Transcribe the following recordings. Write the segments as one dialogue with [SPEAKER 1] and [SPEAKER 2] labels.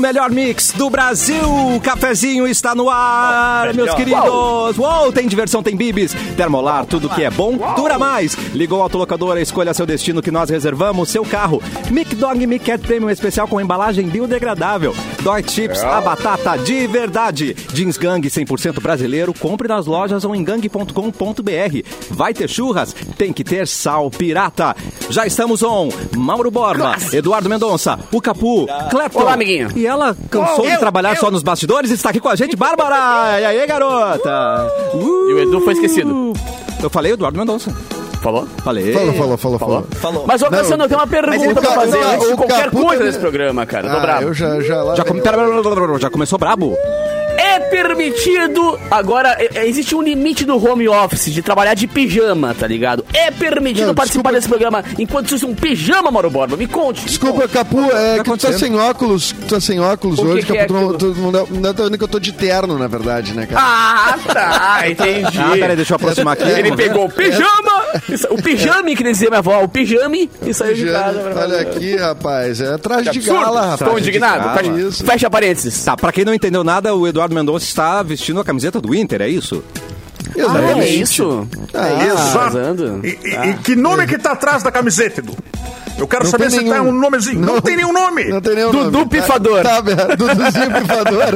[SPEAKER 1] melhor mix do Brasil. O cafezinho está no ar,
[SPEAKER 2] Ó,
[SPEAKER 1] meus
[SPEAKER 2] melhor.
[SPEAKER 1] queridos. Uou, tem diversão, tem bibis. Termolar, tudo que é bom dura mais. Ligou a autolocadora, escolha seu destino que nós reservamos, seu carro. Mic Dog Mic Cat Premium Especial com embalagem biodegradável. Dói Chips, a batata de verdade. Jeans Gang 100% brasileiro, compre nas lojas ou em gang.com.br. Vai ter churras? Tem que ter sal pirata. Já estamos on. Mauro Borba, Eduardo Mendonça, o Capu, Clepton.
[SPEAKER 3] Olá, amiguinho.
[SPEAKER 1] E ela
[SPEAKER 3] Oh,
[SPEAKER 1] cansou de
[SPEAKER 2] eu,
[SPEAKER 1] trabalhar só nos bastidores e está aqui com a gente, Bárbara. E aí, garota? Uh!
[SPEAKER 3] E o Edu foi esquecido.
[SPEAKER 1] Eu falei Eduardo Mendonça.
[SPEAKER 3] Falou?
[SPEAKER 1] Falei.
[SPEAKER 4] Falou, falou, falou, falou.
[SPEAKER 1] Falou.
[SPEAKER 3] Mas, ô,
[SPEAKER 4] Não,
[SPEAKER 3] Cassiano, eu tenho uma
[SPEAKER 4] o
[SPEAKER 3] pergunta pra
[SPEAKER 4] Ca-
[SPEAKER 3] fazer
[SPEAKER 4] não,
[SPEAKER 3] antes de
[SPEAKER 4] o
[SPEAKER 3] qualquer
[SPEAKER 4] Capu
[SPEAKER 3] coisa
[SPEAKER 4] também-
[SPEAKER 3] nesse programa, cara. Eu Tô
[SPEAKER 4] Ah, eu
[SPEAKER 3] bravo.
[SPEAKER 4] já, já lá.
[SPEAKER 1] Já,
[SPEAKER 4] vem
[SPEAKER 1] come-
[SPEAKER 4] o-
[SPEAKER 1] já começou brabo?
[SPEAKER 3] É permitido. Agora, é- é- existe um limite do home office de trabalhar de pijama, tá ligado? É permitido
[SPEAKER 4] Não,
[SPEAKER 3] participar
[SPEAKER 4] desculpa.
[SPEAKER 3] desse programa enquanto se usa um pijama, Mauro Borba. Me conte. me
[SPEAKER 4] Desculpa, Capu, é que tu tá
[SPEAKER 1] acontecendo?
[SPEAKER 4] sem óculos, tu tá sem óculos
[SPEAKER 3] O que
[SPEAKER 4] hoje,
[SPEAKER 3] que
[SPEAKER 4] Capu,
[SPEAKER 3] é
[SPEAKER 4] tu não,
[SPEAKER 3] aquilo?
[SPEAKER 4] tu não, dá- não tá vendo que eu tô de terno, na verdade, né, cara?
[SPEAKER 3] Ah, tá, entendi.
[SPEAKER 1] Ah, peraí, deixa eu aproximar aqui.
[SPEAKER 3] Ele
[SPEAKER 1] Vamos ver.
[SPEAKER 3] pegou o pijama, o pijame que dizia minha avó, o pijame e saiu de
[SPEAKER 4] Jane,
[SPEAKER 3] casa. pra
[SPEAKER 4] olha
[SPEAKER 3] fazer.
[SPEAKER 4] aqui, rapaz, é traje de
[SPEAKER 3] Absurdo.
[SPEAKER 4] gala, rapaz.
[SPEAKER 3] Estou
[SPEAKER 4] Traje de
[SPEAKER 3] indignado.
[SPEAKER 4] gala. Ah,
[SPEAKER 3] Fecha,
[SPEAKER 4] Isso.
[SPEAKER 3] fecha parênteses.
[SPEAKER 1] Tá, pra quem não entendeu nada, o Eduardo Mendonça está vestindo a camiseta do Inter, é isso?
[SPEAKER 3] Ah, é
[SPEAKER 4] Exatamente.
[SPEAKER 3] isso?
[SPEAKER 4] Ah,
[SPEAKER 3] Exato.
[SPEAKER 2] Exato.
[SPEAKER 3] vazando.
[SPEAKER 2] E, e- e que nome que tá atrás da camiseta, Edu? Eu quero
[SPEAKER 4] Não
[SPEAKER 2] saber
[SPEAKER 4] tem
[SPEAKER 2] se tem
[SPEAKER 4] nenhum.
[SPEAKER 2] um nomezinho. Não,
[SPEAKER 4] Não.
[SPEAKER 2] tem nenhum nome.
[SPEAKER 4] Não tem nenhum
[SPEAKER 3] Dudu
[SPEAKER 4] nome. Tá-
[SPEAKER 3] Pifador.
[SPEAKER 4] Tá, Duduzinho Pifador.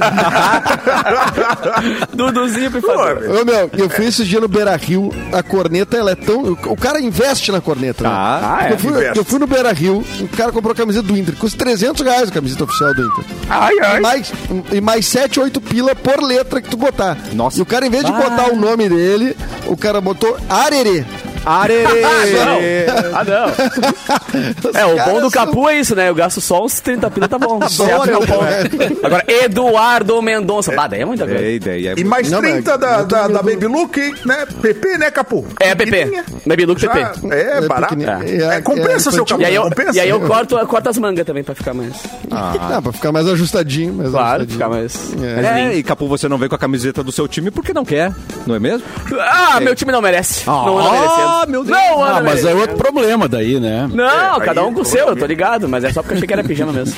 [SPEAKER 3] Duduzinho, por
[SPEAKER 2] Pô,
[SPEAKER 3] favor.
[SPEAKER 2] velho.
[SPEAKER 4] Ô, meu, eu fui esse dia no Beira Rio, a corneta, ela é tão. O cara investe na corneta, né?
[SPEAKER 1] Tá. Ah, é,
[SPEAKER 4] eu, fui,
[SPEAKER 2] investe.
[SPEAKER 4] eu fui no Beira Rio, o cara comprou a camiseta do Inter. Custa 300 reais a camiseta oficial do Inter.
[SPEAKER 3] Ai, ai.
[SPEAKER 4] mais, e mais 7, 8 pila por letra que tu botar.
[SPEAKER 1] Nossa.
[SPEAKER 4] E o cara, em vez de botar o nome dele, o cara botou Arerê.
[SPEAKER 1] Arerê!
[SPEAKER 3] Ah, não. É, o bom do Capu é isso, né? Eu gasto só uns 30 pila, tá bom.
[SPEAKER 4] Só
[SPEAKER 3] Certo,
[SPEAKER 4] olha,
[SPEAKER 3] meu pau.
[SPEAKER 4] né?
[SPEAKER 3] Agora, Eduardo Mendonça. Ah, daí é muita coisa.
[SPEAKER 1] Ei, daí é-
[SPEAKER 2] E mais
[SPEAKER 4] Não, mas
[SPEAKER 2] 30
[SPEAKER 4] não
[SPEAKER 2] da,
[SPEAKER 4] tem
[SPEAKER 2] da, da
[SPEAKER 4] nenhum.
[SPEAKER 2] Baby Look, né? PP, né, Capu?
[SPEAKER 3] É, PP.
[SPEAKER 2] Pequenininha.
[SPEAKER 3] Baby Look,
[SPEAKER 2] Já-
[SPEAKER 3] PP.
[SPEAKER 2] É,
[SPEAKER 4] É
[SPEAKER 2] barato.
[SPEAKER 4] pequenininha.
[SPEAKER 2] É,
[SPEAKER 4] É,
[SPEAKER 2] compensa
[SPEAKER 4] é
[SPEAKER 2] seu
[SPEAKER 4] infantil.
[SPEAKER 2] cabelo.
[SPEAKER 3] E aí eu,
[SPEAKER 2] compensa.
[SPEAKER 3] e aí eu corto, eu corto as mangas também pra ficar mais.
[SPEAKER 4] Ah, pra ficar mais ajustadinho. Mais
[SPEAKER 3] Claro,
[SPEAKER 4] ajustadinho.
[SPEAKER 3] ficar mais.
[SPEAKER 4] É.
[SPEAKER 3] mais
[SPEAKER 1] É,
[SPEAKER 3] limpo.
[SPEAKER 1] e Capu, você não vem com a camiseta do seu time porque não quer, não é mesmo?
[SPEAKER 3] Ah, meu time não merece. não anda merecendo.
[SPEAKER 1] Ah, meu Deus.
[SPEAKER 3] Não anda
[SPEAKER 5] Ah, mas
[SPEAKER 3] merecendo.
[SPEAKER 5] é outro problema daí, né?
[SPEAKER 3] Não,
[SPEAKER 2] É,
[SPEAKER 3] cada
[SPEAKER 2] aí
[SPEAKER 3] um com o
[SPEAKER 2] eu
[SPEAKER 3] seu,
[SPEAKER 2] vou Tá
[SPEAKER 3] eu tô ligado, mas é só porque eu achei que era pijama mesmo.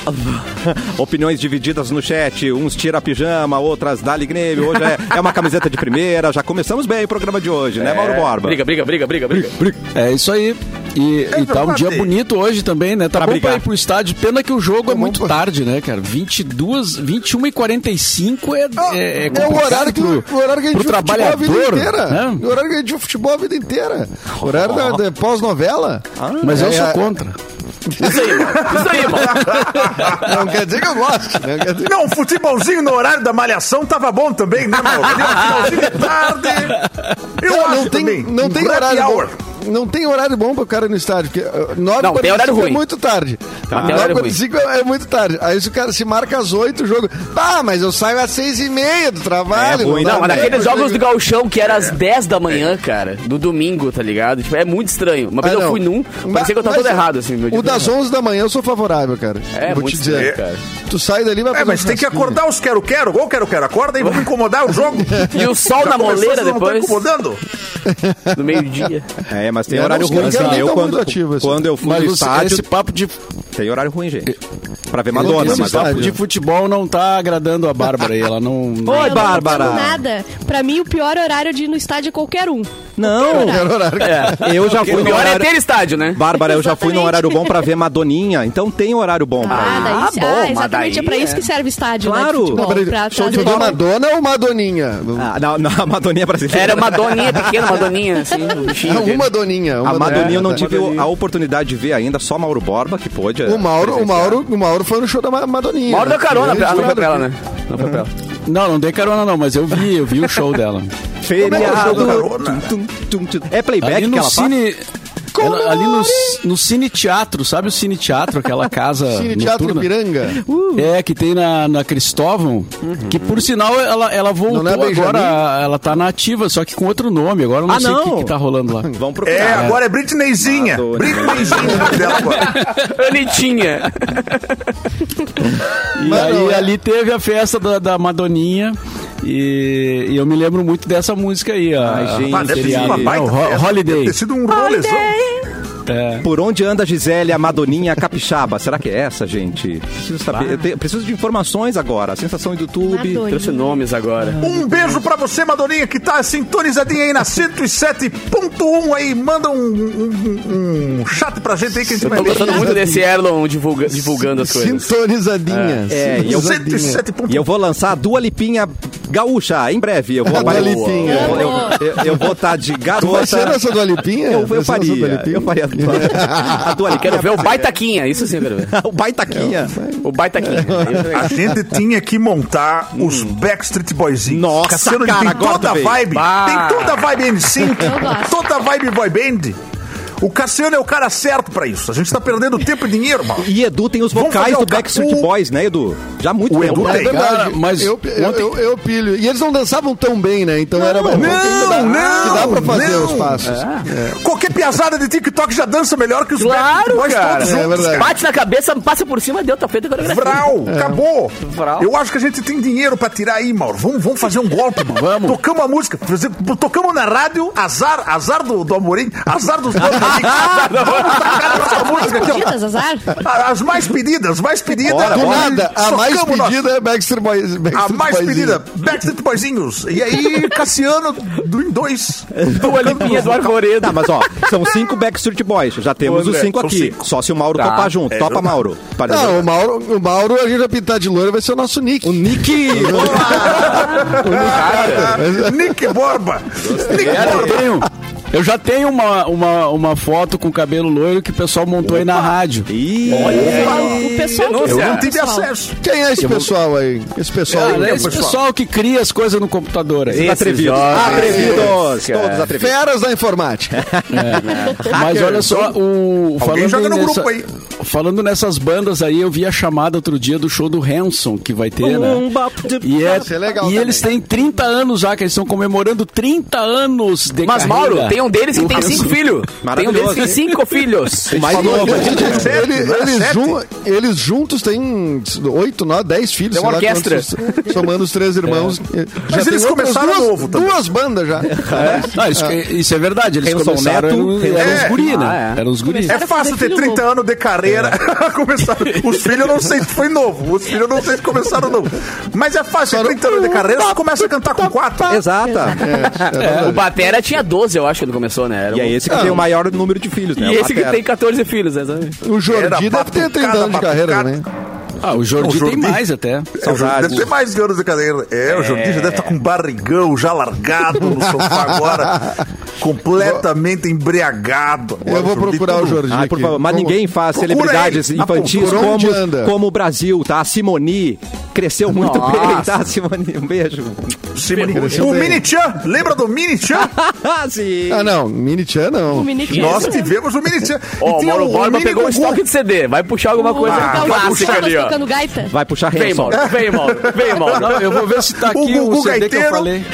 [SPEAKER 1] Opiniões divididas no chat, uns tira pijama, outras dali Grêmio. Hoje é, é uma camiseta de primeira, já começamos bem o programa de hoje, né, Mauro Borba?
[SPEAKER 3] Briga, briga, briga, briga, briga.
[SPEAKER 5] É isso aí. E, e tá um
[SPEAKER 2] verdade.
[SPEAKER 5] dia bonito hoje também, né? Tá
[SPEAKER 1] Pra
[SPEAKER 5] bom
[SPEAKER 1] brigar.
[SPEAKER 5] pra ir pro estádio. Pena que o jogo é
[SPEAKER 4] Tá bom
[SPEAKER 5] muito
[SPEAKER 4] pra-
[SPEAKER 5] tarde, né, cara? 22, 21 e 45 é, é, é
[SPEAKER 4] É o
[SPEAKER 5] complicado
[SPEAKER 4] horário que,
[SPEAKER 5] pro,
[SPEAKER 4] o horário que a gente
[SPEAKER 5] pro
[SPEAKER 4] viu futebol a vida
[SPEAKER 5] trabalhador.
[SPEAKER 4] inteira.
[SPEAKER 5] né?
[SPEAKER 4] O horário que a gente viu futebol a vida inteira. O horário da, da pós-novela.
[SPEAKER 5] Mas eu
[SPEAKER 4] É,
[SPEAKER 5] sou
[SPEAKER 4] é-
[SPEAKER 5] contra.
[SPEAKER 3] Isso aí, mano. Isso aí, mano.
[SPEAKER 4] Não quer dizer que eu gosto. Né? Quer dizer-
[SPEAKER 2] Não, o futebolzinho no horário da malhação tava bom também, né, mano? Finalzinho de tarde. Eu
[SPEAKER 4] Não,
[SPEAKER 2] acho
[SPEAKER 4] não tem,
[SPEAKER 2] também.
[SPEAKER 4] não tem
[SPEAKER 2] Happy
[SPEAKER 4] horário
[SPEAKER 2] hour.
[SPEAKER 4] bom. Não tem horário bom pro cara ir no estádio, porque uh, nove
[SPEAKER 3] Não, tem horário
[SPEAKER 4] e quarenta e cinco
[SPEAKER 3] ruim.
[SPEAKER 4] é muito tarde.
[SPEAKER 3] Tá, tem horário
[SPEAKER 4] 9h45 é muito tarde. Aí se o cara se marca às 8 o jogo. Ah, mas eu saio às 6 e meia do trabalho.
[SPEAKER 1] É ruim,
[SPEAKER 4] dá
[SPEAKER 1] não,
[SPEAKER 3] Não, mas
[SPEAKER 4] tempo,
[SPEAKER 3] naqueles jogos do
[SPEAKER 4] chega-
[SPEAKER 3] Galchão que era às 10 da manhã, cara, do domingo, tá ligado? Tipo, é muito estranho. Uma
[SPEAKER 4] Ah,
[SPEAKER 3] vez eu
[SPEAKER 4] não.
[SPEAKER 3] fui num,
[SPEAKER 4] Mas-
[SPEAKER 3] parecia que eu tava
[SPEAKER 4] mas
[SPEAKER 3] todo errado, assim, meu
[SPEAKER 4] O
[SPEAKER 3] dia todo
[SPEAKER 4] das 11 da manhã eu sou favorável, cara.
[SPEAKER 3] É,
[SPEAKER 4] Vou
[SPEAKER 3] muito
[SPEAKER 4] te dizer.
[SPEAKER 3] estranho, cara.
[SPEAKER 4] Tu sai dali e vai
[SPEAKER 2] É, mas
[SPEAKER 4] um
[SPEAKER 2] tem que
[SPEAKER 4] churrasquinho.
[SPEAKER 2] acordar os quero-quero, ou quero-quero, acorda e vamos incomodar o jogo.
[SPEAKER 3] E o sol
[SPEAKER 2] Já
[SPEAKER 3] na
[SPEAKER 2] começou,
[SPEAKER 3] moleira
[SPEAKER 2] vocês não tão
[SPEAKER 3] depois.
[SPEAKER 2] incomodando?
[SPEAKER 3] errado, no meio-dia.
[SPEAKER 1] É, mas tem
[SPEAKER 4] É,
[SPEAKER 1] horário
[SPEAKER 4] não, os
[SPEAKER 1] ruim.
[SPEAKER 4] caras
[SPEAKER 1] Assim,
[SPEAKER 4] nem
[SPEAKER 1] eu
[SPEAKER 4] tão
[SPEAKER 1] quando,
[SPEAKER 4] muito ativos, assim.
[SPEAKER 1] quando eu fui
[SPEAKER 5] Mas
[SPEAKER 1] no
[SPEAKER 5] esse-
[SPEAKER 1] estádio,
[SPEAKER 5] esse papo de,
[SPEAKER 1] tem horário ruim, gente. Pra ver Madonna,
[SPEAKER 4] esse
[SPEAKER 1] mas...
[SPEAKER 4] papo-
[SPEAKER 5] papo de futebol não tá agradando a Bárbara aí. Ela não.
[SPEAKER 1] Oi,
[SPEAKER 6] Eu não
[SPEAKER 1] Bárbara.
[SPEAKER 6] entendo nada. Pra mim, o pior horário de ir no estádio é qualquer um.
[SPEAKER 1] Não,
[SPEAKER 4] Era horário.
[SPEAKER 1] eu já fui
[SPEAKER 3] O
[SPEAKER 1] no
[SPEAKER 3] pior é
[SPEAKER 1] horário...
[SPEAKER 3] ter estádio, né?
[SPEAKER 1] Bárbara, eu já fui no
[SPEAKER 6] Exatamente.
[SPEAKER 1] horário bom pra ver Madoninha, então tem horário bom pra ir.
[SPEAKER 6] daí,
[SPEAKER 3] Ah, bom, mas
[SPEAKER 6] exatamente.
[SPEAKER 3] daí
[SPEAKER 6] é pra isso
[SPEAKER 3] é.
[SPEAKER 6] que serve estádio, né, de
[SPEAKER 1] Claro.
[SPEAKER 6] futebol,
[SPEAKER 4] Não, peraí,
[SPEAKER 6] pra
[SPEAKER 4] show de
[SPEAKER 6] trazer-
[SPEAKER 4] ver Madonna ou Madoninha?
[SPEAKER 1] Ah, não, não, a Madoninha brasileira.
[SPEAKER 3] Era uma doninha pequena, uma doninha, assim, um bichinho.
[SPEAKER 4] Não,
[SPEAKER 3] dele.
[SPEAKER 4] uma Doninha. Uma né? tá.
[SPEAKER 1] A Madoninha eu não
[SPEAKER 4] Doninha.
[SPEAKER 1] tive a oportunidade de ver ainda, só Mauro Borba que pôde. é,
[SPEAKER 4] O Mauro, o,
[SPEAKER 1] presenciar.
[SPEAKER 4] Mauro, o Mauro foi no show da Ma- Madoninha.
[SPEAKER 3] Mauro deu carona,
[SPEAKER 4] Ele
[SPEAKER 3] ah, não foi pra ela,
[SPEAKER 4] jurado
[SPEAKER 3] né? Não foi pra ela.
[SPEAKER 5] Não, não dei carona, não, mas eu vi, eu vi o show dela.
[SPEAKER 1] Feriado.
[SPEAKER 2] Como é que é o jogo, Carona?
[SPEAKER 1] Tum, tum, tum, tum. É playback
[SPEAKER 5] Ali
[SPEAKER 1] que
[SPEAKER 5] no
[SPEAKER 1] ela faz?
[SPEAKER 5] cine. ela- ali no, no Cine Teatro, sabe o Cine Teatro, aquela casa.
[SPEAKER 4] que- Cine Teatro
[SPEAKER 5] noturna?
[SPEAKER 4] Ipiranga.
[SPEAKER 5] É, que tem na, na Cristóvão, que por sinal ela, ela voltou
[SPEAKER 4] Não é Benjamin?
[SPEAKER 5] agora, ela tá na ativa, só que com outro nome, agora eu não
[SPEAKER 1] Ah,
[SPEAKER 5] sei o que,
[SPEAKER 1] não?
[SPEAKER 5] que tá rolando lá.
[SPEAKER 1] Vamos procurar.
[SPEAKER 2] É, agora é Britneyzinha.
[SPEAKER 1] Madonna.
[SPEAKER 2] Britneyzinha o nome dela agora.
[SPEAKER 3] Anitinha.
[SPEAKER 5] E aí ali teve a festa da, da Madoninha. E, e eu me lembro muito dessa música aí, ó.
[SPEAKER 1] Ai, gente,
[SPEAKER 5] a-
[SPEAKER 2] Ah, deve ter sido
[SPEAKER 5] feriado.
[SPEAKER 2] uma baita
[SPEAKER 5] Não, Ho-
[SPEAKER 2] festa. Deve
[SPEAKER 5] Holiday.
[SPEAKER 2] ter sido um rolezão.
[SPEAKER 5] É.
[SPEAKER 1] Por onde anda a Gisele, a Madoninha, a Capixaba? Será que é essa, gente? Preciso saber. Eu te- preciso de informações agora. Sensação do YouTube.
[SPEAKER 6] Madoninha.
[SPEAKER 3] Trouxe nomes agora.
[SPEAKER 2] Um beijo pra você, Madoninha, que tá sintonizadinha aí na 107.1 aí. Manda um, um, um chat pra gente aí que a gente
[SPEAKER 3] Eu
[SPEAKER 2] vai
[SPEAKER 3] tô gostando
[SPEAKER 2] ler.
[SPEAKER 3] muito desse Erlon divulga- divulgando as coisas.
[SPEAKER 4] Sintonizadinha.
[SPEAKER 1] É, e eu,
[SPEAKER 4] Sintonizadinha.
[SPEAKER 1] e eu
[SPEAKER 2] 107.1.
[SPEAKER 1] vou lançar a Dua Lipinha gaúcha em breve. Eu vou
[SPEAKER 4] A Dua
[SPEAKER 1] eu-
[SPEAKER 4] Lipinha.
[SPEAKER 1] Eu, eu- eu- eu vou estar de
[SPEAKER 4] Tu vai ser
[SPEAKER 1] garota.
[SPEAKER 4] essa do Alipinha?
[SPEAKER 1] Eu, eu
[SPEAKER 4] Vai ser essa do
[SPEAKER 1] faria.
[SPEAKER 4] Alipinha?
[SPEAKER 1] Eu faria a Dua, a Dua Lipinha.
[SPEAKER 3] Quero ver o Baitaquinha, isso sim eu quero ver.
[SPEAKER 1] o
[SPEAKER 4] É,
[SPEAKER 1] baitaquinha.
[SPEAKER 3] O Baitaquinha.
[SPEAKER 2] A gente tinha que montar os Backstreet Boyzinhos.
[SPEAKER 1] Nossa,
[SPEAKER 2] Cassiano, ele
[SPEAKER 1] cara,
[SPEAKER 2] tem
[SPEAKER 1] agora
[SPEAKER 2] toda a
[SPEAKER 1] tu veio.
[SPEAKER 2] vibe.
[SPEAKER 3] Bah.
[SPEAKER 2] Tem toda a vibe N5,
[SPEAKER 6] Eu gosto.
[SPEAKER 2] toda a vibe boy band. O Cassiano é o cara certo pra isso. A gente tá perdendo tempo e dinheiro, mano.
[SPEAKER 1] E Edu tem os
[SPEAKER 2] Vamos
[SPEAKER 1] vocais
[SPEAKER 2] fazer
[SPEAKER 1] do
[SPEAKER 2] o Capu.
[SPEAKER 1] Backstreet Boys, né, Edu? Já há muito
[SPEAKER 2] O
[SPEAKER 1] tempo.
[SPEAKER 2] Edu
[SPEAKER 4] É
[SPEAKER 2] tem.
[SPEAKER 4] verdade.
[SPEAKER 5] Cara, mas
[SPEAKER 4] eu, eu,
[SPEAKER 5] ontem-
[SPEAKER 4] eu, eu pilho. E eles não dançavam tão bem, né? Então era bom. que dá,
[SPEAKER 2] não,
[SPEAKER 4] que dá pra fazer
[SPEAKER 2] não.
[SPEAKER 4] os passos.
[SPEAKER 2] Qualquer piazada de TikTok já dança melhor que os
[SPEAKER 3] Claro,
[SPEAKER 2] Backstreet Boys
[SPEAKER 3] cara.
[SPEAKER 2] todos
[SPEAKER 4] É
[SPEAKER 2] juntos,
[SPEAKER 4] verdade.
[SPEAKER 2] cara.
[SPEAKER 3] Bate na cabeça, passa por cima, deu, tá feito a coreografia.
[SPEAKER 2] Vral, acabou.
[SPEAKER 3] Vral.
[SPEAKER 2] Eu acho que a gente tem dinheiro pra tirar aí, Mauro. Vamos, vamos fazer um golpe, mano.
[SPEAKER 5] Vamos.
[SPEAKER 2] Tocamos a música. Fazer- Tocamos na rádio, azar, azar do, do Amorim, azar dos dois amigos. Azar. Vamos tacar essa música aqui, ó.
[SPEAKER 6] Pedidas, azar?
[SPEAKER 2] As mais pedidas, as mais pedidas.
[SPEAKER 4] Do
[SPEAKER 2] Bora.
[SPEAKER 4] nada, a mais
[SPEAKER 2] Socamos nós.
[SPEAKER 4] pedida é Backstreet Boys.
[SPEAKER 2] A
[SPEAKER 4] Backstreet
[SPEAKER 2] mais
[SPEAKER 4] Boyzinho.
[SPEAKER 2] pedida, Backstreet Boyzinhos. E aí, Cassiano, do em dois.
[SPEAKER 3] Dua Lipinha do Arvoredo.
[SPEAKER 1] Tá, mas ó, são cinco Backstreet Boys. Já temos os
[SPEAKER 2] André,
[SPEAKER 1] cinco
[SPEAKER 2] são
[SPEAKER 1] aqui.
[SPEAKER 2] cinco.
[SPEAKER 1] Só se o Mauro
[SPEAKER 3] Tá,
[SPEAKER 1] topar junto.
[SPEAKER 2] é
[SPEAKER 1] Topa,
[SPEAKER 2] verdade.
[SPEAKER 1] Mauro. Para
[SPEAKER 4] Não, o Mauro, o Mauro, a gente vai pintar de loiro, vai ser o nosso Nick.
[SPEAKER 1] o Nick!
[SPEAKER 2] Nick Borba. Nick
[SPEAKER 5] Eu
[SPEAKER 2] Borba.
[SPEAKER 5] tenho. Eu já tenho uma, uma, uma foto com cabelo loiro que o pessoal montou aí na rádio.
[SPEAKER 1] Ih,
[SPEAKER 6] O pessoal que
[SPEAKER 2] Eu não
[SPEAKER 6] fala,
[SPEAKER 2] tive
[SPEAKER 6] pessoal.
[SPEAKER 2] acesso.
[SPEAKER 4] Quem é esse pessoal aí? Esse pessoal
[SPEAKER 5] Cara,
[SPEAKER 4] aí.
[SPEAKER 5] é esse pessoal. que cria as coisas no computador. aí.
[SPEAKER 1] esses atrevidos. Atrevidos! Todos atrevidos.
[SPEAKER 4] Feras da informática.
[SPEAKER 5] Mas olha só, o, falando,
[SPEAKER 2] joga no
[SPEAKER 5] nessa-
[SPEAKER 2] grupo aí.
[SPEAKER 5] falando nessas bandas aí, eu vi a chamada outro dia do show do Hanson que vai ter, né? E, é-
[SPEAKER 4] Isso é legal
[SPEAKER 5] e
[SPEAKER 4] também.
[SPEAKER 5] eles têm 30 anos já, que eles estão comemorando 30 anos de
[SPEAKER 3] Mas,
[SPEAKER 5] carreira.
[SPEAKER 3] Mauro, tem um deles que tem cinco filhos. Tem um deles
[SPEAKER 1] Maravilhoso,
[SPEAKER 3] que tem cinco filhos.
[SPEAKER 1] Mais
[SPEAKER 4] Falou,
[SPEAKER 1] novo.
[SPEAKER 4] gente,
[SPEAKER 2] Sete,
[SPEAKER 4] ele-
[SPEAKER 2] não é
[SPEAKER 4] eles,
[SPEAKER 2] sete?
[SPEAKER 4] jun- eles juntos têm oito, nove, dez filhos.
[SPEAKER 3] Tem uma
[SPEAKER 4] sei lá
[SPEAKER 3] orquestra.
[SPEAKER 4] quantos, somando os três irmãos.
[SPEAKER 1] É.
[SPEAKER 2] Mas
[SPEAKER 4] tem outras
[SPEAKER 2] eles começaram
[SPEAKER 4] duas,
[SPEAKER 2] novo também.
[SPEAKER 4] Duas bandas já.
[SPEAKER 5] Ah, isso, isso é verdade. Eles
[SPEAKER 1] Hanson
[SPEAKER 5] começaram,
[SPEAKER 1] Neto,
[SPEAKER 5] eram, eram
[SPEAKER 2] Hanson-
[SPEAKER 5] os guri,
[SPEAKER 3] Ah,
[SPEAKER 5] né?
[SPEAKER 3] é.
[SPEAKER 5] Eram os guri.
[SPEAKER 2] É
[SPEAKER 6] Era
[SPEAKER 2] fácil
[SPEAKER 6] fazer
[SPEAKER 2] ter
[SPEAKER 6] filho
[SPEAKER 2] 30 anos de carreira. começaram. Os filhos eu não sei se foi novo. Os filhos eu não sei se começaram novo. Mas é fácil ter 30 anos de carreira, você começa a cantar com 4.
[SPEAKER 1] Exata.
[SPEAKER 3] O Batera tinha 12, eu acho, quando começou, né? Era
[SPEAKER 1] E é
[SPEAKER 3] um-
[SPEAKER 1] esse que tem o maior número de filhos, né?
[SPEAKER 3] E
[SPEAKER 1] O
[SPEAKER 3] esse que
[SPEAKER 1] Batera.
[SPEAKER 3] tem 14 filhos, né? exatamente.
[SPEAKER 4] O Jordi
[SPEAKER 2] Era
[SPEAKER 4] deve ter 30 anos de
[SPEAKER 2] batucada,
[SPEAKER 4] carreira, né?
[SPEAKER 2] batucada.
[SPEAKER 5] Ah, o Jordi,
[SPEAKER 2] O Jordi.
[SPEAKER 5] tem mais até.
[SPEAKER 2] É, o Jordi
[SPEAKER 1] Saudades.
[SPEAKER 2] deve ter mais anos de carreira. É, o Jordi já deve estar com barrigão, já largado no sofá agora. Completamente embriagado. Agora
[SPEAKER 4] Eu vou
[SPEAKER 2] o Jordi
[SPEAKER 4] procurar
[SPEAKER 2] tudo-
[SPEAKER 4] o Jordi.
[SPEAKER 1] Ai, Ah, por
[SPEAKER 4] aqui.
[SPEAKER 1] favor, mas
[SPEAKER 4] Vamos-
[SPEAKER 1] ninguém faz
[SPEAKER 2] Procura
[SPEAKER 1] celebridades
[SPEAKER 2] ele. Ah,
[SPEAKER 1] infantis
[SPEAKER 4] por onde
[SPEAKER 1] como,
[SPEAKER 4] anda?
[SPEAKER 1] como o Brasil, tá? A Simoni cresceu muito bem, tá, Simoni? Um beijo.
[SPEAKER 2] Simone.
[SPEAKER 4] Cresceu
[SPEAKER 2] O
[SPEAKER 4] bem.
[SPEAKER 2] Mini Chan, lembra do Mini Chan?
[SPEAKER 1] Ah, sim.
[SPEAKER 4] Ah, não. Mini Chan,
[SPEAKER 6] O
[SPEAKER 4] não.
[SPEAKER 6] Minique.
[SPEAKER 2] Nós tivemos o Mini Chan. E
[SPEAKER 3] Ó, o
[SPEAKER 2] tinha
[SPEAKER 3] Mauro
[SPEAKER 2] o
[SPEAKER 3] Borba
[SPEAKER 2] Mini
[SPEAKER 3] pegou um
[SPEAKER 2] Gugu.
[SPEAKER 3] estoque de CD. Vai puxar
[SPEAKER 6] O
[SPEAKER 3] alguma coisa
[SPEAKER 6] Gal-
[SPEAKER 3] clássica
[SPEAKER 6] Gal-
[SPEAKER 3] ali, ó.
[SPEAKER 6] tocando gaita.
[SPEAKER 1] Vai puxar
[SPEAKER 3] Vem,
[SPEAKER 1] Hanson.
[SPEAKER 3] Mauro. Vem, Mauro. Vem, Mauro.
[SPEAKER 5] Não, eu vou ver se tá
[SPEAKER 2] O
[SPEAKER 5] aqui o,
[SPEAKER 2] Gugu
[SPEAKER 5] CD que eu
[SPEAKER 2] Gaiteiro.
[SPEAKER 5] falei.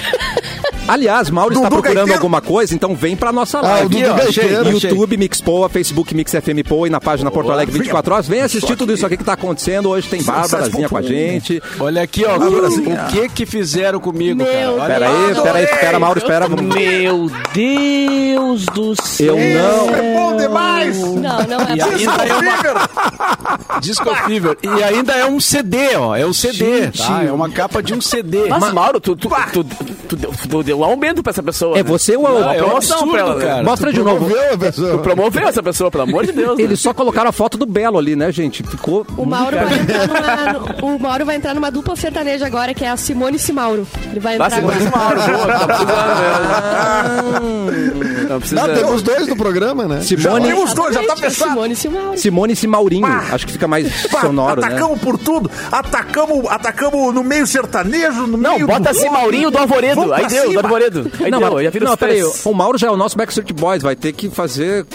[SPEAKER 1] Aliás, Mauro está
[SPEAKER 2] Dudu
[SPEAKER 1] procurando
[SPEAKER 2] Gaiteiro?
[SPEAKER 1] alguma coisa, então vem pra nossa
[SPEAKER 4] o
[SPEAKER 1] live.
[SPEAKER 4] Dudu
[SPEAKER 1] Aqui, ó,
[SPEAKER 4] Gaiteiro,
[SPEAKER 1] YouTube
[SPEAKER 5] achei.
[SPEAKER 1] Mixpoa, Facebook Mix FM Poa e na página Porto Alegre 24 horas. Vem assistir tudo isso aqui que tá acontecendo. Hoje tem Bárbarazinha com a gente.
[SPEAKER 5] Olha aqui, ó.
[SPEAKER 2] Brasinha.
[SPEAKER 5] o que que fizeram comigo,
[SPEAKER 6] Meu
[SPEAKER 5] cara? Olha
[SPEAKER 1] Pera aí, pera aí, espera, Mauro, espera. vamos-
[SPEAKER 3] Meu Deus do céu.
[SPEAKER 1] Eu não.
[SPEAKER 2] Isso é bom demais!
[SPEAKER 6] Não, não é.
[SPEAKER 5] E aí-
[SPEAKER 2] Isso, Fever!
[SPEAKER 5] Disco Fever. E ainda é um CD, ó. É um CD, tá? É uma capa de um CD.
[SPEAKER 3] Mas, Mauro, tu, tu, tu, tu, deu- tu deu um aumento pra essa pessoa.
[SPEAKER 1] É
[SPEAKER 3] né?
[SPEAKER 1] você ou
[SPEAKER 5] é
[SPEAKER 1] eu?
[SPEAKER 5] um
[SPEAKER 3] promoção
[SPEAKER 5] absurdo,
[SPEAKER 3] pra ela, né?
[SPEAKER 5] cara.
[SPEAKER 1] Mostra de novo.
[SPEAKER 4] Viu, pessoal?
[SPEAKER 3] Promoveu essa pessoa, pelo amor de Deus. né?
[SPEAKER 1] Eles só colocaram a foto do Belo ali, né, gente? Ficou.
[SPEAKER 6] O Mauro, vai entrar numa, o Mauro vai entrar numa dupla sertaneja agora, que é a Simone e Simauro. Ele vai entrar
[SPEAKER 3] Nossa,
[SPEAKER 6] agora.
[SPEAKER 3] mas, Mauro, boa, tá precisando mesmo. Tá
[SPEAKER 4] Ah,
[SPEAKER 3] precisando.
[SPEAKER 4] temos dois no programa, né?
[SPEAKER 1] Simone,
[SPEAKER 2] Tem os dois, já tá
[SPEAKER 6] Exatamente, é
[SPEAKER 2] fechado.
[SPEAKER 6] Simone e Simauro.
[SPEAKER 1] Simone e Simaurinho. Acho que fica mais
[SPEAKER 2] Pá,
[SPEAKER 1] sonoro, né?
[SPEAKER 2] atacamos por tudo. Atacamos, atacamos no meio sertanejo, no
[SPEAKER 3] Não,
[SPEAKER 2] meio
[SPEAKER 3] bota assim, Maurinho do Arvoredo.
[SPEAKER 2] Vamos
[SPEAKER 3] Aí
[SPEAKER 2] pra
[SPEAKER 3] deu, do
[SPEAKER 2] cima.
[SPEAKER 3] Arvoredo. Aí
[SPEAKER 1] Não,
[SPEAKER 3] deu,
[SPEAKER 1] mas-
[SPEAKER 3] já vira
[SPEAKER 1] não
[SPEAKER 3] os três.
[SPEAKER 1] peraí. O Mauro já é o nosso Backstreet Boys. Vai ter que fazer.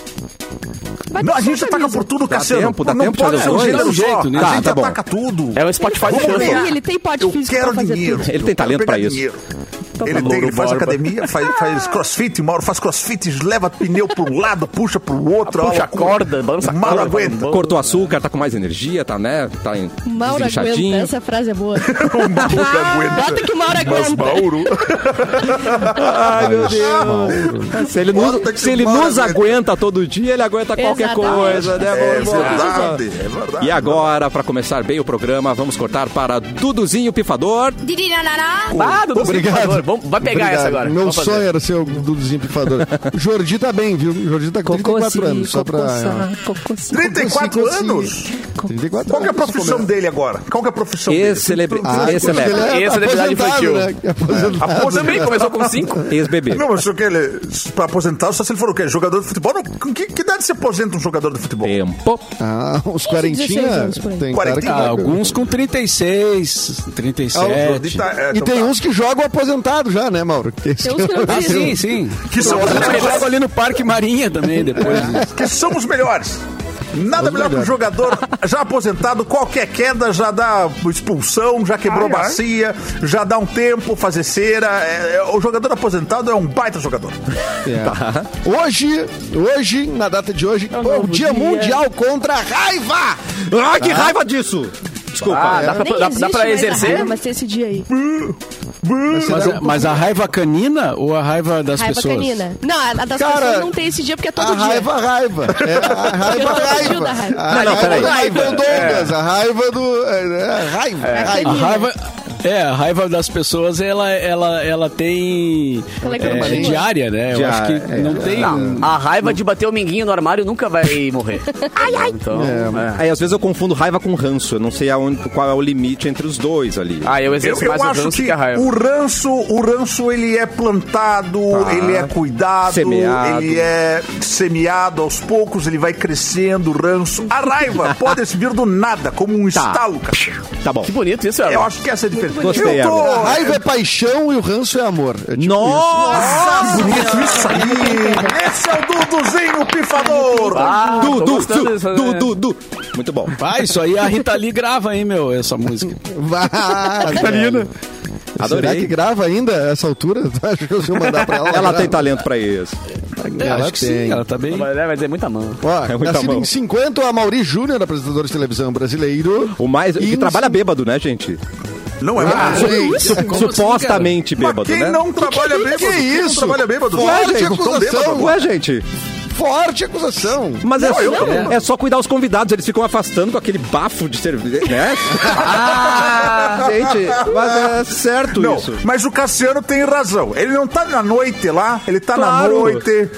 [SPEAKER 6] Vai
[SPEAKER 2] Não,
[SPEAKER 6] ter
[SPEAKER 2] a gente ataca por tudo, Cassiano.
[SPEAKER 1] tempo, dá
[SPEAKER 2] não
[SPEAKER 1] tempo de
[SPEAKER 2] pode
[SPEAKER 1] fazer
[SPEAKER 2] ser um
[SPEAKER 1] dois.
[SPEAKER 2] gênero
[SPEAKER 5] Dá um
[SPEAKER 2] só.
[SPEAKER 5] jeito, né?
[SPEAKER 2] A
[SPEAKER 1] Tá,
[SPEAKER 2] gente
[SPEAKER 1] tá bom.
[SPEAKER 2] ataca tudo.
[SPEAKER 3] É o Spotify
[SPEAKER 6] Ele
[SPEAKER 3] do
[SPEAKER 6] tem
[SPEAKER 2] Vamos
[SPEAKER 3] Chanson.
[SPEAKER 2] ganhar.
[SPEAKER 6] poder, ele tem porte
[SPEAKER 2] Eu
[SPEAKER 6] físico
[SPEAKER 2] quero
[SPEAKER 6] pra fazer
[SPEAKER 2] dinheiro.
[SPEAKER 6] tudo.
[SPEAKER 1] Ele tem
[SPEAKER 2] Eu quero
[SPEAKER 1] talento pra
[SPEAKER 2] pegar
[SPEAKER 1] isso. Então tá
[SPEAKER 2] dinheiro. Ele,
[SPEAKER 5] bom.
[SPEAKER 2] tem, ele faz
[SPEAKER 5] Borba.
[SPEAKER 2] academia, faz, faz crossfit, Mauro faz crossfit, leva pneu para um lado, puxa para o outro.
[SPEAKER 3] Puxa
[SPEAKER 2] olha
[SPEAKER 3] a
[SPEAKER 2] lá,
[SPEAKER 3] corda, balança a
[SPEAKER 2] Mauro
[SPEAKER 3] corda.
[SPEAKER 2] aguenta.
[SPEAKER 3] balança-
[SPEAKER 1] Cortou açúcar, tá com mais energia, tá, né? Tá em
[SPEAKER 6] Mauro aguenta,
[SPEAKER 1] desinchadinho.
[SPEAKER 6] essa frase é boa.
[SPEAKER 2] O Mauro Um aguenta.
[SPEAKER 6] Bota que o Mauro
[SPEAKER 2] Mas
[SPEAKER 6] aguenta.
[SPEAKER 2] Mauro...
[SPEAKER 1] Ai, meu Deus. Se ele,
[SPEAKER 2] Bota
[SPEAKER 1] nos,
[SPEAKER 2] que
[SPEAKER 1] se ele
[SPEAKER 2] Mauro
[SPEAKER 1] nos aguenta todo dia, ele aguenta qualquer
[SPEAKER 6] Exatamente.
[SPEAKER 1] coisa, né,
[SPEAKER 2] É
[SPEAKER 1] Mauro?
[SPEAKER 2] verdade, é verdade.
[SPEAKER 1] E agora, pra começar bem o programa, vamos cortar para Duduzinho Pifador.
[SPEAKER 3] Ah,
[SPEAKER 2] é
[SPEAKER 3] Dudu,
[SPEAKER 4] Obrigado.
[SPEAKER 3] Obrigado. Vamos, vai pegar
[SPEAKER 4] Obrigado.
[SPEAKER 3] essa agora.
[SPEAKER 4] Meu
[SPEAKER 3] Vamos fazer.
[SPEAKER 4] sonho era ser o Duduzinho Pifador. Jordi tá bem, viu? Jordi tá com 34 anos. Só pra...
[SPEAKER 2] 34
[SPEAKER 4] Cocô, sim.
[SPEAKER 2] anos?
[SPEAKER 4] 34
[SPEAKER 2] Qual que é a
[SPEAKER 4] anos,
[SPEAKER 2] profissão
[SPEAKER 4] começa.
[SPEAKER 2] dele agora? Qual que é a profissão
[SPEAKER 1] Ex-celebra-
[SPEAKER 2] dele?
[SPEAKER 1] Ah, Esse é leve.
[SPEAKER 4] ele
[SPEAKER 3] Esse é celebridade
[SPEAKER 4] aposentado,
[SPEAKER 3] infantil.
[SPEAKER 4] né? Aposentado.
[SPEAKER 3] Pô, também começou com 5.
[SPEAKER 1] Ex-bebê.
[SPEAKER 2] Não, mas só que ele, pra aposentar, só se ele for o quê? Jogador de futebol? Não, com que, que idade se aposenta um jogador de futebol?
[SPEAKER 1] Tempo.
[SPEAKER 4] Ah, uns
[SPEAKER 6] 16
[SPEAKER 4] quarentinha.
[SPEAKER 6] anos por aí.
[SPEAKER 4] Tem cara que...
[SPEAKER 2] Quarentinha?
[SPEAKER 5] Ah, alguns com 36,
[SPEAKER 2] O
[SPEAKER 5] 37.
[SPEAKER 2] Jordi tá- é,
[SPEAKER 4] E
[SPEAKER 2] então
[SPEAKER 4] tem
[SPEAKER 2] tá.
[SPEAKER 4] uns que jogam aposentado já, né, Mauro? Que Assim, esse
[SPEAKER 6] Tem
[SPEAKER 4] que
[SPEAKER 6] uns que não
[SPEAKER 5] Ah,
[SPEAKER 6] precisam.
[SPEAKER 5] sim, sim.
[SPEAKER 2] Que são,
[SPEAKER 5] Eu jogo ali no Parque Marinha também depois.
[SPEAKER 2] que são os melhores. Nada melhor que um jogador já aposentado, qualquer queda já dá expulsão, já quebrou bacia, já dá um tempo, fazer cera. É, é, o jogador aposentado é um baita jogador.
[SPEAKER 4] É. Hoje, hoje, na data de hoje, é o
[SPEAKER 3] novo
[SPEAKER 4] Dia
[SPEAKER 3] dia.
[SPEAKER 4] Mundial contra a Raiva!
[SPEAKER 1] Ai, que raiva disso! Desculpa.
[SPEAKER 3] Ah, dá pra,
[SPEAKER 6] Nem
[SPEAKER 3] dá, dá
[SPEAKER 6] existe
[SPEAKER 3] pra
[SPEAKER 6] mais a
[SPEAKER 3] exercer?
[SPEAKER 6] raiva, Mas tem esse dia aí.
[SPEAKER 5] Mas, mas a raiva canina ou a raiva das
[SPEAKER 6] Raiva
[SPEAKER 5] pessoas?
[SPEAKER 6] canina. Não, a a das
[SPEAKER 4] Cara,
[SPEAKER 6] pessoas não tem esse dia porque é todo
[SPEAKER 4] a
[SPEAKER 6] dia.
[SPEAKER 4] raiva, a raiva. É, a raiva,
[SPEAKER 6] Eu
[SPEAKER 4] a
[SPEAKER 6] tô
[SPEAKER 4] raiva.
[SPEAKER 6] fugindo da raiva.
[SPEAKER 4] A
[SPEAKER 1] Não, não,
[SPEAKER 4] raiva,
[SPEAKER 1] peraí. É.
[SPEAKER 4] a raiva do Douglas, a raiva do... É, é, a raiva, a
[SPEAKER 5] A
[SPEAKER 4] raiva.
[SPEAKER 5] raiva. É, a raiva das pessoas, ela, ela, ela tem.
[SPEAKER 6] Ela é
[SPEAKER 5] é,
[SPEAKER 6] permanente.
[SPEAKER 5] diária, né? Eu acho que não tem.
[SPEAKER 3] Não, a raiva de bater o minguinho no armário nunca vai morrer. ai, ai. Então, é.
[SPEAKER 1] Aí às vezes eu confundo raiva com ranço. Eu não sei aonde, qual é o limite entre os dois ali.
[SPEAKER 3] Ah, eu
[SPEAKER 2] Eu,
[SPEAKER 3] exerço
[SPEAKER 2] eu
[SPEAKER 3] mais o
[SPEAKER 2] acho
[SPEAKER 3] ranço
[SPEAKER 2] que,
[SPEAKER 3] que, a raiva.
[SPEAKER 2] o ranço, o ranço ele é plantado, ele é cuidado,
[SPEAKER 1] Semeado.
[SPEAKER 2] ele é semeado aos poucos, ele vai crescendo, o ranço. A raiva pode vir do nada, como um estalo, cara.
[SPEAKER 1] Tá bom.
[SPEAKER 3] Que bonito isso, é.
[SPEAKER 2] Eu acho que essa é a diferença.
[SPEAKER 1] bonito. Gostei,
[SPEAKER 2] eu tô...
[SPEAKER 4] A raiva é paixão e o ranço é amor. É tipo
[SPEAKER 1] Nossa!
[SPEAKER 2] Ah, Bonito isso aí! Esse é o Duduzinho Pifador!
[SPEAKER 3] Ah, tô
[SPEAKER 1] Dudu,
[SPEAKER 3] gostando dessa-
[SPEAKER 1] Dudu, Dudu. né? Muito bom.
[SPEAKER 5] Ah, isso aí a Rita Lee grava, hein, meu, essa música.
[SPEAKER 4] isso. Vai, velho. Será
[SPEAKER 1] Adorei.
[SPEAKER 4] que grava ainda essa altura? Tu acha que eu se eu mandar pra ela?
[SPEAKER 1] Ela
[SPEAKER 4] grava?
[SPEAKER 1] tem talento pra isso.
[SPEAKER 4] Ela
[SPEAKER 5] acho que
[SPEAKER 4] tem.
[SPEAKER 5] sim, ela tá bem.
[SPEAKER 3] Mas, é, mas é muita mão.
[SPEAKER 4] Ó,
[SPEAKER 1] É muita
[SPEAKER 4] nascido
[SPEAKER 1] mão.
[SPEAKER 4] em 50, a Mauri Júnior, apresentador de televisão brasileiro.
[SPEAKER 1] O mais.
[SPEAKER 4] E
[SPEAKER 1] Que
[SPEAKER 4] no
[SPEAKER 1] trabalha
[SPEAKER 4] cin-
[SPEAKER 1] bêbado, né, gente?
[SPEAKER 2] Não é
[SPEAKER 4] Ah,
[SPEAKER 2] verdade?
[SPEAKER 4] gente,
[SPEAKER 1] Su-
[SPEAKER 5] como assim,
[SPEAKER 1] supostamente
[SPEAKER 2] Mas
[SPEAKER 1] bêbado,
[SPEAKER 2] quem
[SPEAKER 1] né? é,
[SPEAKER 2] não trabalha
[SPEAKER 4] que-
[SPEAKER 2] bêbado?
[SPEAKER 4] que
[SPEAKER 2] Quem não
[SPEAKER 4] isso?
[SPEAKER 2] trabalha bêbado?
[SPEAKER 4] Fora
[SPEAKER 2] Gente,
[SPEAKER 4] de
[SPEAKER 2] não tão
[SPEAKER 4] acusação.
[SPEAKER 2] bêbado.
[SPEAKER 1] Ué, é, gente.
[SPEAKER 4] Forte acusação.
[SPEAKER 1] Mas é,
[SPEAKER 2] eu
[SPEAKER 1] é- é só cuidar os convidados, eles ficam afastando com aquele bafo de cerveja, né? gente, mas é certo
[SPEAKER 2] Não,
[SPEAKER 1] isso.
[SPEAKER 2] mas o Cassiano tem razão. Ele não tá na noite lá, ele tá na
[SPEAKER 1] Claro. Tá
[SPEAKER 2] noite.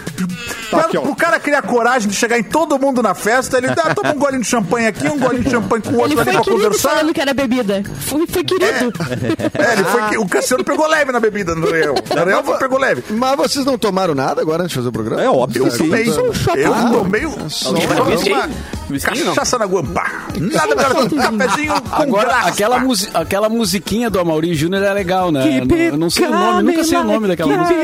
[SPEAKER 2] Pra-
[SPEAKER 1] aqui, ó.
[SPEAKER 2] pro cara criar coragem de chegar em todo mundo na festa, ele dá, toma um golinho de champanhe aqui, um golinho de champanhe com o
[SPEAKER 6] Ele
[SPEAKER 2] outro ali
[SPEAKER 6] foi
[SPEAKER 2] pra
[SPEAKER 6] querido
[SPEAKER 2] conversar.
[SPEAKER 6] falando que era bebida. Foi, foi querido.
[SPEAKER 2] É, ele foi que- o Cassiano pegou leve na bebida, no real. Na real, foi- pegou leve.
[SPEAKER 4] Mas vocês não tomaram nada agora antes de fazer o programa?
[SPEAKER 1] É óbvio.
[SPEAKER 2] Eu
[SPEAKER 1] Sim,
[SPEAKER 2] tomei.
[SPEAKER 1] isso
[SPEAKER 2] Eu
[SPEAKER 4] Ah,
[SPEAKER 2] tomei um-
[SPEAKER 4] só
[SPEAKER 2] eu
[SPEAKER 4] um
[SPEAKER 2] tomei uma
[SPEAKER 3] Whisky não.
[SPEAKER 2] cachaça na guampá. Nada melhor que um cafezinho com
[SPEAKER 5] Agora,
[SPEAKER 2] graça.
[SPEAKER 5] aquela, musi aquela musiquinha do Amaury Júnior é legal, né? Eu não- eu não sei o nome, nunca sei o nome daquela música.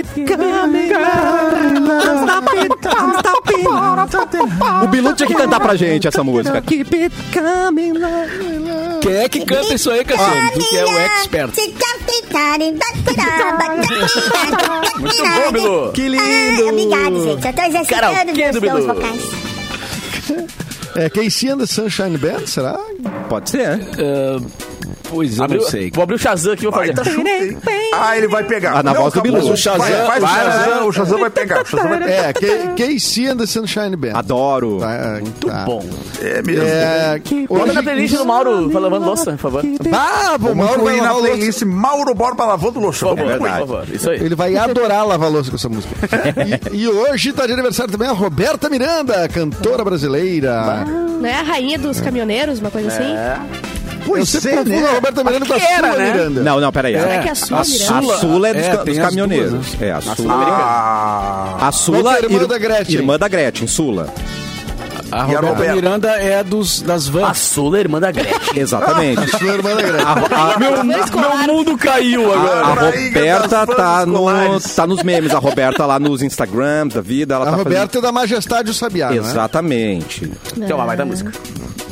[SPEAKER 1] O Bilu tinha que cantar pra gente essa música.
[SPEAKER 5] Quem é que canta isso aí, Cassiano? Tu que é o expert.
[SPEAKER 3] Muito bom, Bilu.
[SPEAKER 1] Que
[SPEAKER 7] Ah, obrigado, gente. Eu tô
[SPEAKER 3] Karaokê
[SPEAKER 7] exercitando meus
[SPEAKER 3] do
[SPEAKER 7] dons
[SPEAKER 3] Bilu.
[SPEAKER 7] vocais.
[SPEAKER 4] É Casey and the Sunshine Band, será?
[SPEAKER 1] Pode ser, né?
[SPEAKER 5] Ah, pois eu
[SPEAKER 3] Abriu-
[SPEAKER 5] não sei.
[SPEAKER 3] vou abrir o Shazam aqui e vou fazer.
[SPEAKER 6] Tá
[SPEAKER 2] Baita chute, hein? Tá Ah, ele vai pegar.
[SPEAKER 1] Ah, na voz do
[SPEAKER 2] acabou.
[SPEAKER 1] Bilu.
[SPEAKER 2] O Shazam,
[SPEAKER 5] Vai,
[SPEAKER 2] faz o
[SPEAKER 5] vai,
[SPEAKER 2] Shazam, o Shazam vai pegar. O Shazam vai pegar.
[SPEAKER 4] É, Ca- Casey and the Sunshine Band.
[SPEAKER 1] Adoro.
[SPEAKER 4] Muito
[SPEAKER 3] Bom.
[SPEAKER 2] É mesmo.
[SPEAKER 4] É,
[SPEAKER 3] Olha na
[SPEAKER 4] hoje...
[SPEAKER 3] playlist do Mauro falando louça, por favor.
[SPEAKER 4] Ah, o
[SPEAKER 2] Vamos
[SPEAKER 4] Mauro vai
[SPEAKER 2] incluir na
[SPEAKER 4] lavar louça.
[SPEAKER 2] playlist Mauro Borba lavando louça.
[SPEAKER 3] Por
[SPEAKER 2] Vamos
[SPEAKER 3] favor, por
[SPEAKER 2] incluir.
[SPEAKER 3] favor. Isso aí.
[SPEAKER 4] Ele vai adorar lavar louça com essa música. E, e hoje tá de aniversário também a Roberta Miranda, cantora brasileira.
[SPEAKER 6] Não é a rainha dos caminhoneiros, uma coisa assim?
[SPEAKER 4] Eu sempre confundo a Roberta Miranda com a
[SPEAKER 3] Era,
[SPEAKER 4] Sula
[SPEAKER 3] né?
[SPEAKER 4] Miranda.
[SPEAKER 1] Não, não, peraí.
[SPEAKER 6] Será que
[SPEAKER 1] A,
[SPEAKER 6] é a sua, Miranda?
[SPEAKER 1] a Sula é dos,
[SPEAKER 5] É,
[SPEAKER 1] ca-
[SPEAKER 5] tem
[SPEAKER 1] dos
[SPEAKER 5] as
[SPEAKER 1] caminhoneiros.
[SPEAKER 5] duas, né?
[SPEAKER 1] É, a
[SPEAKER 3] um
[SPEAKER 1] Sula.
[SPEAKER 2] Ah,
[SPEAKER 1] A Sula
[SPEAKER 4] Outra irmã da Gretchen.
[SPEAKER 1] Irmã da Gretchen, Sula.
[SPEAKER 5] A
[SPEAKER 2] E a
[SPEAKER 5] Roberta
[SPEAKER 2] Roberta?
[SPEAKER 5] Miranda é dos, das
[SPEAKER 3] A
[SPEAKER 5] vans.
[SPEAKER 3] Sula, irmã
[SPEAKER 5] É
[SPEAKER 3] da Gretchen.
[SPEAKER 1] Exatamente.
[SPEAKER 4] Sua irmã é da Gretchen.
[SPEAKER 1] A- a-
[SPEAKER 3] Meu,
[SPEAKER 6] Meu escolar.
[SPEAKER 3] mundo caiu
[SPEAKER 1] A Roberta
[SPEAKER 2] das
[SPEAKER 1] tá,
[SPEAKER 2] fãs
[SPEAKER 1] no,
[SPEAKER 2] escolares.
[SPEAKER 1] tá nos memes. A Roberta lá nos Instagrams da vida. Ela
[SPEAKER 4] A
[SPEAKER 1] tá
[SPEAKER 4] Roberta é da Majestade do Sabiá,
[SPEAKER 1] fazendo...
[SPEAKER 4] né?
[SPEAKER 1] Exatamente.
[SPEAKER 3] Então, vai, vai da música.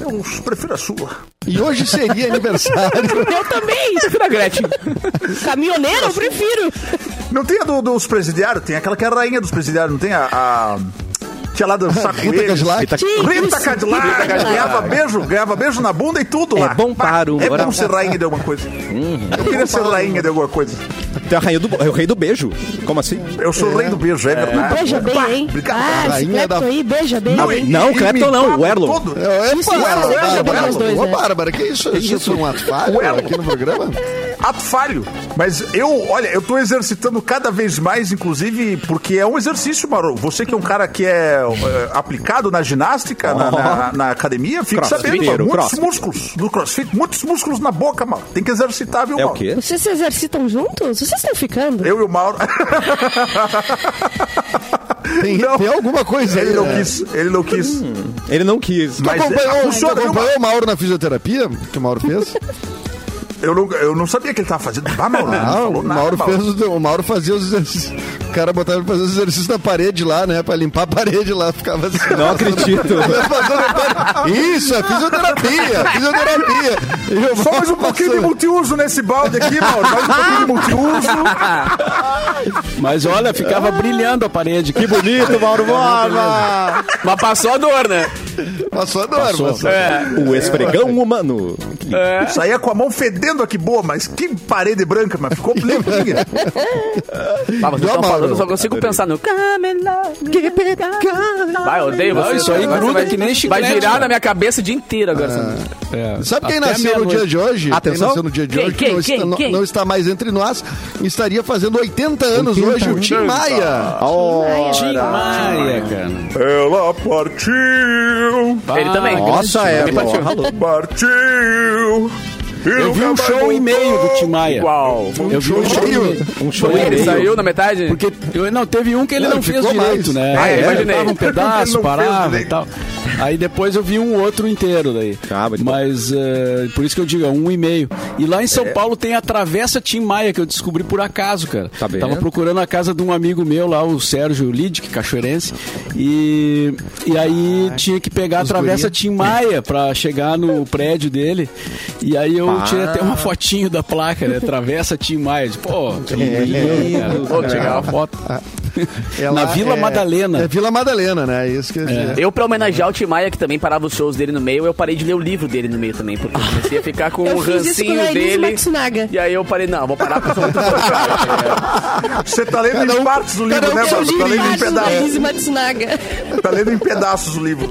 [SPEAKER 2] Eu prefiro a sua.
[SPEAKER 4] E hoje seria aniversário.
[SPEAKER 3] Eu também! Prefiro a Gretchen.
[SPEAKER 6] Caminhoneiro, eu prefiro.
[SPEAKER 2] Não tem a do- dos presidiários? Tem aquela que é a rainha dos presidiários, não tem a. a... Tinha lá dançar com
[SPEAKER 4] Rita
[SPEAKER 2] eles.
[SPEAKER 4] Cadillac.
[SPEAKER 6] Sim,
[SPEAKER 2] Rita
[SPEAKER 6] isso.
[SPEAKER 2] Cadillac,
[SPEAKER 6] Rita Cadillac.
[SPEAKER 2] ganhava beijo, ganhava beijo na bunda e tudo
[SPEAKER 1] É
[SPEAKER 2] lá.
[SPEAKER 1] bom para o Uhum.
[SPEAKER 2] É
[SPEAKER 1] moral.
[SPEAKER 2] bom ser rainha de alguma coisa. Eu
[SPEAKER 6] É
[SPEAKER 2] queria ser rainha de alguma coisa.
[SPEAKER 1] Tem a rainha do, é o rei do beijo. Como assim?
[SPEAKER 2] Eu sou o rei do beijo, é verdade.
[SPEAKER 6] Beija bem, hein?
[SPEAKER 2] Obrigado.
[SPEAKER 6] Ah, esse
[SPEAKER 4] Rainha
[SPEAKER 6] Clepton
[SPEAKER 4] da-
[SPEAKER 6] aí, beija bem.
[SPEAKER 1] Não,
[SPEAKER 2] e-
[SPEAKER 1] não,
[SPEAKER 2] e
[SPEAKER 1] Clapton
[SPEAKER 2] me
[SPEAKER 1] não, o
[SPEAKER 2] paga
[SPEAKER 1] Erlon.
[SPEAKER 2] todo.
[SPEAKER 4] É,
[SPEAKER 6] Isso,
[SPEAKER 4] Bárbara,
[SPEAKER 6] isso, isso,
[SPEAKER 4] Bárbara.
[SPEAKER 6] os dois,
[SPEAKER 4] Ô,
[SPEAKER 6] né?
[SPEAKER 4] Bárbara, que isso? Isso foi um ato falho
[SPEAKER 2] Ué.
[SPEAKER 4] aqui no programa?
[SPEAKER 2] Ato falho. Mas eu, olha, eu tô exercitando cada vez mais, inclusive, porque é um exercício, Maru. Você que é um cara que é eh, aplicado na ginástica, na, na- na academia, fica sabendo,
[SPEAKER 1] Crossfiteiro,
[SPEAKER 2] Mauro. Muitos
[SPEAKER 1] crossfit.
[SPEAKER 2] músculos do crossfit, muitos músculos na boca, Mauro. Tem que exercitar, viu,
[SPEAKER 1] É o
[SPEAKER 2] Mauro?
[SPEAKER 1] quê?
[SPEAKER 6] Vocês se exercitam juntos? Vocês estão ficando?
[SPEAKER 2] Eu e o Mauro.
[SPEAKER 4] Tem,
[SPEAKER 2] Não.
[SPEAKER 4] tem alguma coisa aí.
[SPEAKER 2] ele não
[SPEAKER 4] né?
[SPEAKER 2] quis, ele não quis.
[SPEAKER 1] Ele não quis.
[SPEAKER 4] Tu
[SPEAKER 2] Mas
[SPEAKER 4] acompanhou,
[SPEAKER 2] é-
[SPEAKER 4] tu
[SPEAKER 2] funciona, viu,
[SPEAKER 4] acompanhou o Mauro na fisioterapia? Que o Mauro fez?
[SPEAKER 2] Eu não, eu não sabia que ele tava fazendo. Ah, Mauro, ele não
[SPEAKER 4] Ah,
[SPEAKER 2] falou
[SPEAKER 4] o
[SPEAKER 2] nada,
[SPEAKER 4] Mauro, fez os- o Mauro fazia os exercícios. O cara botava ele fazer os exercícios na parede lá, né? Pra limpar a parede lá. Ficava assim.
[SPEAKER 1] Não acredito.
[SPEAKER 4] Isso, é fisioterapia, fisioterapia. E o
[SPEAKER 2] Só mais um
[SPEAKER 4] Mauro
[SPEAKER 2] pouquinho de
[SPEAKER 4] passou-
[SPEAKER 2] multiuso nesse balde aqui, Mauro. Mais um pouquinho de multiuso.
[SPEAKER 5] Mas olha, ficava brilhando a parede. Que bonito.
[SPEAKER 1] Bonito, Mauro Borba!
[SPEAKER 3] Mas passou a dor, né?
[SPEAKER 4] Passou a dor,
[SPEAKER 5] Passou.
[SPEAKER 4] passou.
[SPEAKER 3] É.
[SPEAKER 1] O esfregão humano.
[SPEAKER 2] Saía com a mão fedendo aqui boa, mas que parede branca, mas ficou limpinha.
[SPEAKER 5] Tá
[SPEAKER 3] Ah, vocês
[SPEAKER 4] Deu a
[SPEAKER 3] estão
[SPEAKER 4] mão,
[SPEAKER 3] falando,
[SPEAKER 4] meu.
[SPEAKER 3] só consigo pensar no... Vai, eu odeio você.
[SPEAKER 5] isso aí
[SPEAKER 3] Vai-
[SPEAKER 5] gruda
[SPEAKER 3] vai-
[SPEAKER 5] que nem Ah.
[SPEAKER 3] Vai
[SPEAKER 5] chiclete,
[SPEAKER 3] girar
[SPEAKER 5] né?
[SPEAKER 3] na minha cabeça o dia inteiro agora. essa música.
[SPEAKER 4] Sabe quem
[SPEAKER 5] É. Até
[SPEAKER 4] nasceu no
[SPEAKER 5] meia-noite.
[SPEAKER 4] dia de hoje?
[SPEAKER 1] Atenção.
[SPEAKER 4] Quem nasceu no dia de
[SPEAKER 3] Quem,
[SPEAKER 4] hoje,
[SPEAKER 3] quem,
[SPEAKER 4] não,
[SPEAKER 3] quem,
[SPEAKER 4] está, não-
[SPEAKER 3] quem?
[SPEAKER 4] não está mais entre nós, estaria fazendo 80 anos hoje o Tim Maia.
[SPEAKER 5] Tim Maia, cara.
[SPEAKER 2] Ela partiu,
[SPEAKER 3] Ele
[SPEAKER 5] Ah,
[SPEAKER 3] também.
[SPEAKER 1] Nossa, é.
[SPEAKER 3] Ele partiu.
[SPEAKER 2] partiu.
[SPEAKER 5] Eu vi um show e meio do Tim Maia.
[SPEAKER 3] Uau.
[SPEAKER 5] Eu vi um show e meio.
[SPEAKER 1] Um show e
[SPEAKER 3] Ele
[SPEAKER 1] meio.
[SPEAKER 3] saiu na metade?
[SPEAKER 5] Porque eu- não, teve um que ele
[SPEAKER 4] Não,
[SPEAKER 5] não, fez
[SPEAKER 4] ficou mais.
[SPEAKER 5] direito, né?
[SPEAKER 3] Ah, é,
[SPEAKER 5] Ele
[SPEAKER 3] imaginei.
[SPEAKER 5] cortava um
[SPEAKER 2] Ele não
[SPEAKER 5] pedaço,
[SPEAKER 2] fez
[SPEAKER 5] parava e
[SPEAKER 2] direito.
[SPEAKER 5] tal. Aí depois eu vi um outro inteiro daí.
[SPEAKER 1] Ah, muito bom.
[SPEAKER 5] Mas eh, por isso que eu digo, é um e meio. E lá em São Paulo tem a Travessa Tim Maia, que eu descobri por acaso, cara.
[SPEAKER 1] Tá vendo?
[SPEAKER 5] Tava procurando a casa de um amigo meu lá, o Sérgio Lidic, cachoeirense. E, e aí tinha que pegar a Travessa Tim Maia pra chegar no prédio dele. E aí eu tirei até uma fotinho da placa, né? Travessa Tim Maia. Tipo, pô, que lindo, cara. Pô, tirar uma foto.
[SPEAKER 4] Ela
[SPEAKER 5] Na Vila
[SPEAKER 4] é-
[SPEAKER 5] Madalena.
[SPEAKER 4] É Vila Madalena, né? Isso que eu ia dizer.
[SPEAKER 3] Eu, pra homenagear o Tim Maia, que também parava os shows dele no meio, eu parei de ler o livro dele no meio também, porque eu comecei a ficar com
[SPEAKER 6] Eu
[SPEAKER 3] o
[SPEAKER 6] fiz isso com
[SPEAKER 3] rancinho
[SPEAKER 6] a Elis
[SPEAKER 3] dele.
[SPEAKER 6] Matsunaga.
[SPEAKER 3] E aí eu parei, não, vou parar porque eu sou muito fã.
[SPEAKER 2] Você tá lendo
[SPEAKER 4] Cada
[SPEAKER 2] em
[SPEAKER 4] um-
[SPEAKER 2] partes do
[SPEAKER 4] cada
[SPEAKER 2] livro,
[SPEAKER 4] um
[SPEAKER 2] né,
[SPEAKER 4] tem um
[SPEAKER 2] Bárbara? Tá lendo em
[SPEAKER 6] Embaixo da Elis
[SPEAKER 4] né?
[SPEAKER 2] pedaços.
[SPEAKER 6] Matsunaga.
[SPEAKER 2] Tá lendo em pedaços o livro.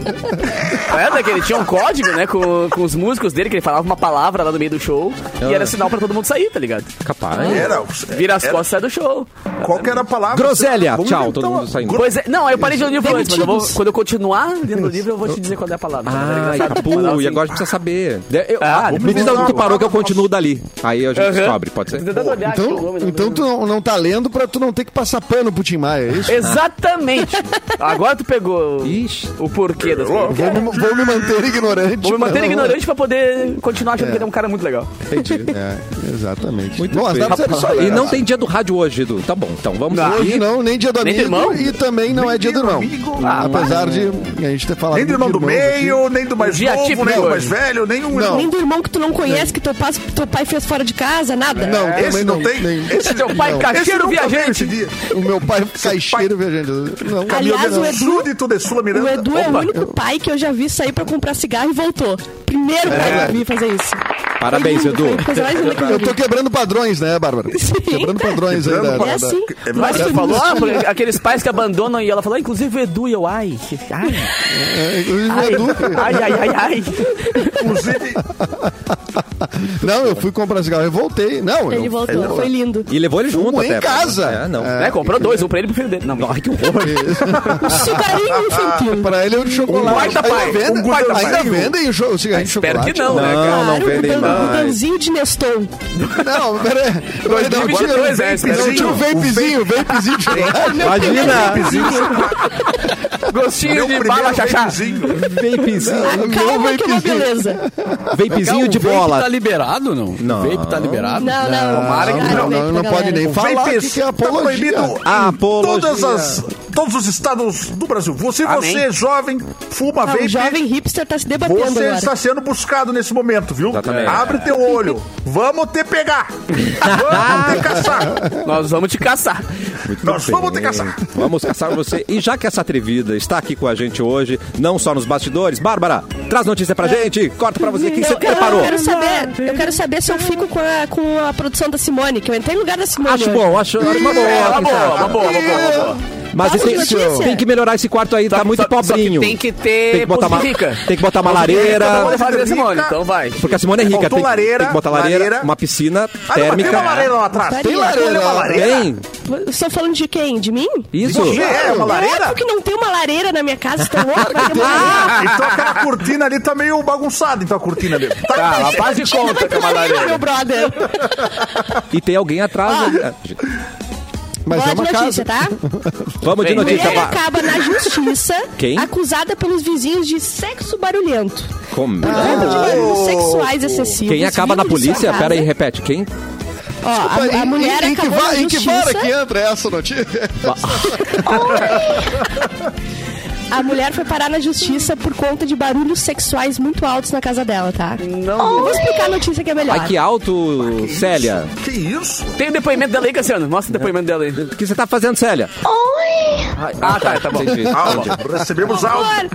[SPEAKER 3] É, né, que ele tinha um código, né, com, com os músicos dele, que ele falava uma palavra lá no meio do show, e era sinal pra todo mundo sair, tá ligado?
[SPEAKER 4] É.
[SPEAKER 1] Capaz.
[SPEAKER 2] Era.
[SPEAKER 3] Vira as
[SPEAKER 2] era-
[SPEAKER 3] costas, sai do show.
[SPEAKER 2] Qual que era a palavra?
[SPEAKER 1] Groselha.
[SPEAKER 2] Vamos
[SPEAKER 1] Tchau,
[SPEAKER 2] inventar
[SPEAKER 1] todo
[SPEAKER 2] uma-
[SPEAKER 1] mundo saindo.
[SPEAKER 2] Gro-
[SPEAKER 3] Pois é, não, eu parei de ler o livro antes, mas eu vou,
[SPEAKER 6] Demitidos.
[SPEAKER 3] quando eu continuar lendo o livro, eu vou te dizer qual é a palavra. Mas é
[SPEAKER 1] Ai,
[SPEAKER 3] engraçado,
[SPEAKER 1] Capu,
[SPEAKER 3] falava assim,
[SPEAKER 1] Ah, e agora a gente precisa saber. Eu-
[SPEAKER 3] Ah,
[SPEAKER 1] me diz
[SPEAKER 2] depois-
[SPEAKER 1] onde tu parou que eu continuo dali. Aí a gente
[SPEAKER 3] Aham.
[SPEAKER 1] descobre, pode ser?
[SPEAKER 3] tô tentando olhar aqui o
[SPEAKER 4] Então,
[SPEAKER 3] nome do
[SPEAKER 4] então
[SPEAKER 3] livro.
[SPEAKER 4] tu não, não tá lendo pra tu não ter que passar pano pro Tim Maia, é isso?
[SPEAKER 3] Exatamente. Agora tu pegou
[SPEAKER 1] Ah. Ixi.
[SPEAKER 3] o porquê das
[SPEAKER 2] Vou-
[SPEAKER 3] coisas.
[SPEAKER 4] Vou me, vou me manter ignorante.
[SPEAKER 3] Vou me manter
[SPEAKER 4] pra não-
[SPEAKER 3] ignorante pra poder continuar achando que ele é um cara muito legal.
[SPEAKER 1] Entendi.
[SPEAKER 4] É, exatamente.
[SPEAKER 1] Muito
[SPEAKER 4] Bom, as
[SPEAKER 1] bem.
[SPEAKER 4] datas eram isso aí.
[SPEAKER 1] E não tem dia do rádio hoje, Edu. Tá bom, então vamos lá.
[SPEAKER 4] Hoje não, nem dia do
[SPEAKER 3] Nem
[SPEAKER 4] amigo.
[SPEAKER 3] do irmão?
[SPEAKER 4] E também não é dia do irmão. Apesar de a gente ter falado.
[SPEAKER 2] Ah, Nem do irmão
[SPEAKER 4] muito
[SPEAKER 2] do
[SPEAKER 4] de irmãos aqui.
[SPEAKER 2] meio, nem do mais
[SPEAKER 3] Dia
[SPEAKER 2] novo,
[SPEAKER 3] típico
[SPEAKER 2] nem do
[SPEAKER 3] hoje.
[SPEAKER 2] mais velho, nem um
[SPEAKER 4] Não.
[SPEAKER 6] Nem do irmão que tu não conhece, que teu pai, teu pai fez fora de casa, nada.
[SPEAKER 4] Não, também
[SPEAKER 2] Esse É, não tem.
[SPEAKER 4] nem-
[SPEAKER 2] Esse
[SPEAKER 3] Seu pai
[SPEAKER 4] Não.
[SPEAKER 3] cacheiro
[SPEAKER 2] nunca veio
[SPEAKER 3] viajante.
[SPEAKER 2] esse dia.
[SPEAKER 4] O meu pai caixeiro viajante. Não,
[SPEAKER 6] Aliás, o
[SPEAKER 4] não.
[SPEAKER 6] Edu-
[SPEAKER 2] Súdito de Sula
[SPEAKER 6] O
[SPEAKER 2] Miranda.
[SPEAKER 6] Edu é o único pai que eu já vi sair pra comprar cigarro e voltou. Primeiro pai que eu vi fazer isso.
[SPEAKER 1] Parabéns,
[SPEAKER 6] Foi
[SPEAKER 1] Edu.
[SPEAKER 6] lindo, foi a coisa mais linda que
[SPEAKER 4] Eu
[SPEAKER 6] eu
[SPEAKER 4] tô
[SPEAKER 6] vi.
[SPEAKER 4] quebrando padrões, né, Bárbara?
[SPEAKER 6] Sim.
[SPEAKER 4] Quebrando padrões aí da,
[SPEAKER 2] Quebrando
[SPEAKER 4] da,
[SPEAKER 6] É
[SPEAKER 4] da-
[SPEAKER 6] assim.
[SPEAKER 2] É
[SPEAKER 3] Mas
[SPEAKER 4] Mas
[SPEAKER 3] tu
[SPEAKER 4] tu
[SPEAKER 3] falou,
[SPEAKER 4] disse
[SPEAKER 3] ah,
[SPEAKER 4] que-
[SPEAKER 3] por- aqueles pais que abandonam e ela falou, "Ah, inclusive o Edu e eu, ai. que- Ai,
[SPEAKER 4] É, inclusive
[SPEAKER 3] Ah,
[SPEAKER 4] o Edu.
[SPEAKER 3] ai, ai, ai, ai.
[SPEAKER 2] Inclusive,
[SPEAKER 4] Não, eu fui comprar cigarro, eu voltei. Não,
[SPEAKER 6] Ele
[SPEAKER 4] eu-
[SPEAKER 6] voltou, foi lindo.
[SPEAKER 1] E levou ele junto
[SPEAKER 4] Um em
[SPEAKER 1] até.
[SPEAKER 4] casa.
[SPEAKER 1] É, não.
[SPEAKER 3] Né, comprou dois, um pra ele e um pro filho dele. Não,
[SPEAKER 1] Ai, que horror.
[SPEAKER 6] Um cigarrinho infantil.
[SPEAKER 4] Pra ele é um chocolate.
[SPEAKER 3] baita
[SPEAKER 4] Ainda
[SPEAKER 3] pai,
[SPEAKER 4] vendem-
[SPEAKER 3] um baita
[SPEAKER 4] ainda
[SPEAKER 3] pai.
[SPEAKER 4] vendem o, cho- o cigarrinho de
[SPEAKER 3] Espero
[SPEAKER 4] chocolate?
[SPEAKER 3] que não, né, cara?
[SPEAKER 1] Não, não
[SPEAKER 6] Claro,
[SPEAKER 1] vendem
[SPEAKER 6] o dan- o
[SPEAKER 1] mais.
[SPEAKER 6] danzinho de Neston.
[SPEAKER 4] Não, peraí. Não, tinha-
[SPEAKER 3] 2022, é,
[SPEAKER 4] não,
[SPEAKER 3] espero
[SPEAKER 4] um tinha um vapezinho, vapezinho de chocolate.
[SPEAKER 1] Imagina.
[SPEAKER 3] Gostinho
[SPEAKER 2] Meu
[SPEAKER 3] de
[SPEAKER 2] primeiro
[SPEAKER 3] bala, chachá.
[SPEAKER 2] vapezinho.
[SPEAKER 1] Vapezinho,
[SPEAKER 4] um
[SPEAKER 6] Calma que é uma beleza.
[SPEAKER 1] vapezinho de bola.
[SPEAKER 5] tá liberado, não?
[SPEAKER 1] Não.
[SPEAKER 5] Vape tá liberado?
[SPEAKER 6] Não, não.
[SPEAKER 2] Tomara que
[SPEAKER 6] Obrigada,
[SPEAKER 4] não,
[SPEAKER 2] não,
[SPEAKER 6] beijo
[SPEAKER 4] não,
[SPEAKER 6] pra
[SPEAKER 4] pode
[SPEAKER 6] galera.
[SPEAKER 4] nem falar
[SPEAKER 2] Vapes
[SPEAKER 4] que, que é
[SPEAKER 2] tá
[SPEAKER 4] apologia.
[SPEAKER 2] proibido
[SPEAKER 1] Apologia.
[SPEAKER 2] em todas as, todos os estados do Brasil. Você,
[SPEAKER 3] Amém.
[SPEAKER 2] você jovem, fuma
[SPEAKER 6] Ah,
[SPEAKER 2] vape.
[SPEAKER 6] o jovem hipster tá se debatendo
[SPEAKER 2] Você
[SPEAKER 6] agora.
[SPEAKER 2] está sendo buscado nesse momento, viu?
[SPEAKER 1] Exatamente.
[SPEAKER 2] Abre teu olho. Vamos te pegar. Vamos te caçar.
[SPEAKER 3] Nós vamos te caçar.
[SPEAKER 1] Muito
[SPEAKER 2] Nós vamos te caçar.
[SPEAKER 1] Vamos caçar você. E já que essa atrevida está aqui com a gente hoje, não só nos bastidores, Bárbara, traz notícia pra gente. Corta pra você o que que você
[SPEAKER 6] Eu, eu,
[SPEAKER 1] preparou.
[SPEAKER 6] quero saber, eu quero saber se eu fico com a, com a produção da Simone, que eu entrei no lugar da Simone.
[SPEAKER 1] Acho
[SPEAKER 6] hoje.
[SPEAKER 1] bom, acho uma
[SPEAKER 3] É,
[SPEAKER 1] boa. tá
[SPEAKER 3] uma boa, uma boa, uma boa, uma boa.
[SPEAKER 1] Mas
[SPEAKER 3] Tá
[SPEAKER 6] Fala de
[SPEAKER 1] tem,
[SPEAKER 6] notícia.
[SPEAKER 1] tem que melhorar esse quarto aí, tá
[SPEAKER 3] Só-
[SPEAKER 1] muito
[SPEAKER 3] só- só que
[SPEAKER 1] pobrinho.
[SPEAKER 3] tem que ter
[SPEAKER 1] Tem que botar uma,
[SPEAKER 3] música rica.
[SPEAKER 1] tem que botar uma
[SPEAKER 3] Então,
[SPEAKER 1] lareira.
[SPEAKER 3] vamos fazer esse
[SPEAKER 2] Rica.
[SPEAKER 3] mole, então vai.
[SPEAKER 1] Porque a Simone é rica,
[SPEAKER 2] Faltou
[SPEAKER 1] tem,
[SPEAKER 2] lareira,
[SPEAKER 1] tem que botar lareira,
[SPEAKER 2] lareira.
[SPEAKER 1] uma piscina
[SPEAKER 2] Ah, não, mas tem
[SPEAKER 1] térmica.
[SPEAKER 2] uma lareira lá atrás.
[SPEAKER 6] Tem lareira.
[SPEAKER 2] Olha uma lareira.
[SPEAKER 1] Tem?
[SPEAKER 6] Vocês estão falando de quem? De mim?
[SPEAKER 1] Isso.
[SPEAKER 2] Você é uma
[SPEAKER 6] É,
[SPEAKER 2] lareira?
[SPEAKER 6] porque não tem uma lareira na minha casa, estão louco pra ter uma lareira.
[SPEAKER 2] Então aquela cortina ali tá meio bagunçada, então a cortina ali. Tá,
[SPEAKER 3] Tá, ela faz
[SPEAKER 1] Ah,
[SPEAKER 3] de conta que é uma lareira.
[SPEAKER 6] Meu brother.
[SPEAKER 1] E tem alguém atrás.
[SPEAKER 2] Ah.
[SPEAKER 1] né?
[SPEAKER 4] Mas
[SPEAKER 6] Boa
[SPEAKER 4] é uma
[SPEAKER 6] de notícia,
[SPEAKER 4] casa.
[SPEAKER 6] tá?
[SPEAKER 1] Vamos de
[SPEAKER 3] Vem.
[SPEAKER 1] notícia.
[SPEAKER 6] Mulher
[SPEAKER 1] Bá-
[SPEAKER 6] acaba na justiça
[SPEAKER 1] Quem?
[SPEAKER 6] acusada pelos vizinhos de sexo barulhento.
[SPEAKER 1] Como?
[SPEAKER 6] Trata de abusos sexuais excessivos.
[SPEAKER 1] Quem acaba na
[SPEAKER 6] vindo de sua
[SPEAKER 1] polícia?
[SPEAKER 6] casa.
[SPEAKER 1] Pera aí, repete. Quem?
[SPEAKER 6] Ó,
[SPEAKER 4] Mas
[SPEAKER 6] a, a
[SPEAKER 4] em-
[SPEAKER 6] mulher
[SPEAKER 4] em, em que
[SPEAKER 6] acabou
[SPEAKER 4] vara,
[SPEAKER 6] na
[SPEAKER 4] em que
[SPEAKER 6] justiça.
[SPEAKER 4] vara que entra essa notícia?
[SPEAKER 6] A mulher foi parar na justiça por conta de barulhos sexuais muito altos na casa dela, tá? Não. Eu vou explicar a notícia que é melhor.
[SPEAKER 1] Ai, que alto, Célia.
[SPEAKER 2] Que isso?
[SPEAKER 3] Tem o depoimento dela aí, Cassiano. Mostra o depoimento dela aí.
[SPEAKER 1] O que você tá fazendo, Célia?
[SPEAKER 3] Ah, tá, tá bom.
[SPEAKER 1] Entendi.
[SPEAKER 2] Aula. Recebemos aula.
[SPEAKER 6] Amor.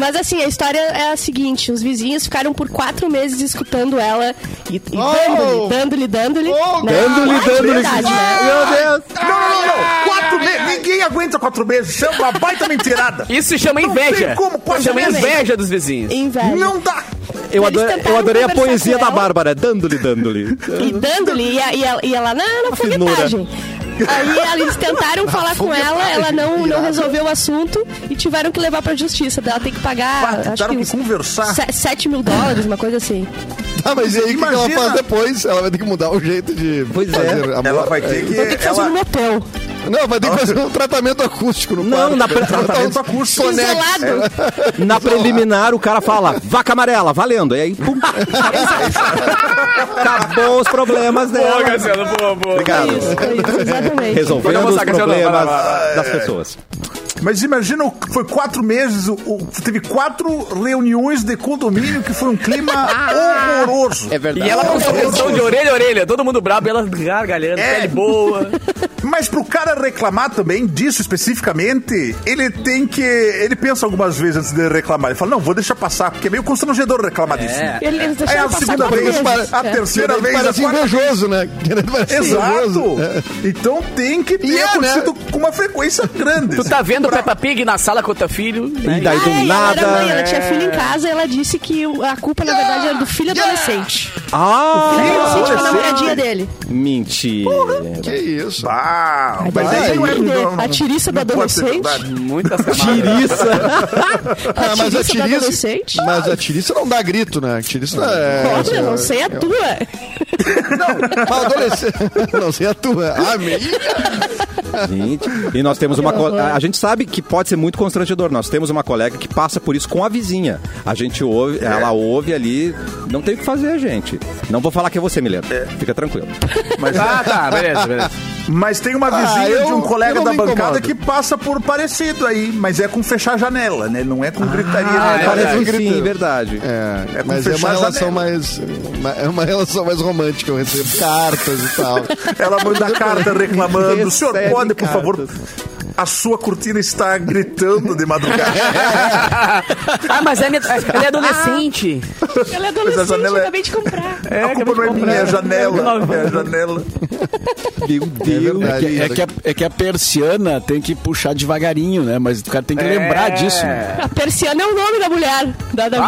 [SPEAKER 6] Mas assim, a história é a seguinte: os vizinhos ficaram por quatro meses escutando ela e, e
[SPEAKER 4] Oh!
[SPEAKER 6] dando-lhe, dando-lhe, dando-lhe.
[SPEAKER 4] Oh,
[SPEAKER 6] né?
[SPEAKER 4] dando-lhe,
[SPEAKER 6] Ah,
[SPEAKER 4] dando-lhe.
[SPEAKER 6] verdade, né?
[SPEAKER 4] Meu Deus!
[SPEAKER 2] Não, não, não, não. Quatro meses. Ninguém aguenta quatro meses. Isso é uma baita mentirada.
[SPEAKER 3] Isso se chama
[SPEAKER 2] Não
[SPEAKER 3] inveja.
[SPEAKER 2] tem como, pode
[SPEAKER 3] Isso se chama
[SPEAKER 2] também.
[SPEAKER 3] inveja dos vizinhos.
[SPEAKER 6] Inveja.
[SPEAKER 2] Não dá.
[SPEAKER 1] Eu,
[SPEAKER 6] Eles
[SPEAKER 1] adorei-
[SPEAKER 6] tentaram
[SPEAKER 1] eu adorei a
[SPEAKER 6] conversar
[SPEAKER 1] poesia
[SPEAKER 6] com
[SPEAKER 1] da
[SPEAKER 6] ela.
[SPEAKER 1] Bárbara. Dando-lhe, dando-lhe.
[SPEAKER 6] E dando-lhe, e, a- e ela, e ela não, não foi
[SPEAKER 1] finura.
[SPEAKER 6] metagem. Aí ela- eles tentaram falar com ela, ela não, não resolveu o assunto e tiveram que levar pra justiça. Ela tem que
[SPEAKER 2] Bah,
[SPEAKER 6] pagar, Ah, acho
[SPEAKER 2] tentaram
[SPEAKER 6] que
[SPEAKER 2] que
[SPEAKER 6] uns
[SPEAKER 2] conversar.
[SPEAKER 6] 7 mil dólares, uma coisa assim.
[SPEAKER 4] Tá, mas e aí o que que ela
[SPEAKER 2] Imagina.
[SPEAKER 4] faz depois? Ela vai ter que mudar o jeito de
[SPEAKER 1] Pois é.
[SPEAKER 4] fazer amor.
[SPEAKER 2] Ela vai ter que.
[SPEAKER 6] Vou ter que fazer
[SPEAKER 2] ela-
[SPEAKER 6] um motel.
[SPEAKER 4] Não, vai ter que fazer um tratamento acústico no quarto.
[SPEAKER 1] Não, na, pre-
[SPEAKER 4] Tratamento acústico.
[SPEAKER 2] né?
[SPEAKER 4] Sonex.
[SPEAKER 6] Pincelado.
[SPEAKER 1] na preliminar o cara fala, vaca amarela, valendo. E aí, pum. Acabou os problemas
[SPEAKER 3] Boa,
[SPEAKER 1] dela.
[SPEAKER 3] Cassiano, boa, boa.
[SPEAKER 2] tá
[SPEAKER 1] Obrigado.
[SPEAKER 6] Isso, isso, exatamente.
[SPEAKER 1] Resolvendo
[SPEAKER 3] Vamos
[SPEAKER 1] os
[SPEAKER 3] lá, Cassiano, vai lá,
[SPEAKER 1] problemas
[SPEAKER 3] vai
[SPEAKER 1] das pessoas.
[SPEAKER 2] Mas imagina, o- foi quatro meses, o- o- teve quatro reuniões de condomínio que foi um clima horroroso. É
[SPEAKER 3] E ela com suspensão de orelha a orelha, todo mundo brabo, e ela gargalhando,
[SPEAKER 2] É.
[SPEAKER 3] pele boa.
[SPEAKER 2] Mas pro cara reclamar também disso especificamente, ele tem que. Ele pensa algumas vezes antes de reclamar. Ele fala, não, vou deixar passar, porque é meio constrangedor reclamar disso. né?
[SPEAKER 6] Eles
[SPEAKER 2] Aí
[SPEAKER 6] deixaram
[SPEAKER 2] a
[SPEAKER 6] passar
[SPEAKER 2] segunda
[SPEAKER 6] quatro
[SPEAKER 2] vez,
[SPEAKER 6] meses.
[SPEAKER 2] a
[SPEAKER 6] É.
[SPEAKER 2] terceira
[SPEAKER 4] Querendo
[SPEAKER 2] vez, a
[SPEAKER 4] Parece
[SPEAKER 2] quarta.
[SPEAKER 4] invejoso, né? Querendo parecer
[SPEAKER 2] Exato!
[SPEAKER 4] invejoso. É.
[SPEAKER 2] Então tem que ter
[SPEAKER 4] E é, né?
[SPEAKER 2] acontecido com uma frequência grande.
[SPEAKER 3] Tu tá vendo o Peppa Pig na sala com o teu filho? Né?
[SPEAKER 1] E daí,
[SPEAKER 6] Ah,
[SPEAKER 1] do
[SPEAKER 6] e ela, era mãe,
[SPEAKER 1] nada...
[SPEAKER 6] ela tinha filho em casa e ela disse que o- a culpa, na verdade, era do filho adolescente.
[SPEAKER 1] Ah,
[SPEAKER 6] adolescente com a
[SPEAKER 2] adolescente?
[SPEAKER 6] namoradinha dele.
[SPEAKER 1] mentira.
[SPEAKER 4] Que isso?
[SPEAKER 2] Ah, mas
[SPEAKER 6] Vai,
[SPEAKER 2] aí não é
[SPEAKER 6] né?
[SPEAKER 2] não-
[SPEAKER 6] A tiriça do
[SPEAKER 2] não pode ser
[SPEAKER 6] adolescente.
[SPEAKER 2] verdade. Ah,
[SPEAKER 3] Muitas camadas.
[SPEAKER 1] Tiriça.
[SPEAKER 4] Ah,
[SPEAKER 6] A tiriça do adolescente.
[SPEAKER 4] Mas a tiriça não dá grito, né? A tiriça é...
[SPEAKER 6] Olha, não sei a tua. é
[SPEAKER 4] Mas adolescente... não sei a tua. Ah, minha.
[SPEAKER 1] Gente, e nós temos uma. co- A a gente sabe que pode ser muito constrangedor. Nós temos uma colega que passa por isso com a vizinha. A gente ouve, ela ouve ali. Não tem o que fazer, gente. Não vou falar que é você, Milena. Fica tranquilo.
[SPEAKER 3] Ah, tá, beleza, beleza.
[SPEAKER 2] Mas tem uma vizinha
[SPEAKER 4] eu-
[SPEAKER 2] de um
[SPEAKER 4] eu
[SPEAKER 2] colega
[SPEAKER 4] não
[SPEAKER 2] da
[SPEAKER 4] me
[SPEAKER 2] bancada
[SPEAKER 4] incomodo.
[SPEAKER 2] que passa por parecido aí, mas é com fechar a janela, né? Não é com gritaria. né?
[SPEAKER 1] Parece
[SPEAKER 4] verdade.
[SPEAKER 1] um sim, verdade.
[SPEAKER 4] É,
[SPEAKER 2] É com
[SPEAKER 4] mas é
[SPEAKER 2] fechar
[SPEAKER 4] uma
[SPEAKER 2] a
[SPEAKER 4] relação
[SPEAKER 2] janela.
[SPEAKER 4] mais... uma- É uma relação mais romântica. Eu recebo cartas e tal. É
[SPEAKER 2] Ela manda carta reclamando. O senhor
[SPEAKER 1] Recebe
[SPEAKER 2] pode, por
[SPEAKER 1] cartas.
[SPEAKER 2] favor. A sua cortina está gritando de madrugada.
[SPEAKER 3] Ah, mas é minha- ela é adolescente.
[SPEAKER 6] Ela é
[SPEAKER 2] Mas a
[SPEAKER 6] adolescente,
[SPEAKER 2] janela é-
[SPEAKER 6] acabei de comprar.
[SPEAKER 2] a culpa não é minha, é a janela. É a janela.
[SPEAKER 1] Meu Deus.
[SPEAKER 4] verdade.
[SPEAKER 5] É que, a, é que a persiana tem que puxar devagarinho, né? Mas o cara tem que lembrar disso. né?
[SPEAKER 6] A persiana é o nome da mulher. Da, da,
[SPEAKER 2] é?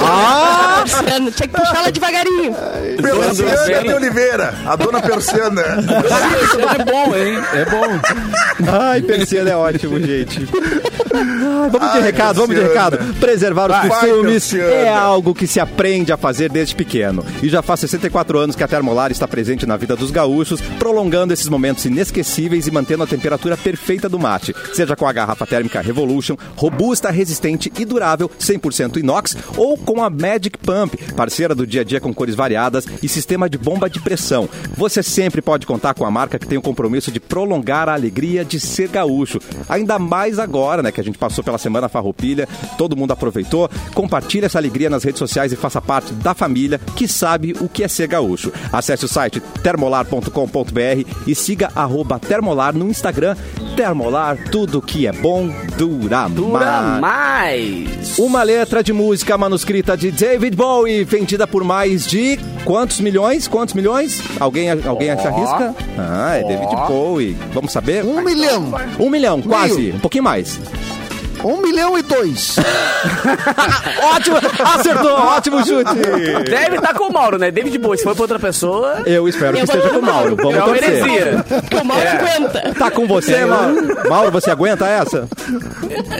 [SPEAKER 1] Ah!
[SPEAKER 6] persiana. Tinha que puxar ela devagarinho.
[SPEAKER 2] Persiana
[SPEAKER 3] bem.
[SPEAKER 2] de Oliveira, a dona Persiana.
[SPEAKER 5] É bom, hein? É bom.
[SPEAKER 1] Ai, persiana é ótimo, gente. Vamos de
[SPEAKER 2] Ai,
[SPEAKER 1] recado, vamos de
[SPEAKER 2] Cassiano.
[SPEAKER 1] recado. Preservar os
[SPEAKER 2] Vai,
[SPEAKER 1] costumes
[SPEAKER 2] Cassiano.
[SPEAKER 1] é algo que se aprende a fazer desde pequeno. E já faz 64 anos que a Termolar está presente na vida dos gaúchos, prolongando esses momentos inesquecíveis e mantendo a temperatura perfeita do mate. Seja com a garrafa térmica Revolution, robusta, resistente e durável, 100% inox, ou com a Magic Pump, parceira do dia a dia com cores variadas e sistema de bomba de pressão. Você sempre pode contar com a marca que tem o compromisso de prolongar a alegria de ser gaúcho. Ainda mais agora, né, que a gente passou pela semana farroupilha, todo mundo aproveitou. Compartilhe essa alegria nas redes sociais e faça parte da família que sabe o que é ser gaúcho. Acesse o site termolar.com.br e siga arroba termolar no Instagram. Termolar, tudo que é bom dura,
[SPEAKER 3] Dura
[SPEAKER 1] mais.
[SPEAKER 3] mais.
[SPEAKER 1] Uma letra de música manuscrita de David Bowie, vendida por mais de quantos milhões? Quantos milhões? Alguém, alguém se arrisca? Ah, é David Bowie. Vamos saber?
[SPEAKER 4] Um milhão.
[SPEAKER 1] Um milhão, quase.
[SPEAKER 4] Meio.
[SPEAKER 1] Um pouquinho mais.
[SPEAKER 4] Um milhão e dois.
[SPEAKER 1] Ótimo! Acertou! Ótimo chute!
[SPEAKER 3] Deve estar com o Mauro, né? David Bowie, se for pra outra pessoa...
[SPEAKER 1] Eu espero que
[SPEAKER 6] Eu vou-
[SPEAKER 1] esteja com o Mauro. Vamos
[SPEAKER 3] é uma
[SPEAKER 1] torcer.
[SPEAKER 3] heresia.
[SPEAKER 6] Porque o mal
[SPEAKER 2] É.
[SPEAKER 6] aguenta.
[SPEAKER 1] Tá com você, Mauro? Mauro, você aguenta essa?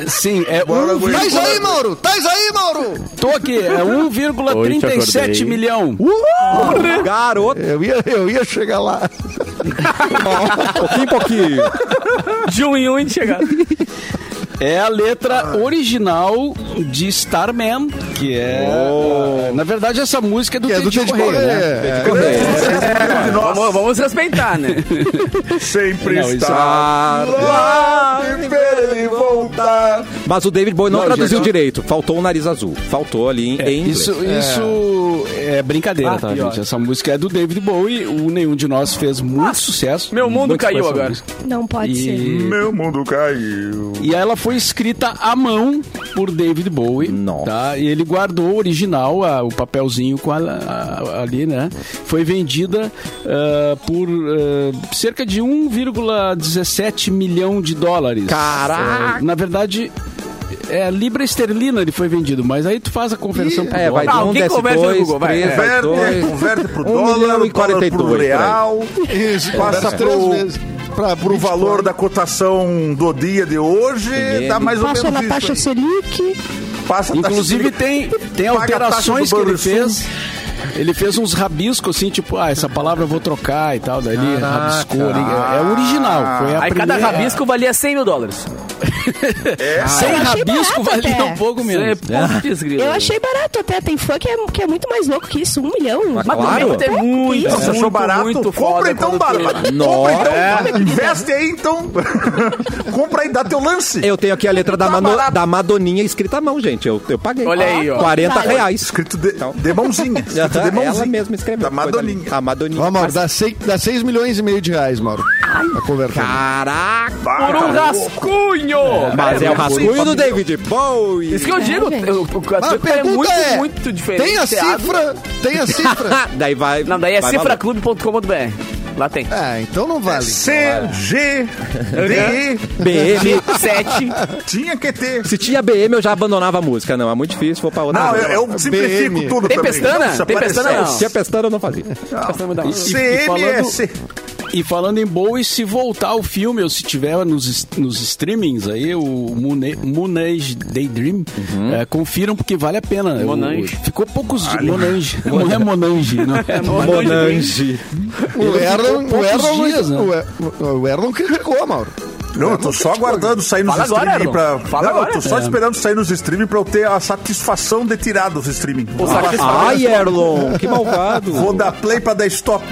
[SPEAKER 5] Sim, é um vírgula-
[SPEAKER 4] Tais aí, Mauro! Tais aí, Mauro!
[SPEAKER 5] Tô aqui, é 1,37 milhão.
[SPEAKER 1] Garoto!
[SPEAKER 4] Eu ia, eu ia chegar lá.
[SPEAKER 1] Pouquinho, em pouquinho.
[SPEAKER 3] De um em um e de chegar.
[SPEAKER 5] É a
[SPEAKER 4] Ah.
[SPEAKER 5] letra original de Starman, que é. Na verdade, essa música é do
[SPEAKER 4] Oh. Que é do
[SPEAKER 5] Didi
[SPEAKER 4] Teddy
[SPEAKER 5] Correia, né?
[SPEAKER 4] Correia. É.
[SPEAKER 2] de nós
[SPEAKER 3] Ah, Vamos, vamos respeitar, né?
[SPEAKER 2] sempre
[SPEAKER 5] Não, isso
[SPEAKER 2] está lá e pra ele voltar.
[SPEAKER 1] Mas o David Bowie não,
[SPEAKER 5] Não,
[SPEAKER 1] traduziu
[SPEAKER 5] gente, É,
[SPEAKER 1] direito. Faltou o nariz azul. Faltou ali em, em inglês.
[SPEAKER 5] Isso, isso é brincadeira,
[SPEAKER 3] Ah,
[SPEAKER 5] tá,
[SPEAKER 3] pior.
[SPEAKER 5] gente? Essa música é do David Bowie, o Nenhum de Nós fez muito sucesso.
[SPEAKER 3] meu mundo
[SPEAKER 5] muito com
[SPEAKER 3] caiu
[SPEAKER 5] essa
[SPEAKER 3] agora.
[SPEAKER 5] música.
[SPEAKER 6] Não pode ser.
[SPEAKER 1] é
[SPEAKER 5] E,
[SPEAKER 2] Meu mundo caiu.
[SPEAKER 5] e ela foi escrita à mão por David Bowie.
[SPEAKER 1] Nossa.
[SPEAKER 5] Tá? E ele guardou o original, a- o papelzinho com a- a- ali, né? Foi vendida ah, por ah, cerca de 1,17 milhão de dólares.
[SPEAKER 1] Caraca!
[SPEAKER 5] Eh, na verdade. É, libra esterlina ele foi vendido, mas aí tu faz a conversão pro
[SPEAKER 1] É, vai
[SPEAKER 5] dólar.
[SPEAKER 1] de
[SPEAKER 3] Ah,
[SPEAKER 1] um,
[SPEAKER 3] alguém
[SPEAKER 1] desce
[SPEAKER 3] conversa no
[SPEAKER 1] dois,
[SPEAKER 3] Google, vai.
[SPEAKER 1] três, vai
[SPEAKER 2] Converte,
[SPEAKER 1] dois.
[SPEAKER 2] converte pro
[SPEAKER 1] Um milhão e
[SPEAKER 2] dólar, o dólar
[SPEAKER 1] 42
[SPEAKER 2] pro
[SPEAKER 1] por aí.
[SPEAKER 2] real,
[SPEAKER 4] Isso,
[SPEAKER 2] passa
[SPEAKER 4] passa três
[SPEAKER 2] pro-
[SPEAKER 4] vezes. Pra,
[SPEAKER 2] pro valor da cotação do dia de hoje, dá mais ou
[SPEAKER 6] Passa
[SPEAKER 2] menos
[SPEAKER 6] na taxa
[SPEAKER 2] isso.
[SPEAKER 6] Selic.
[SPEAKER 2] aí. Passa a taxa
[SPEAKER 5] Inclusive
[SPEAKER 2] de-
[SPEAKER 5] tem, tem
[SPEAKER 2] Tá Paga a taxa
[SPEAKER 5] alterações
[SPEAKER 2] do
[SPEAKER 5] que ele
[SPEAKER 2] Banrisul.
[SPEAKER 5] fez. Ele fez uns rabiscos assim, tipo, ah, essa palavra eu vou trocar e tal. Daí ele rabiscou ali. É, é original. Foi a
[SPEAKER 3] Aí
[SPEAKER 5] primeira...
[SPEAKER 3] cada rabisco valia 100 mil dólares.
[SPEAKER 5] Sem
[SPEAKER 6] Eu achei
[SPEAKER 5] é, rabisco
[SPEAKER 6] barato
[SPEAKER 5] valia
[SPEAKER 6] até.
[SPEAKER 5] um pouco menos.
[SPEAKER 3] Putz, grilo.
[SPEAKER 6] Eu achei barato até. Tem fã que é, que é muito mais louco que isso. Um milhão.
[SPEAKER 1] Mas
[SPEAKER 3] Mas
[SPEAKER 1] Claro.
[SPEAKER 3] claro. tem muito,
[SPEAKER 2] Você achou
[SPEAKER 3] muito,
[SPEAKER 2] barato?
[SPEAKER 3] muito foda
[SPEAKER 2] Compra então
[SPEAKER 3] quando
[SPEAKER 2] barato.
[SPEAKER 3] tu- É.
[SPEAKER 2] Compra então. Investe aí então. Compra aí, dá teu lance.
[SPEAKER 3] É.
[SPEAKER 1] Eu tenho aqui a letra da,
[SPEAKER 2] Tá
[SPEAKER 1] Mano-
[SPEAKER 2] barato.
[SPEAKER 1] da Madoninha escrita à mão, gente. Eu, eu paguei.
[SPEAKER 3] Olha aí, ó.
[SPEAKER 1] 40
[SPEAKER 6] Vai.
[SPEAKER 1] reais.
[SPEAKER 2] Escrito de,
[SPEAKER 3] Então.
[SPEAKER 2] de mãozinha.
[SPEAKER 3] tá
[SPEAKER 2] Escrito Tá, de
[SPEAKER 1] Aham,
[SPEAKER 2] mãozinha.
[SPEAKER 1] Ela mesma escreveu.
[SPEAKER 2] Da
[SPEAKER 1] Coisa
[SPEAKER 2] Madoninha.
[SPEAKER 1] linda. A Madoninha.
[SPEAKER 4] Ó, Mauro, dá seis, dá seis milhões e meio de reais, Mauro. Pra converter.
[SPEAKER 1] Caraca!
[SPEAKER 3] Por um rascunho! um
[SPEAKER 1] Mas é o
[SPEAKER 2] eu fui
[SPEAKER 1] rascunho do
[SPEAKER 2] familiar.
[SPEAKER 1] David Bowie.
[SPEAKER 6] É,
[SPEAKER 3] Isso que eu digo,
[SPEAKER 6] gente.
[SPEAKER 3] o, o, o
[SPEAKER 4] Mas a
[SPEAKER 3] Atlético é
[SPEAKER 4] pergunta
[SPEAKER 3] muito,
[SPEAKER 4] é,
[SPEAKER 3] muito diferente.
[SPEAKER 4] tem a cifra? Tem a cifra?
[SPEAKER 1] Ah, daí vai.
[SPEAKER 3] Não, daí é
[SPEAKER 1] vai valer.
[SPEAKER 3] cifraclube.com.br. Lá tem.
[SPEAKER 4] ah, então não vale.
[SPEAKER 2] CG.
[SPEAKER 1] BM.
[SPEAKER 3] 7.
[SPEAKER 2] Tinha que ter.
[SPEAKER 1] Se tinha BM, eu já abandonava a música. Não, é muito difícil. Vou pra outra.
[SPEAKER 2] Não,
[SPEAKER 1] música.
[SPEAKER 2] eu, eu simplifico
[SPEAKER 4] BM.
[SPEAKER 2] tudo
[SPEAKER 3] Ah, Tem
[SPEAKER 2] também.
[SPEAKER 3] pestana?
[SPEAKER 2] Nossa,
[SPEAKER 3] Tem
[SPEAKER 2] apareceu.
[SPEAKER 3] pestana, não?
[SPEAKER 1] Se é pestana, eu não fazia.
[SPEAKER 2] CMS.
[SPEAKER 5] E falando em Bowie, se voltar o filme, ou se tiver nos, es- nos streamings aí, o Moon- Moon Age Daydream, eh, confiram porque vale a pena.
[SPEAKER 3] Moon
[SPEAKER 5] O-
[SPEAKER 3] Age.
[SPEAKER 5] Ficou poucos dias. Monange. Não é Monange, não é
[SPEAKER 1] Monange.
[SPEAKER 4] O Erlon, o,
[SPEAKER 5] poucos
[SPEAKER 4] Erlon,
[SPEAKER 5] dias, né?
[SPEAKER 4] o Er- o Erlon criticou, Mauro.
[SPEAKER 2] Não, eu tô só aguardando sair nos
[SPEAKER 3] Fala agora,
[SPEAKER 2] streaming
[SPEAKER 3] Erlon.
[SPEAKER 2] pra.
[SPEAKER 3] Fala
[SPEAKER 2] não, eu tô
[SPEAKER 3] agora. É.
[SPEAKER 2] só esperando sair nos streaming pra eu ter a satisfação de tirar dos streaming.
[SPEAKER 3] O saco
[SPEAKER 1] Ai, Erlon, que malvado.
[SPEAKER 2] Vou dar play pra dar stop.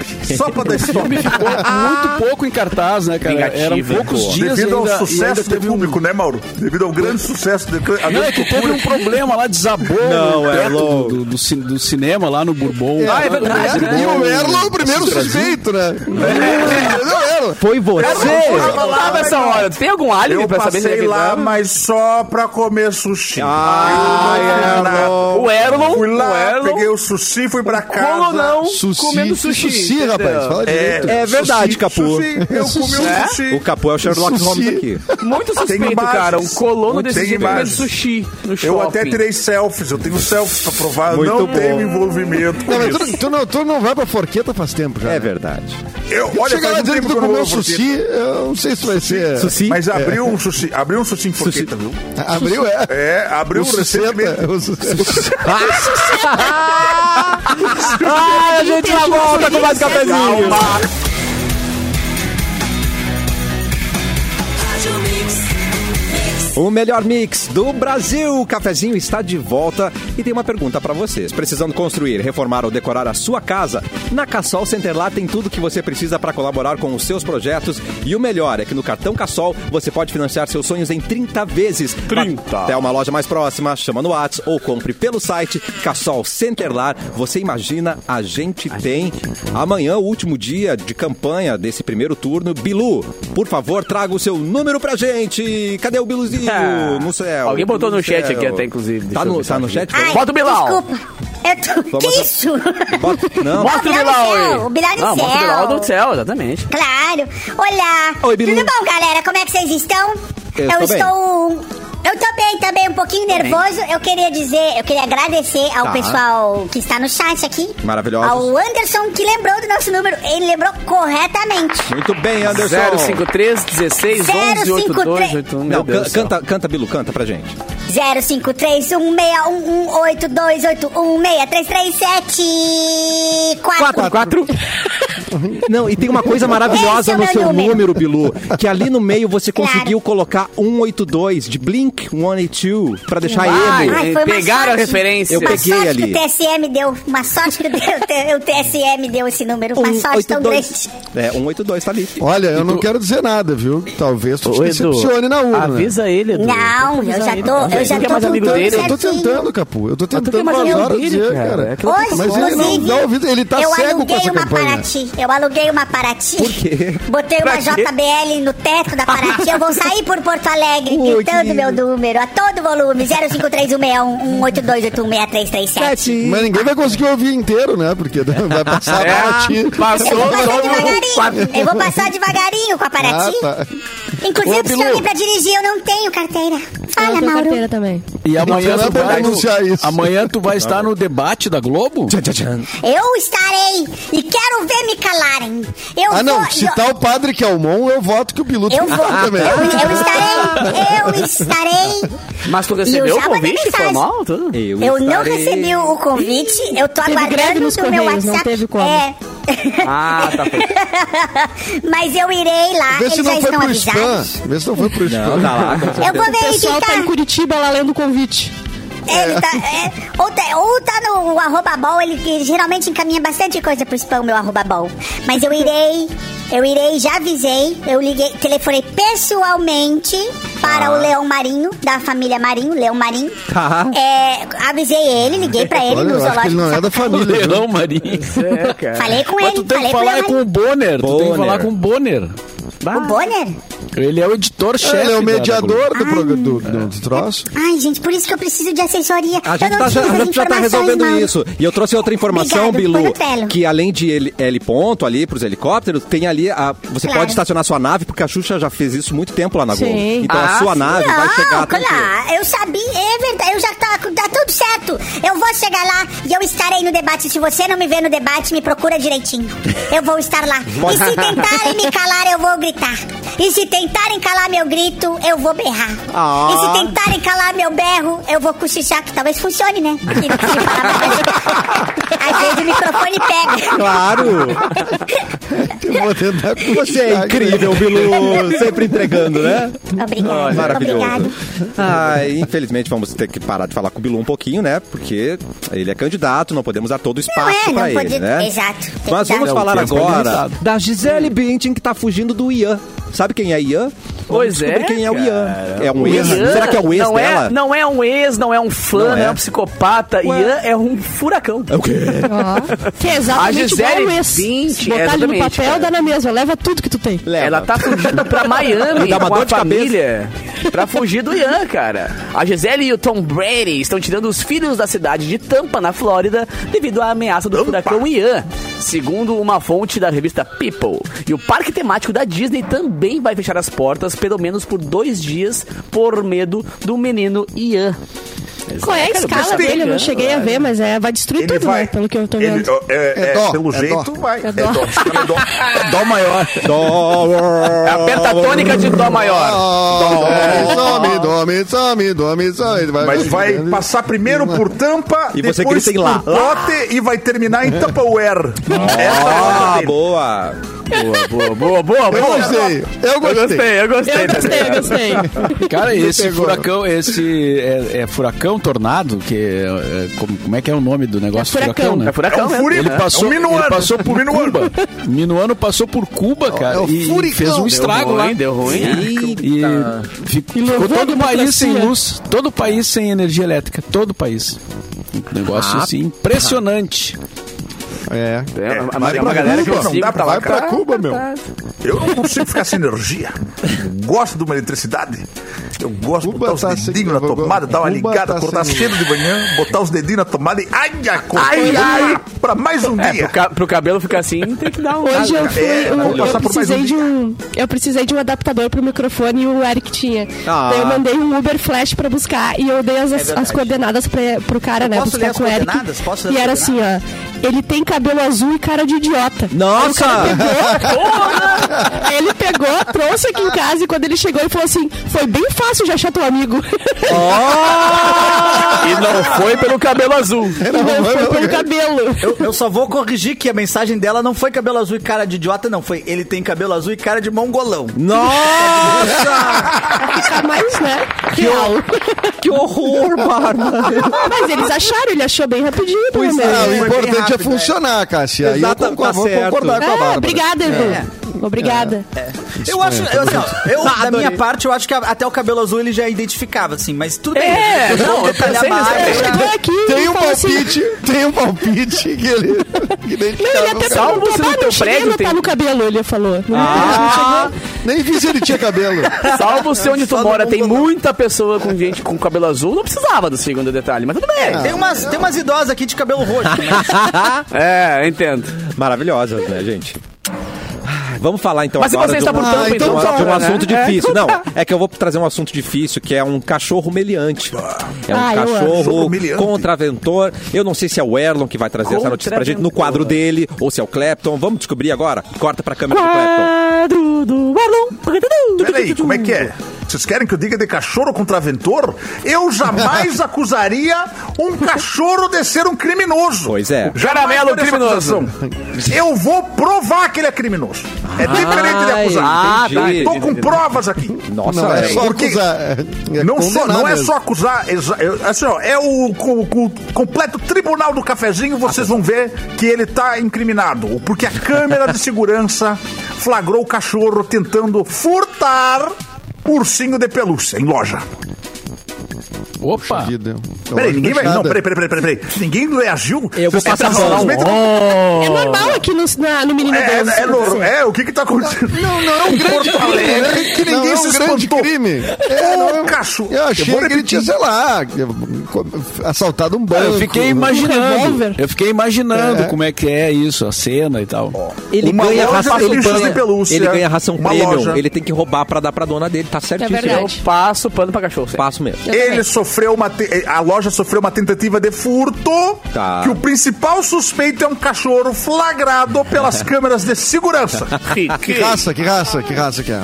[SPEAKER 2] Só pra dar
[SPEAKER 5] O filme
[SPEAKER 2] stop.
[SPEAKER 5] ficou muito pouco em cartaz, né, cara?
[SPEAKER 3] Vingativo,
[SPEAKER 5] Eram poucos
[SPEAKER 3] pô.
[SPEAKER 5] dias
[SPEAKER 2] Devido
[SPEAKER 5] e
[SPEAKER 2] ao
[SPEAKER 5] ainda, e ainda
[SPEAKER 2] sucesso do
[SPEAKER 5] teve um...
[SPEAKER 2] público, né, Mauro? Devido ao grande sucesso. De... a
[SPEAKER 5] Não,
[SPEAKER 2] grande
[SPEAKER 5] é que teve
[SPEAKER 2] procura.
[SPEAKER 5] um problema lá, desabou
[SPEAKER 1] Não,
[SPEAKER 5] no
[SPEAKER 1] é
[SPEAKER 5] teto
[SPEAKER 1] louco.
[SPEAKER 5] do, do, cin- do cinema lá no Bourbon.
[SPEAKER 3] Ah, é verdade, né?
[SPEAKER 4] E o Erlon é o primeiro suspeito, né? Não, Erlon.
[SPEAKER 1] Foi você?
[SPEAKER 3] Tava lá nessa hora. Tem algum alien
[SPEAKER 2] Eu
[SPEAKER 3] pra saber se
[SPEAKER 2] passei
[SPEAKER 3] ele é
[SPEAKER 2] lá,
[SPEAKER 3] tava?
[SPEAKER 2] mas só pra comer sushi.
[SPEAKER 1] Ah,
[SPEAKER 2] Eu
[SPEAKER 1] Erlon.
[SPEAKER 3] O Erlon,
[SPEAKER 2] não fui lá. Fui
[SPEAKER 3] o
[SPEAKER 2] lá,
[SPEAKER 3] Erlon,
[SPEAKER 2] peguei o sushi, fui pra casa.
[SPEAKER 3] como não,
[SPEAKER 4] Sushi,
[SPEAKER 3] comendo
[SPEAKER 4] que
[SPEAKER 3] sushi.
[SPEAKER 4] Sushi,
[SPEAKER 3] entendeu?
[SPEAKER 4] rapaz. Fala direito.
[SPEAKER 1] É verdade,
[SPEAKER 2] sushi,
[SPEAKER 1] Capu.
[SPEAKER 2] sushi. Eu comi um sushi.
[SPEAKER 1] O Capu é o Sherlock
[SPEAKER 4] Sushi.
[SPEAKER 1] Holmes aqui.
[SPEAKER 3] Muito suspeito,
[SPEAKER 2] imagens.
[SPEAKER 3] cara. Um colono
[SPEAKER 2] Muito-
[SPEAKER 3] desse
[SPEAKER 2] tem
[SPEAKER 3] jeito comendo
[SPEAKER 2] imagens.
[SPEAKER 3] sushi no shopping.
[SPEAKER 2] Eu até tirei selfies, eu tenho selfies pra provar, eu
[SPEAKER 1] Muito
[SPEAKER 2] não
[SPEAKER 1] bom.
[SPEAKER 2] tenho envolvimento com
[SPEAKER 4] Não, mas
[SPEAKER 2] isso.
[SPEAKER 4] tu, tu não, tu não vai pra forqueta faz tempo já.
[SPEAKER 1] É
[SPEAKER 4] né?
[SPEAKER 1] verdade.
[SPEAKER 2] Eu, olha,
[SPEAKER 4] Chega
[SPEAKER 2] faz
[SPEAKER 4] lá
[SPEAKER 2] um
[SPEAKER 4] dizendo
[SPEAKER 2] tempo
[SPEAKER 4] que tu
[SPEAKER 2] eu não
[SPEAKER 4] comeu
[SPEAKER 2] vou pra
[SPEAKER 4] sushi, eu não sei se vai ser...
[SPEAKER 1] Sushi.
[SPEAKER 2] Mas abriu um sushi, abriu um sushi em forqueta, viu?
[SPEAKER 4] Abriu, é.
[SPEAKER 2] É, abriu
[SPEAKER 4] O
[SPEAKER 2] recentemente.
[SPEAKER 4] Suceta. O Suceta.
[SPEAKER 1] Ah, a gente já volta com mais cafezinho. O melhor mix do Brasil. O cafezinho está de volta e tem uma pergunta para vocês. Precisando construir, reformar ou decorar a sua casa? Na Cassol Centerlar tem tudo que você precisa para colaborar com os seus projetos. E o melhor é que no cartão Cassol você pode financiar seus sonhos em 30 vezes.
[SPEAKER 3] 30.
[SPEAKER 1] Até uma loja mais próxima, chama no WhatsApp ou compre pelo site Cassol Centerlar. Você imagina, a gente tem. Amanhã, o último dia de campanha desse primeiro turno. Bilu, por favor, traga o seu número pra gente. Cadê o Biluzinho?
[SPEAKER 3] Ah.
[SPEAKER 1] no céu.
[SPEAKER 3] Alguém botou no
[SPEAKER 1] céu.
[SPEAKER 3] chat aqui até, inclusive.
[SPEAKER 1] Tá
[SPEAKER 3] Deixa eu
[SPEAKER 1] no,
[SPEAKER 3] ver
[SPEAKER 1] tá
[SPEAKER 3] se
[SPEAKER 1] no
[SPEAKER 3] aqui.
[SPEAKER 1] chat?
[SPEAKER 7] Ai,
[SPEAKER 3] Bota o Bilal.
[SPEAKER 7] Desculpa. Eu tô...
[SPEAKER 1] Vamos-
[SPEAKER 7] Que isso?
[SPEAKER 1] Bota- Não.
[SPEAKER 3] Bota o
[SPEAKER 7] Bilal no
[SPEAKER 3] Bilal aí.
[SPEAKER 7] céu, o Bilal no
[SPEAKER 3] Não, bota o
[SPEAKER 7] céu.
[SPEAKER 3] Bilal do céu, exatamente.
[SPEAKER 7] Claro. Olá.
[SPEAKER 1] Oi, Bilu.
[SPEAKER 7] Tudo bom, galera? Como é que vocês estão?
[SPEAKER 1] Eu tô bem.
[SPEAKER 7] estou... Eu tô bem também, um pouquinho nervoso. Eu queria dizer, eu queria agradecer ao
[SPEAKER 1] Tá.
[SPEAKER 7] pessoal que está no chat aqui.
[SPEAKER 1] Maravilhosos.
[SPEAKER 7] Ao Anderson, que lembrou do nosso número. Ele lembrou corretamente.
[SPEAKER 1] Muito bem, Anderson.
[SPEAKER 3] 053 16 11 82 81. Meu
[SPEAKER 1] Não,
[SPEAKER 3] Deus.
[SPEAKER 1] can-
[SPEAKER 3] do céu.
[SPEAKER 1] canta, canta, Bilu, canta pra gente.
[SPEAKER 7] um, 0531611828163374.
[SPEAKER 1] 4. Não, e tem uma coisa maravilhosa
[SPEAKER 7] Esse é o
[SPEAKER 1] no
[SPEAKER 7] meu
[SPEAKER 1] seu número.
[SPEAKER 7] número.
[SPEAKER 1] Bilu, que ali no meio você
[SPEAKER 7] Claro.
[SPEAKER 1] conseguiu colocar 182 de Blink 182 pra deixar
[SPEAKER 3] Ai,
[SPEAKER 1] emo.
[SPEAKER 7] Ai, foi uma
[SPEAKER 3] pegaram a
[SPEAKER 7] sorte.
[SPEAKER 3] referência.
[SPEAKER 1] Eu
[SPEAKER 7] Uma
[SPEAKER 1] peguei
[SPEAKER 7] sorte
[SPEAKER 1] ali.
[SPEAKER 7] que o TSM deu. Uma sorte que o, T- o TSM deu esse número. Uma sorte tão grande.
[SPEAKER 1] um É, 182 tá ali.
[SPEAKER 4] Olha, eu não quero dizer nada, viu? Talvez tu te decepcione na urna.
[SPEAKER 3] avisa ele, Edu.
[SPEAKER 7] Não, eu já tô. Eu já
[SPEAKER 3] Quem é
[SPEAKER 7] tô
[SPEAKER 3] mais amigo
[SPEAKER 7] com tudo
[SPEAKER 3] dele?
[SPEAKER 4] Eu tô
[SPEAKER 7] certinho.
[SPEAKER 4] tentando, Capu. Eu tô
[SPEAKER 3] tu quer
[SPEAKER 4] tentando
[SPEAKER 3] mais
[SPEAKER 4] umas
[SPEAKER 3] avião
[SPEAKER 4] horas
[SPEAKER 3] dele,
[SPEAKER 4] dizer,
[SPEAKER 3] cara?
[SPEAKER 4] cara.
[SPEAKER 3] É que
[SPEAKER 7] Hoje,
[SPEAKER 4] Mas ele tá não
[SPEAKER 7] inclusive,
[SPEAKER 4] dá ouvido, ele tá
[SPEAKER 7] eu
[SPEAKER 4] cego com
[SPEAKER 7] aluguei
[SPEAKER 4] essa
[SPEAKER 7] uma
[SPEAKER 4] campanha.
[SPEAKER 7] Paraty. Eu aluguei uma Paraty. Por
[SPEAKER 1] quê?
[SPEAKER 7] Botei
[SPEAKER 3] Pra
[SPEAKER 7] uma
[SPEAKER 3] quê?
[SPEAKER 7] JBL no teto da Paraty. Eu vou sair por Porto Alegre
[SPEAKER 1] Ui, que
[SPEAKER 7] gritando meu
[SPEAKER 1] lindo.
[SPEAKER 7] número a todo volume. 05316182816337.
[SPEAKER 4] Mas ninguém vai conseguir ouvir inteiro, né? Porque vai passar
[SPEAKER 3] É,
[SPEAKER 4] a ti.
[SPEAKER 7] Eu vou
[SPEAKER 3] passou,
[SPEAKER 7] passar
[SPEAKER 3] todo mundo.
[SPEAKER 7] devagarinho. Eu vou passar devagarinho com a Paraty.
[SPEAKER 4] Ah, tá.
[SPEAKER 7] Inclusive,
[SPEAKER 4] Ô,
[SPEAKER 7] se
[SPEAKER 4] Bilu.
[SPEAKER 7] alguém pra dirigir, eu não tenho carteira.
[SPEAKER 6] Eu
[SPEAKER 7] Fala,
[SPEAKER 6] tenho
[SPEAKER 7] Mauro.
[SPEAKER 6] carteira também.
[SPEAKER 5] E amanhã
[SPEAKER 4] Não
[SPEAKER 5] tu,
[SPEAKER 4] pode
[SPEAKER 5] vai no-
[SPEAKER 4] anunciar isso.
[SPEAKER 5] amanhã tu vai estar no debate da Globo?
[SPEAKER 7] Eu estarei e quero ver me calarem. Eu
[SPEAKER 4] Ah, não.
[SPEAKER 7] vou-
[SPEAKER 4] Se
[SPEAKER 7] eu-
[SPEAKER 4] tá o padre que é o Mon, eu voto que o Bilu
[SPEAKER 7] Eu
[SPEAKER 4] tem
[SPEAKER 7] vou.
[SPEAKER 4] também.
[SPEAKER 7] Eu, eu estarei. Eu estarei.
[SPEAKER 3] Mas tu
[SPEAKER 7] E
[SPEAKER 3] recebeu
[SPEAKER 7] eu
[SPEAKER 3] o
[SPEAKER 7] já mandei
[SPEAKER 3] convite
[SPEAKER 7] mensagem.
[SPEAKER 3] formal? Tudo?
[SPEAKER 1] É,
[SPEAKER 7] Eu, não recebi o convite. Eu tô
[SPEAKER 6] Teve greve
[SPEAKER 7] aguardando
[SPEAKER 6] nos
[SPEAKER 7] no meu
[SPEAKER 6] Correios,
[SPEAKER 7] WhatsApp.
[SPEAKER 6] não teve como.
[SPEAKER 7] É.
[SPEAKER 3] Ah, tá feito.
[SPEAKER 7] Mas eu irei lá.
[SPEAKER 4] Vê
[SPEAKER 7] Eles
[SPEAKER 4] se
[SPEAKER 7] já
[SPEAKER 4] não foi
[SPEAKER 7] estão
[SPEAKER 4] pro
[SPEAKER 7] avisados.
[SPEAKER 4] spam. Vê se não foi pro spam.
[SPEAKER 1] Não, tá lá. com
[SPEAKER 7] Eu vou
[SPEAKER 1] certeza.
[SPEAKER 6] O pessoal tá em
[SPEAKER 7] verificar.
[SPEAKER 6] Curitiba lá lendo o convite.
[SPEAKER 7] É, ele tá, é, ou, tá, ou tá no arroba ball, ele que geralmente encaminha bastante coisa pro spam, meu arroba ball. Mas eu irei, eu irei, já avisei, eu liguei, telefonei pessoalmente para o Leão Marinho, da família Marinho, Leão Marinho.
[SPEAKER 1] Tá.
[SPEAKER 7] É, avisei ele, liguei pra ele
[SPEAKER 4] Olha,
[SPEAKER 7] no
[SPEAKER 4] eu acho que ele
[SPEAKER 7] zoológico.
[SPEAKER 4] não é da família. viu?
[SPEAKER 5] Leão Marinho.
[SPEAKER 3] É,
[SPEAKER 1] É.
[SPEAKER 7] Falei com
[SPEAKER 5] Mas
[SPEAKER 7] ele,
[SPEAKER 5] tu tem que
[SPEAKER 7] falei com o
[SPEAKER 5] falar
[SPEAKER 7] Leão
[SPEAKER 5] é com
[SPEAKER 7] Marinho.
[SPEAKER 5] o Bonner. Tu tem que
[SPEAKER 1] Bonner.
[SPEAKER 5] falar com o Bonner.
[SPEAKER 7] O Bonner?
[SPEAKER 5] Ele é o editor-chefe.
[SPEAKER 4] Ele é o
[SPEAKER 5] da- da Globo.
[SPEAKER 4] mediador do, prog- do, do, do troço.
[SPEAKER 7] Ai, gente, por isso que eu preciso de assessoria.
[SPEAKER 1] A
[SPEAKER 7] eu
[SPEAKER 1] gente,
[SPEAKER 7] não
[SPEAKER 1] tá, já,
[SPEAKER 7] tive
[SPEAKER 1] a
[SPEAKER 7] essas
[SPEAKER 1] gente já tá
[SPEAKER 7] informações,
[SPEAKER 1] resolvendo
[SPEAKER 7] Mauro.
[SPEAKER 1] isso. E eu trouxe outra informação,
[SPEAKER 7] Obrigado,
[SPEAKER 1] Bilu,
[SPEAKER 7] foi no telo.
[SPEAKER 1] que além de L, L ponto ali pros helicópteros, tem ali a, você
[SPEAKER 7] Claro.
[SPEAKER 1] pode estacionar sua nave, porque a Xuxa já fez isso muito tempo lá na Globo.
[SPEAKER 6] Sim.
[SPEAKER 1] Então a
[SPEAKER 3] Ah,
[SPEAKER 1] sua nave vai chegar tranquila.
[SPEAKER 7] claro, eu sabia, é verdade, eu já tá, tá tudo certo. Eu vou chegar lá e eu estarei no debate. Se você não me vê no debate, me procura direitinho. Eu vou estar lá. E se tentarem me calar, eu vou gritar. E se tentarem calar meu grito, eu vou berrar.
[SPEAKER 1] Ah.
[SPEAKER 7] E se tentarem calar meu berro, eu vou cochichar, que talvez funcione, né? Porque não precisa falar mais. Às vezes o microfone pega.
[SPEAKER 1] Claro!
[SPEAKER 4] Eu vou tentar
[SPEAKER 1] Você é incrível, Bilu! Sempre entregando, né?
[SPEAKER 7] Obrigado,
[SPEAKER 1] Maravilhoso.
[SPEAKER 7] obrigado.
[SPEAKER 1] Ah, infelizmente vamos ter que parar de falar com o Bilu um pouquinho, né? Porque ele é candidato, não podemos dar todo o espaço
[SPEAKER 7] Não é,
[SPEAKER 1] pra
[SPEAKER 7] não
[SPEAKER 1] ele,
[SPEAKER 7] pode-
[SPEAKER 1] né?
[SPEAKER 7] exato. Tem
[SPEAKER 1] Mas
[SPEAKER 7] que dar-
[SPEAKER 1] vamos
[SPEAKER 7] É, o
[SPEAKER 1] falar
[SPEAKER 5] tempo é
[SPEAKER 1] agora
[SPEAKER 5] limitado.
[SPEAKER 1] da Gisele Bündchen que tá fugindo do Ian. Sabe quem é Ian? Vamos
[SPEAKER 3] Pois
[SPEAKER 1] descobrir
[SPEAKER 3] é,
[SPEAKER 1] quem é o Ian. É um
[SPEAKER 3] O
[SPEAKER 1] ex?
[SPEAKER 3] Ian
[SPEAKER 1] Será que é o ex
[SPEAKER 3] não
[SPEAKER 1] dela?
[SPEAKER 3] É, não é um ex, não é um fã, não é,
[SPEAKER 1] é.
[SPEAKER 3] um psicopata. Ian é um furacão.
[SPEAKER 1] É o quê?
[SPEAKER 6] Que é
[SPEAKER 3] A
[SPEAKER 6] exatamente
[SPEAKER 3] Gisele
[SPEAKER 6] igual o ex. Se
[SPEAKER 3] Bündchen,
[SPEAKER 6] Botar ele no
[SPEAKER 3] exatamente,
[SPEAKER 6] papel,
[SPEAKER 3] cara.
[SPEAKER 6] dá na mesma. Leva tudo que tu tem.
[SPEAKER 1] Leva.
[SPEAKER 3] Ela tá fugindo pra Miami
[SPEAKER 1] dá uma
[SPEAKER 3] com
[SPEAKER 1] dor
[SPEAKER 3] a
[SPEAKER 1] de cabeça.
[SPEAKER 3] família pra fugir do Ian, cara. A Gisele e o Tom Brady estão tirando os filhos da cidade de Tampa, na Flórida, devido à ameaça do furacão Ian, segundo uma fonte da revista People. E o parque temático da Disney também vai fechar as portas, pelo menos por dois dias, por medo do menino Ian.
[SPEAKER 6] Qual é a escala
[SPEAKER 2] tem-
[SPEAKER 6] dele? Eu não cheguei a ver, mas é, vai destruir
[SPEAKER 2] Ele
[SPEAKER 6] tudo,
[SPEAKER 2] vai.
[SPEAKER 6] né? Pelo que eu tô
[SPEAKER 2] Ele,
[SPEAKER 6] vendo.
[SPEAKER 2] é, é,
[SPEAKER 4] É dó,
[SPEAKER 2] pelo
[SPEAKER 4] é
[SPEAKER 2] jeito,
[SPEAKER 4] dó.
[SPEAKER 2] vai.
[SPEAKER 6] É dó.
[SPEAKER 2] é dó. É dó maior.
[SPEAKER 1] Dó.
[SPEAKER 3] É a pentatônica de Dó maior.
[SPEAKER 4] Some, some, some, some, some, some. Vai-
[SPEAKER 2] Mas vai passar primeiro por tampa,
[SPEAKER 1] E você
[SPEAKER 2] depois
[SPEAKER 1] grita em lá.
[SPEAKER 2] por pote e vai terminar em Tupperware. Essa é a
[SPEAKER 1] Ah,
[SPEAKER 2] nota dele.
[SPEAKER 1] boa.
[SPEAKER 3] Boa, boa, boa, boa.
[SPEAKER 4] Eu gostei, eu gostei.
[SPEAKER 3] eu gostei.
[SPEAKER 6] Eu gostei, eu gostei.
[SPEAKER 5] Cara, esse
[SPEAKER 4] pegou.
[SPEAKER 5] furacão, esse é, é furacão tornado, que é, é- como, como é que é o nome do negócio?
[SPEAKER 6] É furacão.
[SPEAKER 5] né?
[SPEAKER 3] É furacão,
[SPEAKER 2] É um
[SPEAKER 3] né?
[SPEAKER 2] furi-
[SPEAKER 5] Ele
[SPEAKER 2] É um
[SPEAKER 5] passou,
[SPEAKER 2] minuano. Um
[SPEAKER 5] ele passou por
[SPEAKER 2] Minuano.
[SPEAKER 5] Cuba. Minuano passou por Cuba, cara.
[SPEAKER 4] é o
[SPEAKER 5] e
[SPEAKER 4] furicão.
[SPEAKER 5] fez um
[SPEAKER 4] Deu
[SPEAKER 5] estrago
[SPEAKER 3] ruim,
[SPEAKER 5] lá.
[SPEAKER 3] deu ruim.
[SPEAKER 5] né? E fi- ficou
[SPEAKER 6] louvou a
[SPEAKER 5] todo o país sem
[SPEAKER 6] democracia.
[SPEAKER 5] luz, todo o país sem energia elétrica, todo o país. Um negócio assim impressionante.
[SPEAKER 4] É.
[SPEAKER 3] É, é, mas
[SPEAKER 2] vai
[SPEAKER 3] é uma
[SPEAKER 2] pra
[SPEAKER 3] galera que
[SPEAKER 2] Cuba,
[SPEAKER 3] eu
[SPEAKER 2] não
[SPEAKER 3] sigo,
[SPEAKER 2] dá pra
[SPEAKER 3] tá lá
[SPEAKER 4] Vai pra Cuba, meu.
[SPEAKER 2] Eu não consigo ficar sem energia. Gosto de uma eletricidade. Eu gosto de
[SPEAKER 4] Cuba
[SPEAKER 2] botar os
[SPEAKER 4] tá sem-
[SPEAKER 2] dedinhos na
[SPEAKER 4] Cuba-
[SPEAKER 2] tomada, dar uma
[SPEAKER 4] Cuba
[SPEAKER 2] ligada,
[SPEAKER 4] tá
[SPEAKER 2] acordar
[SPEAKER 4] sem-
[SPEAKER 2] cedo de manhã, botar os dedinhos na tomada e. Ai,
[SPEAKER 3] Ai,
[SPEAKER 2] acordei
[SPEAKER 3] ai.
[SPEAKER 2] pra mais um
[SPEAKER 3] É,
[SPEAKER 2] dia.
[SPEAKER 3] pro, ca- pro cabelo ficar assim, tem que dar um...
[SPEAKER 6] Hoje eu fui.
[SPEAKER 2] É,
[SPEAKER 6] eu-
[SPEAKER 2] vou
[SPEAKER 6] eu,
[SPEAKER 2] passar por mais
[SPEAKER 6] precisei
[SPEAKER 2] um
[SPEAKER 6] de um. Eu precisei de um adaptador pro microfone e o Eric tinha.
[SPEAKER 1] Ah.
[SPEAKER 6] Daí eu mandei um Uber Flash pra buscar e eu dei as, as
[SPEAKER 8] verdade.
[SPEAKER 6] coordenadas pra, pro cara,
[SPEAKER 8] Eu
[SPEAKER 6] né?
[SPEAKER 8] posso
[SPEAKER 6] buscar
[SPEAKER 8] ler as
[SPEAKER 6] com o Eric.
[SPEAKER 8] coordenadas? Posso ler
[SPEAKER 6] e
[SPEAKER 8] as
[SPEAKER 6] era assim, ó. Ele tem cabelo azul e cara de idiota.
[SPEAKER 1] Nossa!
[SPEAKER 6] Aí ele pegou, trouxe aqui em casa e quando ele chegou, ele falou assim: foi bem fácil de achar teu amigo.
[SPEAKER 3] E não foi pelo cabelo azul.
[SPEAKER 6] Não, foi pelo cabelo.
[SPEAKER 8] Eu, eu só vou corrigir que a mensagem dela não foi cabelo azul e cara de idiota, não. Foi ele tem cabelo azul e cara de mongolão.
[SPEAKER 1] Nossa!
[SPEAKER 6] Fica mais, né? Real.
[SPEAKER 1] que horror, Bárbara!
[SPEAKER 6] Mas eles acharam, ele achou bem rapidinho, pelo menos.
[SPEAKER 4] Ah, o
[SPEAKER 8] bem
[SPEAKER 4] importante
[SPEAKER 2] né?
[SPEAKER 8] rápido,
[SPEAKER 4] é funcionar, Cássia. Aí eu
[SPEAKER 1] Exato, tá
[SPEAKER 4] concordo, vou
[SPEAKER 1] certo.
[SPEAKER 4] concordar com a
[SPEAKER 6] Ah,
[SPEAKER 4] Bárbara.
[SPEAKER 6] obrigada, Edu. Obrigada.
[SPEAKER 8] Eu acho, eu, assim, ó, eu,
[SPEAKER 3] Ah,
[SPEAKER 8] da minha parte, eu acho que a- até o cabelo azul ele já identificava, assim, mas tudo bem.
[SPEAKER 3] É,
[SPEAKER 8] Vamos
[SPEAKER 3] não, eu
[SPEAKER 8] detalhar
[SPEAKER 3] pensei nisso
[SPEAKER 8] mais.
[SPEAKER 3] também.
[SPEAKER 6] Chegou aqui
[SPEAKER 4] Tem
[SPEAKER 6] e
[SPEAKER 4] um
[SPEAKER 6] falou assim,
[SPEAKER 4] palpite, tem um palpite que ele... Que nem tá
[SPEAKER 6] Não, ele até
[SPEAKER 3] Salvo
[SPEAKER 6] perguntou,
[SPEAKER 3] se no
[SPEAKER 6] "Bah,
[SPEAKER 3] teu
[SPEAKER 6] não cheguei
[SPEAKER 3] prédio
[SPEAKER 6] a notar
[SPEAKER 3] tem-
[SPEAKER 6] no cabelo, ele falou. Não, ah.
[SPEAKER 4] Nem vi se ele tinha cabelo.
[SPEAKER 3] Salvo se onde tu
[SPEAKER 8] Só no
[SPEAKER 3] mora, tem
[SPEAKER 8] Google.
[SPEAKER 3] muita pessoa com gente com cabelo azul. Não precisava do segundo detalhe, mas tudo
[SPEAKER 2] Ah.
[SPEAKER 3] bem.
[SPEAKER 8] Tem umas, tem umas idosas aqui de cabelo roxo. Né?
[SPEAKER 3] É, entendo.
[SPEAKER 1] Maravilhosas, né, gente? Ah, Vamos falar então
[SPEAKER 3] Mas se
[SPEAKER 1] agora
[SPEAKER 3] você
[SPEAKER 1] de
[SPEAKER 3] está
[SPEAKER 1] um-
[SPEAKER 3] por tampa,
[SPEAKER 1] Ah,
[SPEAKER 3] então
[SPEAKER 1] de um-
[SPEAKER 3] fala,
[SPEAKER 1] de um
[SPEAKER 3] né?
[SPEAKER 1] assunto
[SPEAKER 3] É,
[SPEAKER 1] difícil.
[SPEAKER 3] então
[SPEAKER 1] Não, é que eu vou trazer um assunto difícil, que é um cachorro meliante. É um
[SPEAKER 6] Ah, eu amo.
[SPEAKER 1] cachorro
[SPEAKER 2] Cachorro meliante.
[SPEAKER 1] contraventor. Eu não sei se é o Erlon que vai trazer essa notícia pra gente no quadro dele, ou se é o Clapton. Vamos descobrir agora. Corta pra câmera do Clapton.
[SPEAKER 3] Quadro do Marlon.
[SPEAKER 2] Peraí, como é que é? Vocês querem que eu diga de cachorro contraventor? Eu jamais acusaria um cachorro de ser um criminoso.
[SPEAKER 1] Pois é.
[SPEAKER 3] Caramelo
[SPEAKER 2] faria essa
[SPEAKER 3] criminoso.
[SPEAKER 2] acusação. Eu vou provar que ele é criminoso. É diferente de acusar.
[SPEAKER 1] Ah,
[SPEAKER 3] Ah, tá,
[SPEAKER 1] entendi.
[SPEAKER 2] Tô com provas aqui.
[SPEAKER 1] Nossa,
[SPEAKER 4] Não, é
[SPEAKER 1] velho.
[SPEAKER 4] só
[SPEAKER 2] Porque-
[SPEAKER 4] acusar. é- é
[SPEAKER 2] Não, só,
[SPEAKER 4] condenar
[SPEAKER 2] não é
[SPEAKER 4] mesmo.
[SPEAKER 2] só acusar, exa- é- assim, ó, é o, co- co- completo tribunal do cafezinho, vocês vão ver que ele tá incriminado, porque a câmera de segurança flagrou o cachorro tentando furtar ursinho de pelúcia em loja.
[SPEAKER 5] Opa!
[SPEAKER 4] Vida. Então,
[SPEAKER 2] Peraí, ninguém vai... Não,
[SPEAKER 4] fechada.
[SPEAKER 2] peraí, peraí, peraí, peraí, peraí. Ninguém reagiu?
[SPEAKER 1] Eu vou
[SPEAKER 2] Vocês
[SPEAKER 1] passar
[SPEAKER 2] estão
[SPEAKER 1] pano.
[SPEAKER 2] simplesmente-
[SPEAKER 6] É normal aqui no, na- no Menino
[SPEAKER 2] É, é,
[SPEAKER 6] Deus.
[SPEAKER 2] é, nor- é, o que que tá acontecendo?
[SPEAKER 4] Não, não é um grande crime, né?
[SPEAKER 2] que ninguém
[SPEAKER 4] não, é um
[SPEAKER 2] se
[SPEAKER 4] grande
[SPEAKER 2] espantou.
[SPEAKER 4] crime. É, não,
[SPEAKER 2] Ô, é
[SPEAKER 4] eu-
[SPEAKER 2] cachorro!
[SPEAKER 4] Eu achei
[SPEAKER 2] vou
[SPEAKER 4] que ele
[SPEAKER 2] repetir.
[SPEAKER 4] tinha, sei lá, assaltado um banco.
[SPEAKER 5] Eu fiquei
[SPEAKER 6] revólver.
[SPEAKER 5] imaginando. Eu fiquei imaginando
[SPEAKER 4] É.
[SPEAKER 5] como é que é isso, a cena e tal.
[SPEAKER 1] Ele
[SPEAKER 2] Uma
[SPEAKER 1] ganha
[SPEAKER 2] loja
[SPEAKER 1] ração
[SPEAKER 2] de bichos de
[SPEAKER 1] premium.
[SPEAKER 2] é pelúcia,
[SPEAKER 1] Ele ganha ração
[SPEAKER 2] uma
[SPEAKER 1] premium.
[SPEAKER 2] loja.
[SPEAKER 1] Ele tem que roubar pra dar pra dona dele. Tá certíssimo.
[SPEAKER 6] verdade.
[SPEAKER 1] Eu
[SPEAKER 3] Eu passo pano pra cachorro. sempre.
[SPEAKER 1] Passo mesmo.
[SPEAKER 6] Eu
[SPEAKER 2] Ele
[SPEAKER 6] também.
[SPEAKER 2] sofreu uma. te- eh, A loja sofreu uma tentativa de furto.
[SPEAKER 1] Tá.
[SPEAKER 2] Que o principal suspeito é um cachorro flagrado pelas câmeras de segurança.
[SPEAKER 4] Que raça, que raça, que raça que é?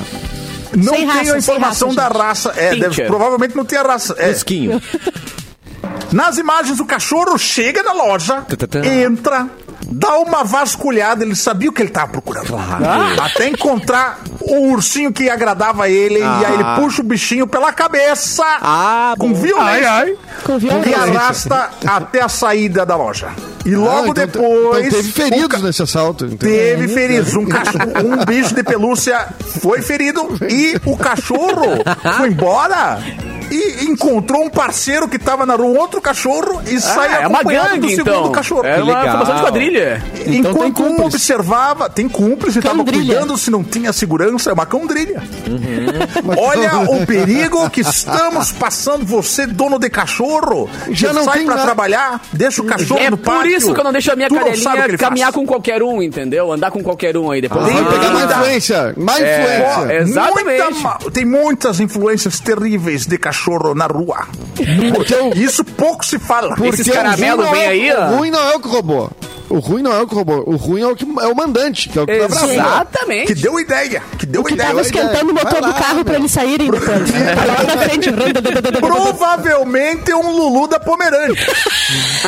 [SPEAKER 2] Não
[SPEAKER 6] Sem
[SPEAKER 2] tem
[SPEAKER 6] raça,
[SPEAKER 2] a
[SPEAKER 6] sem
[SPEAKER 2] informação
[SPEAKER 6] raça,
[SPEAKER 2] da raça. É,
[SPEAKER 3] Pincher.
[SPEAKER 2] deve- provavelmente não tem a raça. É.
[SPEAKER 1] Esquinho.
[SPEAKER 2] Nas imagens, o cachorro chega na loja,
[SPEAKER 1] Tatatá.
[SPEAKER 2] entra, dá uma vasculhada. Ele sabia o que ele estava procurando. Ah. Até encontrar o ursinho que agradava ele. E aí ele
[SPEAKER 4] Ah.
[SPEAKER 2] puxa o bichinho pela cabeça.
[SPEAKER 1] Ah,
[SPEAKER 2] com
[SPEAKER 1] bom.
[SPEAKER 2] violência.
[SPEAKER 6] Com
[SPEAKER 2] e
[SPEAKER 6] violência.
[SPEAKER 2] arrasta até a saída da loja. E
[SPEAKER 4] Ah,
[SPEAKER 2] logo
[SPEAKER 4] então-
[SPEAKER 2] depois.
[SPEAKER 4] então teve
[SPEAKER 2] o
[SPEAKER 4] feridos
[SPEAKER 2] ca-
[SPEAKER 4] nesse assalto. então.
[SPEAKER 2] Teve feridos. Um, cachorro, um bicho de pelúcia foi ferido e o cachorro foi embora. E encontrou um parceiro que tava na rua, um outro cachorro, e sai
[SPEAKER 3] Ah, é uma
[SPEAKER 2] acompanhado do
[SPEAKER 3] gangue,
[SPEAKER 2] segundo
[SPEAKER 3] então.
[SPEAKER 2] cachorro.
[SPEAKER 3] É uma
[SPEAKER 1] legal.
[SPEAKER 3] formação de quadrilha.
[SPEAKER 5] Então tem
[SPEAKER 2] Enquanto um
[SPEAKER 5] cúmplice.
[SPEAKER 2] observava, tem cúmplice, tava
[SPEAKER 6] Candrilha.
[SPEAKER 2] cuidando se não tinha segurança, é uma candrilha.
[SPEAKER 3] Uhum.
[SPEAKER 4] Mas-
[SPEAKER 2] Olha o perigo que estamos passando, você, dono de cachorro,
[SPEAKER 4] Já
[SPEAKER 2] que
[SPEAKER 4] não
[SPEAKER 2] sai
[SPEAKER 4] tem
[SPEAKER 2] pra
[SPEAKER 4] nada.
[SPEAKER 2] trabalhar, deixa o cachorro
[SPEAKER 3] É
[SPEAKER 2] no
[SPEAKER 3] por
[SPEAKER 2] pátio.
[SPEAKER 3] isso que eu não deixo a minha
[SPEAKER 2] Tu não sabe o que
[SPEAKER 3] cadelinha
[SPEAKER 2] ele
[SPEAKER 3] caminhar
[SPEAKER 2] faz.
[SPEAKER 3] com qualquer um, entendeu? Andar com qualquer um aí depois.
[SPEAKER 4] Vai
[SPEAKER 3] Ah,
[SPEAKER 4] pegar má
[SPEAKER 2] cuidado.
[SPEAKER 4] influência, má
[SPEAKER 2] Ó,
[SPEAKER 4] influência.
[SPEAKER 3] é- Exatamente.
[SPEAKER 2] muita ma- tem muitas influências terríveis de cachorro na rua. Isso pouco se fala.
[SPEAKER 3] Esses
[SPEAKER 4] o ruim
[SPEAKER 3] caramelo
[SPEAKER 4] não
[SPEAKER 3] vem
[SPEAKER 4] é-
[SPEAKER 3] aí, ó.
[SPEAKER 4] O ruim não é o que roubou. O ruim não é o que roubou. O ruim é o que é o mandante, que é o que tá bravo.
[SPEAKER 2] Um Que
[SPEAKER 3] Exatamente.
[SPEAKER 2] deu ideia. Que deu
[SPEAKER 6] Que
[SPEAKER 2] ideia.
[SPEAKER 6] tava esquentando o
[SPEAKER 4] vai
[SPEAKER 6] motor
[SPEAKER 4] lá,
[SPEAKER 6] do carro pra
[SPEAKER 4] meu.
[SPEAKER 6] eles saírem depois. Tava lá na frente.
[SPEAKER 2] Provavelmente um Lulu da Pomerânia.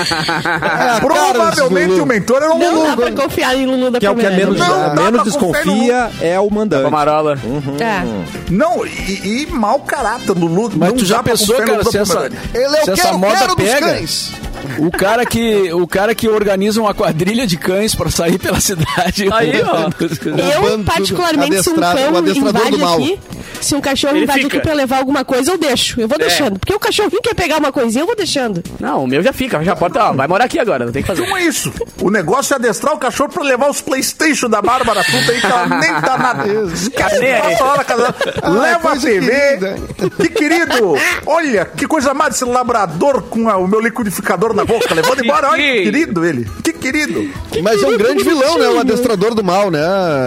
[SPEAKER 4] Ah,
[SPEAKER 5] Ah,
[SPEAKER 2] Provavelmente o mentor era um
[SPEAKER 6] Não
[SPEAKER 2] Lulu.
[SPEAKER 6] dá pra confiar em Lulu da
[SPEAKER 1] Que é o que é
[SPEAKER 6] Pomerânia.
[SPEAKER 1] menos,
[SPEAKER 2] Não dá pra
[SPEAKER 1] menos
[SPEAKER 2] confiar
[SPEAKER 1] desconfia é o mandante.
[SPEAKER 3] Marola.
[SPEAKER 6] É.
[SPEAKER 2] Não, e, e mau caráter, Lulu.
[SPEAKER 5] Mas
[SPEAKER 2] não
[SPEAKER 5] tu já
[SPEAKER 2] dá pra
[SPEAKER 5] pensou,
[SPEAKER 2] confiar no
[SPEAKER 5] cara,
[SPEAKER 2] Lulu
[SPEAKER 5] se
[SPEAKER 2] da
[SPEAKER 5] essa,
[SPEAKER 2] Pomerânia.
[SPEAKER 4] Ele é o
[SPEAKER 5] se essa
[SPEAKER 4] quero,
[SPEAKER 5] moda
[SPEAKER 4] quero dos
[SPEAKER 5] pega,
[SPEAKER 4] cães.
[SPEAKER 5] o cara que o cara que organiza uma quadrilha de cães pra sair pela cidade.
[SPEAKER 3] Tá Aí, ó.
[SPEAKER 6] Eu,
[SPEAKER 4] Roubando
[SPEAKER 6] particularmente,
[SPEAKER 4] tudo.
[SPEAKER 6] se um
[SPEAKER 4] Adestrado, o
[SPEAKER 6] cão
[SPEAKER 4] adestrador do
[SPEAKER 6] invade
[SPEAKER 4] mal.
[SPEAKER 6] aqui, se um cachorro
[SPEAKER 3] Ele
[SPEAKER 6] invade
[SPEAKER 3] fica. É.
[SPEAKER 6] aqui pra levar alguma coisa, eu deixo. Eu vou deixando. Porque o cachorrinho quer pegar uma coisinha, eu vou deixando.
[SPEAKER 3] Não, o meu já fica, fecha a porta, ó, vai morar aqui agora, não tem o que fazer.
[SPEAKER 2] Então é isso. O negócio é adestrar o cachorro pra levar os Playstation da Bárbara Tuta aí, que ela nem tá dá nada.
[SPEAKER 3] Cadê?
[SPEAKER 2] Passa lá na casa dela. Ah, Leva a
[SPEAKER 4] coisa
[SPEAKER 2] TV.
[SPEAKER 4] querida.
[SPEAKER 2] Que querido. Olha, que coisa mais esse labrador com a- o meu liquidificador na boca. Levando embora. Olha, que querido ele. Que querido.
[SPEAKER 4] Mas é um grande vilão, né? O adestrador do mal, né?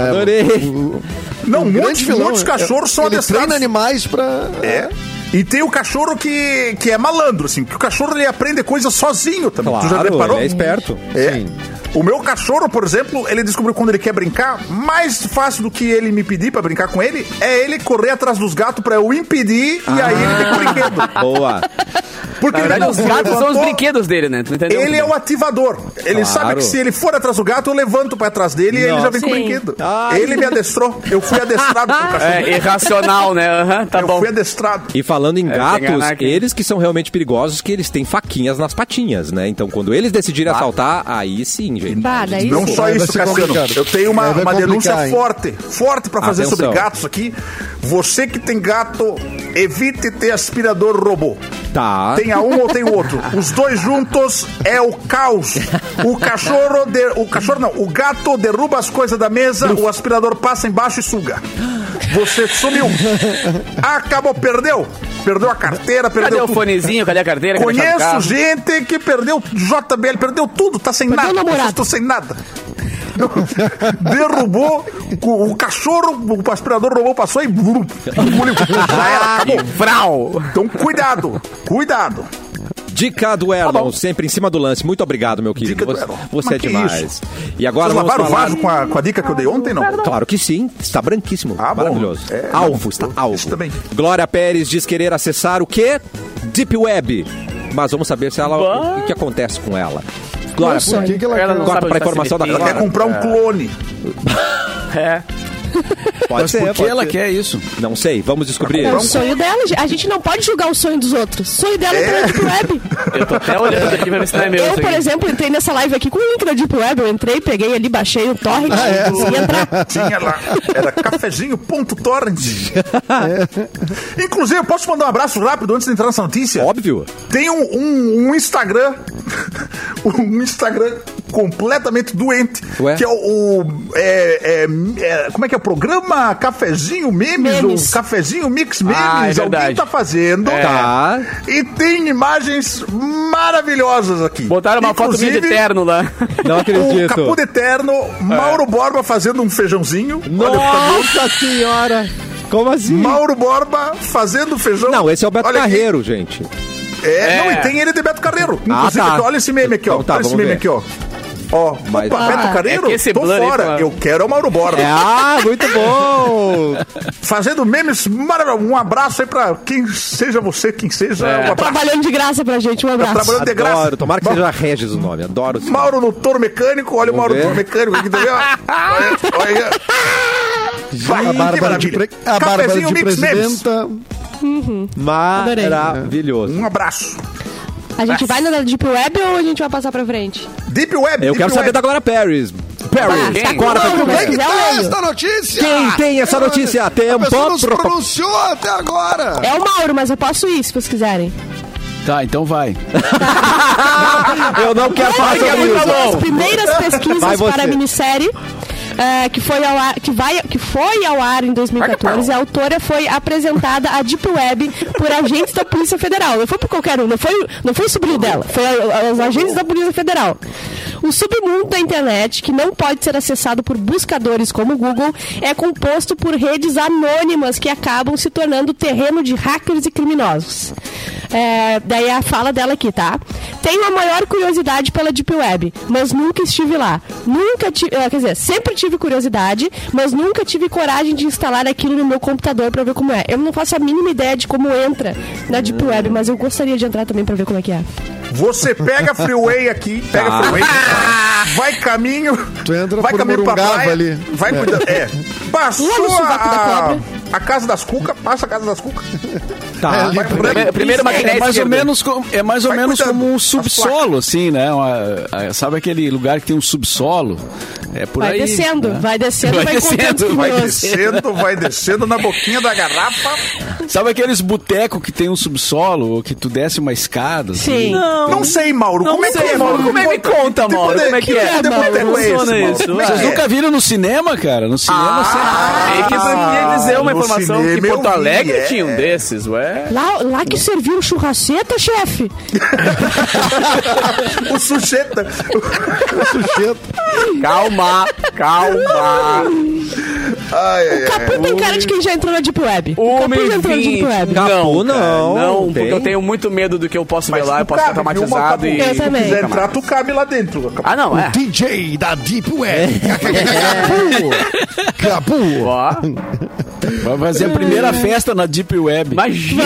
[SPEAKER 4] Um
[SPEAKER 1] Adorei.
[SPEAKER 2] Não, um muitos,
[SPEAKER 4] Grande vilão. é, né?
[SPEAKER 2] muitos cachorros são
[SPEAKER 4] Ele treina
[SPEAKER 2] adestrados.
[SPEAKER 4] animais pra...
[SPEAKER 2] É. E tem o cachorro que, que é malandro, assim. Que o cachorro ele aprende coisas sozinho também. tu já
[SPEAKER 1] Claro,
[SPEAKER 2] reparou?
[SPEAKER 1] ele é esperto.
[SPEAKER 2] É. O meu cachorro, por exemplo, ele descobriu quando ele quer brincar, mais fácil do que ele me pedir pra brincar com ele, é ele correr atrás dos gatos pra eu impedir e aí ele tem brinquedo.
[SPEAKER 1] Boa.
[SPEAKER 2] Porque
[SPEAKER 3] Ah. Na verdade,
[SPEAKER 2] não
[SPEAKER 3] os gatos são os
[SPEAKER 2] levantou,
[SPEAKER 3] brinquedos dele, né? Tu não entendeu?
[SPEAKER 2] Ele é o ativador. Ele
[SPEAKER 1] Claro.
[SPEAKER 2] sabe que se ele for atrás do gato, eu levanto pra trás dele e ele já vem com o
[SPEAKER 6] Sim.
[SPEAKER 2] brinquedo.
[SPEAKER 1] Ai.
[SPEAKER 2] Ele me adestrou. Eu fui adestrado pro cachorro.
[SPEAKER 3] É, irracional, né? Aham, tá
[SPEAKER 2] eu
[SPEAKER 3] bom.
[SPEAKER 2] fui adestrado.
[SPEAKER 1] E falando em
[SPEAKER 3] É, tem que
[SPEAKER 1] gatos,
[SPEAKER 3] enganar aqui.
[SPEAKER 1] eles que são realmente perigosos, que eles têm faquinhas nas patinhas, né? Então, quando eles decidirem assaltar, aí sim, gente.
[SPEAKER 6] Bah, daí
[SPEAKER 2] Não
[SPEAKER 6] sim.
[SPEAKER 2] só
[SPEAKER 4] Aí vai
[SPEAKER 2] isso,
[SPEAKER 4] ser
[SPEAKER 2] Cassiano.
[SPEAKER 4] complicado.
[SPEAKER 2] Eu tenho uma,
[SPEAKER 4] Aí vai
[SPEAKER 2] uma
[SPEAKER 4] complicar,
[SPEAKER 2] denúncia
[SPEAKER 4] hein?
[SPEAKER 2] forte, forte pra fazer
[SPEAKER 1] Atenção.
[SPEAKER 2] sobre gatos aqui. Você que tem gato, evite ter aspirador robô.
[SPEAKER 4] Ah.
[SPEAKER 1] Tá.
[SPEAKER 2] Tenha um ou tenha o outro. Os dois juntos é o caos. O cachorro, de- o cachorro não, o gato derruba as coisas da mesa, o aspirador passa embaixo e suga. Você sumiu. Acabou, perdeu. Perdeu a carteira,
[SPEAKER 3] Cadê
[SPEAKER 2] perdeu
[SPEAKER 3] o
[SPEAKER 2] tudo.
[SPEAKER 3] fonezinho? Cadê a carteira? Cadê a chave do
[SPEAKER 2] Conheço
[SPEAKER 3] carro?
[SPEAKER 2] gente que perdeu JBL, perdeu tudo, tá sem
[SPEAKER 6] Perdeu o
[SPEAKER 2] nada.
[SPEAKER 6] namorado.
[SPEAKER 2] Estou sem nada. Não, Derrubou o, o cachorro, o aspirador roubou, passou e. blum, engoliu. Já
[SPEAKER 1] Ah,
[SPEAKER 2] era, acabou.
[SPEAKER 3] Vral!
[SPEAKER 2] Então cuidado, cuidado.
[SPEAKER 1] Dica do Erlon, sempre em cima do lance. Muito obrigado, meu querido.
[SPEAKER 2] Tá Dica do
[SPEAKER 1] você
[SPEAKER 2] Erlon.
[SPEAKER 1] você é
[SPEAKER 2] Mas que
[SPEAKER 1] demais. E agora
[SPEAKER 2] Vocês
[SPEAKER 1] vamos
[SPEAKER 2] lavaram o
[SPEAKER 1] falar...
[SPEAKER 2] vaso com a, com a dica que eu dei ontem, não?
[SPEAKER 1] Claro que sim, está branquíssimo,
[SPEAKER 2] Ah, bom.
[SPEAKER 1] maravilhoso.
[SPEAKER 2] É,
[SPEAKER 1] alvo,
[SPEAKER 2] não,
[SPEAKER 1] está
[SPEAKER 2] isso
[SPEAKER 1] alvo.
[SPEAKER 2] também.
[SPEAKER 1] Glória Pérez diz querer acessar o quê? Deep Web. Mas vamos saber se ela, o que acontece com ela. Glória,
[SPEAKER 4] Nossa,
[SPEAKER 6] É
[SPEAKER 4] o que que ela
[SPEAKER 3] Ela
[SPEAKER 4] quer?
[SPEAKER 3] não
[SPEAKER 1] corta
[SPEAKER 3] sabe
[SPEAKER 1] para a
[SPEAKER 3] onde tá
[SPEAKER 1] informação da
[SPEAKER 3] esse
[SPEAKER 2] Ela
[SPEAKER 1] Clara.
[SPEAKER 2] quer comprar um clone.
[SPEAKER 3] É.
[SPEAKER 1] Pode ser,
[SPEAKER 5] Por que
[SPEAKER 1] pode
[SPEAKER 5] ela
[SPEAKER 1] ser.
[SPEAKER 5] quer isso?
[SPEAKER 1] Não sei, vamos descobrir.
[SPEAKER 6] É o sonho dela. gente. A gente não pode julgar o sonho dos outros. O sonho dela é entrar na Deep Web.
[SPEAKER 3] Eu tô até Tá olhando aqui pra ver se não é meu.
[SPEAKER 6] Eu,
[SPEAKER 3] isso
[SPEAKER 6] por
[SPEAKER 3] aqui.
[SPEAKER 6] exemplo, entrei nessa live aqui com o link da Deep Web. Eu entrei, peguei ali, baixei o torrent
[SPEAKER 4] é?
[SPEAKER 6] e consegui entrar.
[SPEAKER 2] Tinha lá. Era cafezinho.torrent.
[SPEAKER 1] É.
[SPEAKER 2] Inclusive, eu posso mandar um abraço rápido antes de entrar nessa notícia?
[SPEAKER 1] Óbvio.
[SPEAKER 2] Tem um, um- um Instagram. Um Instagram completamente doente.
[SPEAKER 1] Ué?
[SPEAKER 2] Que é o. o- é- é- é- como é que é? Programa Cafezinho Memes,
[SPEAKER 6] Memes.
[SPEAKER 2] ou Cafezinho Mix Memes.
[SPEAKER 3] Ah, é verdade.
[SPEAKER 2] Alguém tá fazendo.
[SPEAKER 1] Tá.
[SPEAKER 2] E tem imagens maravilhosas aqui.
[SPEAKER 3] Botaram uma foto minha de
[SPEAKER 2] Inclusive,
[SPEAKER 3] terno lá.
[SPEAKER 1] Não
[SPEAKER 2] O
[SPEAKER 1] acredito.
[SPEAKER 2] Capu de Terno, Mauro Borba fazendo um feijãozinho. Olha o cabelo.
[SPEAKER 1] É. Nossa senhora! Como assim?
[SPEAKER 2] Mauro Borba fazendo feijão.
[SPEAKER 1] Não, esse é o Beto
[SPEAKER 2] Olha aqui.
[SPEAKER 1] Carreiro, gente.
[SPEAKER 2] É, não,
[SPEAKER 3] É.
[SPEAKER 2] e tem ele de Beto Carreiro. Inclusive,
[SPEAKER 1] tá.
[SPEAKER 2] olha esse meme aqui, ó.
[SPEAKER 1] Então tá,
[SPEAKER 2] olha esse
[SPEAKER 1] vamos
[SPEAKER 2] meme
[SPEAKER 1] ver.
[SPEAKER 2] aqui, ó. Ó,
[SPEAKER 1] Mas-
[SPEAKER 2] opa,
[SPEAKER 1] Ah,
[SPEAKER 2] Beto Carreiro,
[SPEAKER 3] é que esse
[SPEAKER 2] tô
[SPEAKER 3] blur aí,
[SPEAKER 2] fora.
[SPEAKER 3] tá-
[SPEAKER 2] Eu quero é o Mauro Borba.
[SPEAKER 1] Ah, muito bom!
[SPEAKER 2] Fazendo memes maravilhosos. Um abraço aí pra quem seja você, quem seja.
[SPEAKER 3] É.
[SPEAKER 2] Um abraço.
[SPEAKER 6] Trabalhando de graça pra gente. Um abraço.
[SPEAKER 2] Trabalhando de graça.
[SPEAKER 1] Adoro, tomara que seja Regis o nome, adoro. esse
[SPEAKER 2] Mauro no touro mecânico, olha
[SPEAKER 1] Vamos
[SPEAKER 2] o Mauro no
[SPEAKER 1] ver.
[SPEAKER 2] touro mecânico aqui também, ó. Olha, olha. aí. Vai,
[SPEAKER 4] A
[SPEAKER 2] que
[SPEAKER 4] Bárbara de,
[SPEAKER 2] maravilha.
[SPEAKER 4] pre... a Bárbara
[SPEAKER 2] Cafezinho
[SPEAKER 4] de
[SPEAKER 2] Mix Memes.
[SPEAKER 4] presidenta...
[SPEAKER 1] nome. Maravilhoso.
[SPEAKER 2] Um abraço.
[SPEAKER 6] A gente vai na Deep Web ou a gente vai passar pra frente? Tá,
[SPEAKER 2] Deep Web.
[SPEAKER 1] Eu
[SPEAKER 2] Deep
[SPEAKER 1] quero saber
[SPEAKER 2] Web.
[SPEAKER 3] é-
[SPEAKER 1] da Glória Pérez. Pérez,
[SPEAKER 3] Quem?
[SPEAKER 1] agora pra
[SPEAKER 6] Vamos,
[SPEAKER 1] tudo
[SPEAKER 6] Mas
[SPEAKER 1] bem.
[SPEAKER 4] Quem
[SPEAKER 6] vamos.
[SPEAKER 2] Tá,
[SPEAKER 4] que
[SPEAKER 6] quiser, eu
[SPEAKER 4] tem
[SPEAKER 6] leio.
[SPEAKER 4] essa notícia?
[SPEAKER 1] Quem
[SPEAKER 3] ah,
[SPEAKER 1] tem essa notícia?
[SPEAKER 3] É um
[SPEAKER 4] A
[SPEAKER 1] Tempo.
[SPEAKER 4] pessoa não se
[SPEAKER 1] pro-
[SPEAKER 4] pronunciou até agora.
[SPEAKER 6] É o Mauro, mas eu posso ir, se vocês quiserem.
[SPEAKER 5] Tá, então vai.
[SPEAKER 1] Eu não quero falar
[SPEAKER 6] Porque
[SPEAKER 1] sobre
[SPEAKER 6] é uma
[SPEAKER 1] isso.
[SPEAKER 6] das primeiras pesquisas
[SPEAKER 1] Vai você.
[SPEAKER 6] para a minissérie. eh, que, foi ao ar, que, vai, que foi ao ar em 2014, a autora foi apresentada à Deep Web por agentes da Polícia Federal. Não foi por qualquer um, não foi, não foi o sobrinho dela, foi a- a- os agentes da Polícia Federal. O submundo da internet, que não pode ser acessado por buscadores como o Google, é composto por redes anônimas que acabam se tornando terreno de hackers e criminosos. É, daí a fala dela aqui, tá? Tenho a maior curiosidade pela Deep Web, mas nunca estive lá. Nunca tive, eh, quer dizer, sempre tive curiosidade, mas nunca tive coragem de instalar aquilo no meu computador pra ver como é. Eu não faço a mínima ideia de como entra na Deep Web, mas eu gostaria de entrar também pra ver como é que é.
[SPEAKER 2] Você pega a freeway aqui, pega a freeway, vai caminho,
[SPEAKER 4] Tu entra
[SPEAKER 2] vai
[SPEAKER 4] por
[SPEAKER 2] caminho pra
[SPEAKER 4] Morungava
[SPEAKER 2] praia,
[SPEAKER 4] ali.
[SPEAKER 2] vai
[SPEAKER 4] É.
[SPEAKER 2] cuidando, é.
[SPEAKER 6] Lá no
[SPEAKER 2] Passou
[SPEAKER 6] sovaco da
[SPEAKER 2] a,
[SPEAKER 6] cobra.
[SPEAKER 2] a casa das cuca, passa a casa das cuca,
[SPEAKER 3] É,
[SPEAKER 1] Tá.
[SPEAKER 2] vai pro
[SPEAKER 3] Primeiro- Primeiro uma
[SPEAKER 5] É mais ou
[SPEAKER 3] esquerda.
[SPEAKER 5] menos, como- é mais ou
[SPEAKER 2] Vai
[SPEAKER 5] menos
[SPEAKER 2] cuidando
[SPEAKER 5] como um
[SPEAKER 2] das
[SPEAKER 5] subsolo, assim, né? Uma- a- sabe aquele lugar que tem um subsolo? É por
[SPEAKER 6] Vai
[SPEAKER 5] aí.
[SPEAKER 6] descendo,
[SPEAKER 5] né?
[SPEAKER 6] vai descendo,
[SPEAKER 5] Vai
[SPEAKER 6] vai, encontrando
[SPEAKER 5] descendo, vai
[SPEAKER 6] criminosos.
[SPEAKER 2] descendo, vai descendo na boquinha da garrafa.
[SPEAKER 5] Sabe aqueles botecos que tem um subsolo, ou que tu desce uma escada? assim?
[SPEAKER 6] Sim.
[SPEAKER 2] Não sei, Mauro, como é que é, Mauro?
[SPEAKER 3] Como é que me conta,
[SPEAKER 2] Que
[SPEAKER 3] Mauro?
[SPEAKER 2] poder-
[SPEAKER 3] Como é que é?
[SPEAKER 2] poder
[SPEAKER 3] Mauro,
[SPEAKER 2] boteco
[SPEAKER 3] não
[SPEAKER 2] é esse,
[SPEAKER 3] funciona
[SPEAKER 2] Mauro?
[SPEAKER 3] isso,
[SPEAKER 2] Como é
[SPEAKER 5] Vocês
[SPEAKER 2] que é?
[SPEAKER 5] nunca viram no cinema, cara? No cinema
[SPEAKER 2] Ah.
[SPEAKER 3] É que isso eu queria dizer uma
[SPEAKER 2] no
[SPEAKER 3] informação que
[SPEAKER 2] cinema
[SPEAKER 3] em
[SPEAKER 2] eu
[SPEAKER 3] Porto
[SPEAKER 2] vi,
[SPEAKER 3] Alegre
[SPEAKER 2] é.
[SPEAKER 3] tinha um desses, ué.
[SPEAKER 6] Lá, lá que serviu churrasceta, chefe.
[SPEAKER 2] O sujeita.
[SPEAKER 3] Calma, calma.
[SPEAKER 2] Ai, ai, ai.
[SPEAKER 5] É,
[SPEAKER 6] Capu tem cara de quem já entrou na Deep Web. O
[SPEAKER 3] Uma
[SPEAKER 6] Capu já
[SPEAKER 3] e
[SPEAKER 6] entrou na Deep
[SPEAKER 3] vinte.
[SPEAKER 6] Web.
[SPEAKER 1] Capu,
[SPEAKER 3] Não, cara,
[SPEAKER 1] não,
[SPEAKER 3] não,
[SPEAKER 1] tem.
[SPEAKER 3] porque eu tenho muito medo do que eu posso ver
[SPEAKER 2] Mas
[SPEAKER 3] lá, eu
[SPEAKER 2] tu
[SPEAKER 3] posso ficar
[SPEAKER 2] cabe, viu, uma
[SPEAKER 3] traumatizado e...
[SPEAKER 2] capu-
[SPEAKER 6] Eu também.
[SPEAKER 2] Se quiser entrar, tu cabe lá dentro.
[SPEAKER 3] Ah, não, é.
[SPEAKER 4] DJ da Deep Web.
[SPEAKER 3] Tá,
[SPEAKER 4] Capu. Capu.
[SPEAKER 3] Ó,
[SPEAKER 5] Vai fazer a primeira
[SPEAKER 6] Hum.
[SPEAKER 5] festa na Deep Web.
[SPEAKER 3] imagina.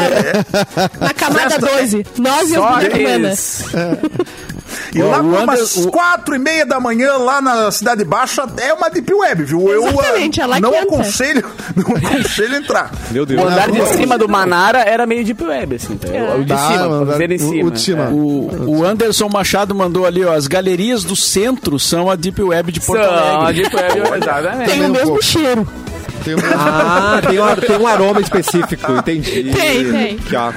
[SPEAKER 6] Na camada 12. Nós e as
[SPEAKER 3] Só
[SPEAKER 6] mulheres humanas.
[SPEAKER 3] eles.
[SPEAKER 2] E lá
[SPEAKER 5] o
[SPEAKER 2] por umas
[SPEAKER 5] Ander- o-
[SPEAKER 2] quatro e meia da manhã, lá na Cidade Baixa, é uma Deep Web, viu? Eu
[SPEAKER 6] Exatamente,
[SPEAKER 2] ah,
[SPEAKER 6] é lá que
[SPEAKER 2] não
[SPEAKER 6] entra.
[SPEAKER 2] aconselho, não aconselho entrar.
[SPEAKER 1] Meu Deus.
[SPEAKER 3] O andar de cima do Manara era meio deep web, assim. Tá? O de
[SPEAKER 4] Tá,
[SPEAKER 3] cima,
[SPEAKER 4] mano,
[SPEAKER 3] vamos dizer em
[SPEAKER 4] o- o
[SPEAKER 3] cima.
[SPEAKER 4] de cima.
[SPEAKER 3] É.
[SPEAKER 5] O, o Anderson Machado mandou ali, ó. As galerias do centro são a Deep Web de Porto
[SPEAKER 3] São, a
[SPEAKER 5] Alegre.
[SPEAKER 3] deep web, exatamente.
[SPEAKER 6] Tem
[SPEAKER 4] Também
[SPEAKER 6] o
[SPEAKER 4] um
[SPEAKER 6] mesmo
[SPEAKER 4] pouco.
[SPEAKER 6] cheiro.
[SPEAKER 3] É.
[SPEAKER 4] Tem um-
[SPEAKER 1] Ah, tem um, tem um aroma específico, entendi.
[SPEAKER 6] Tem, tem.
[SPEAKER 1] Que, ó,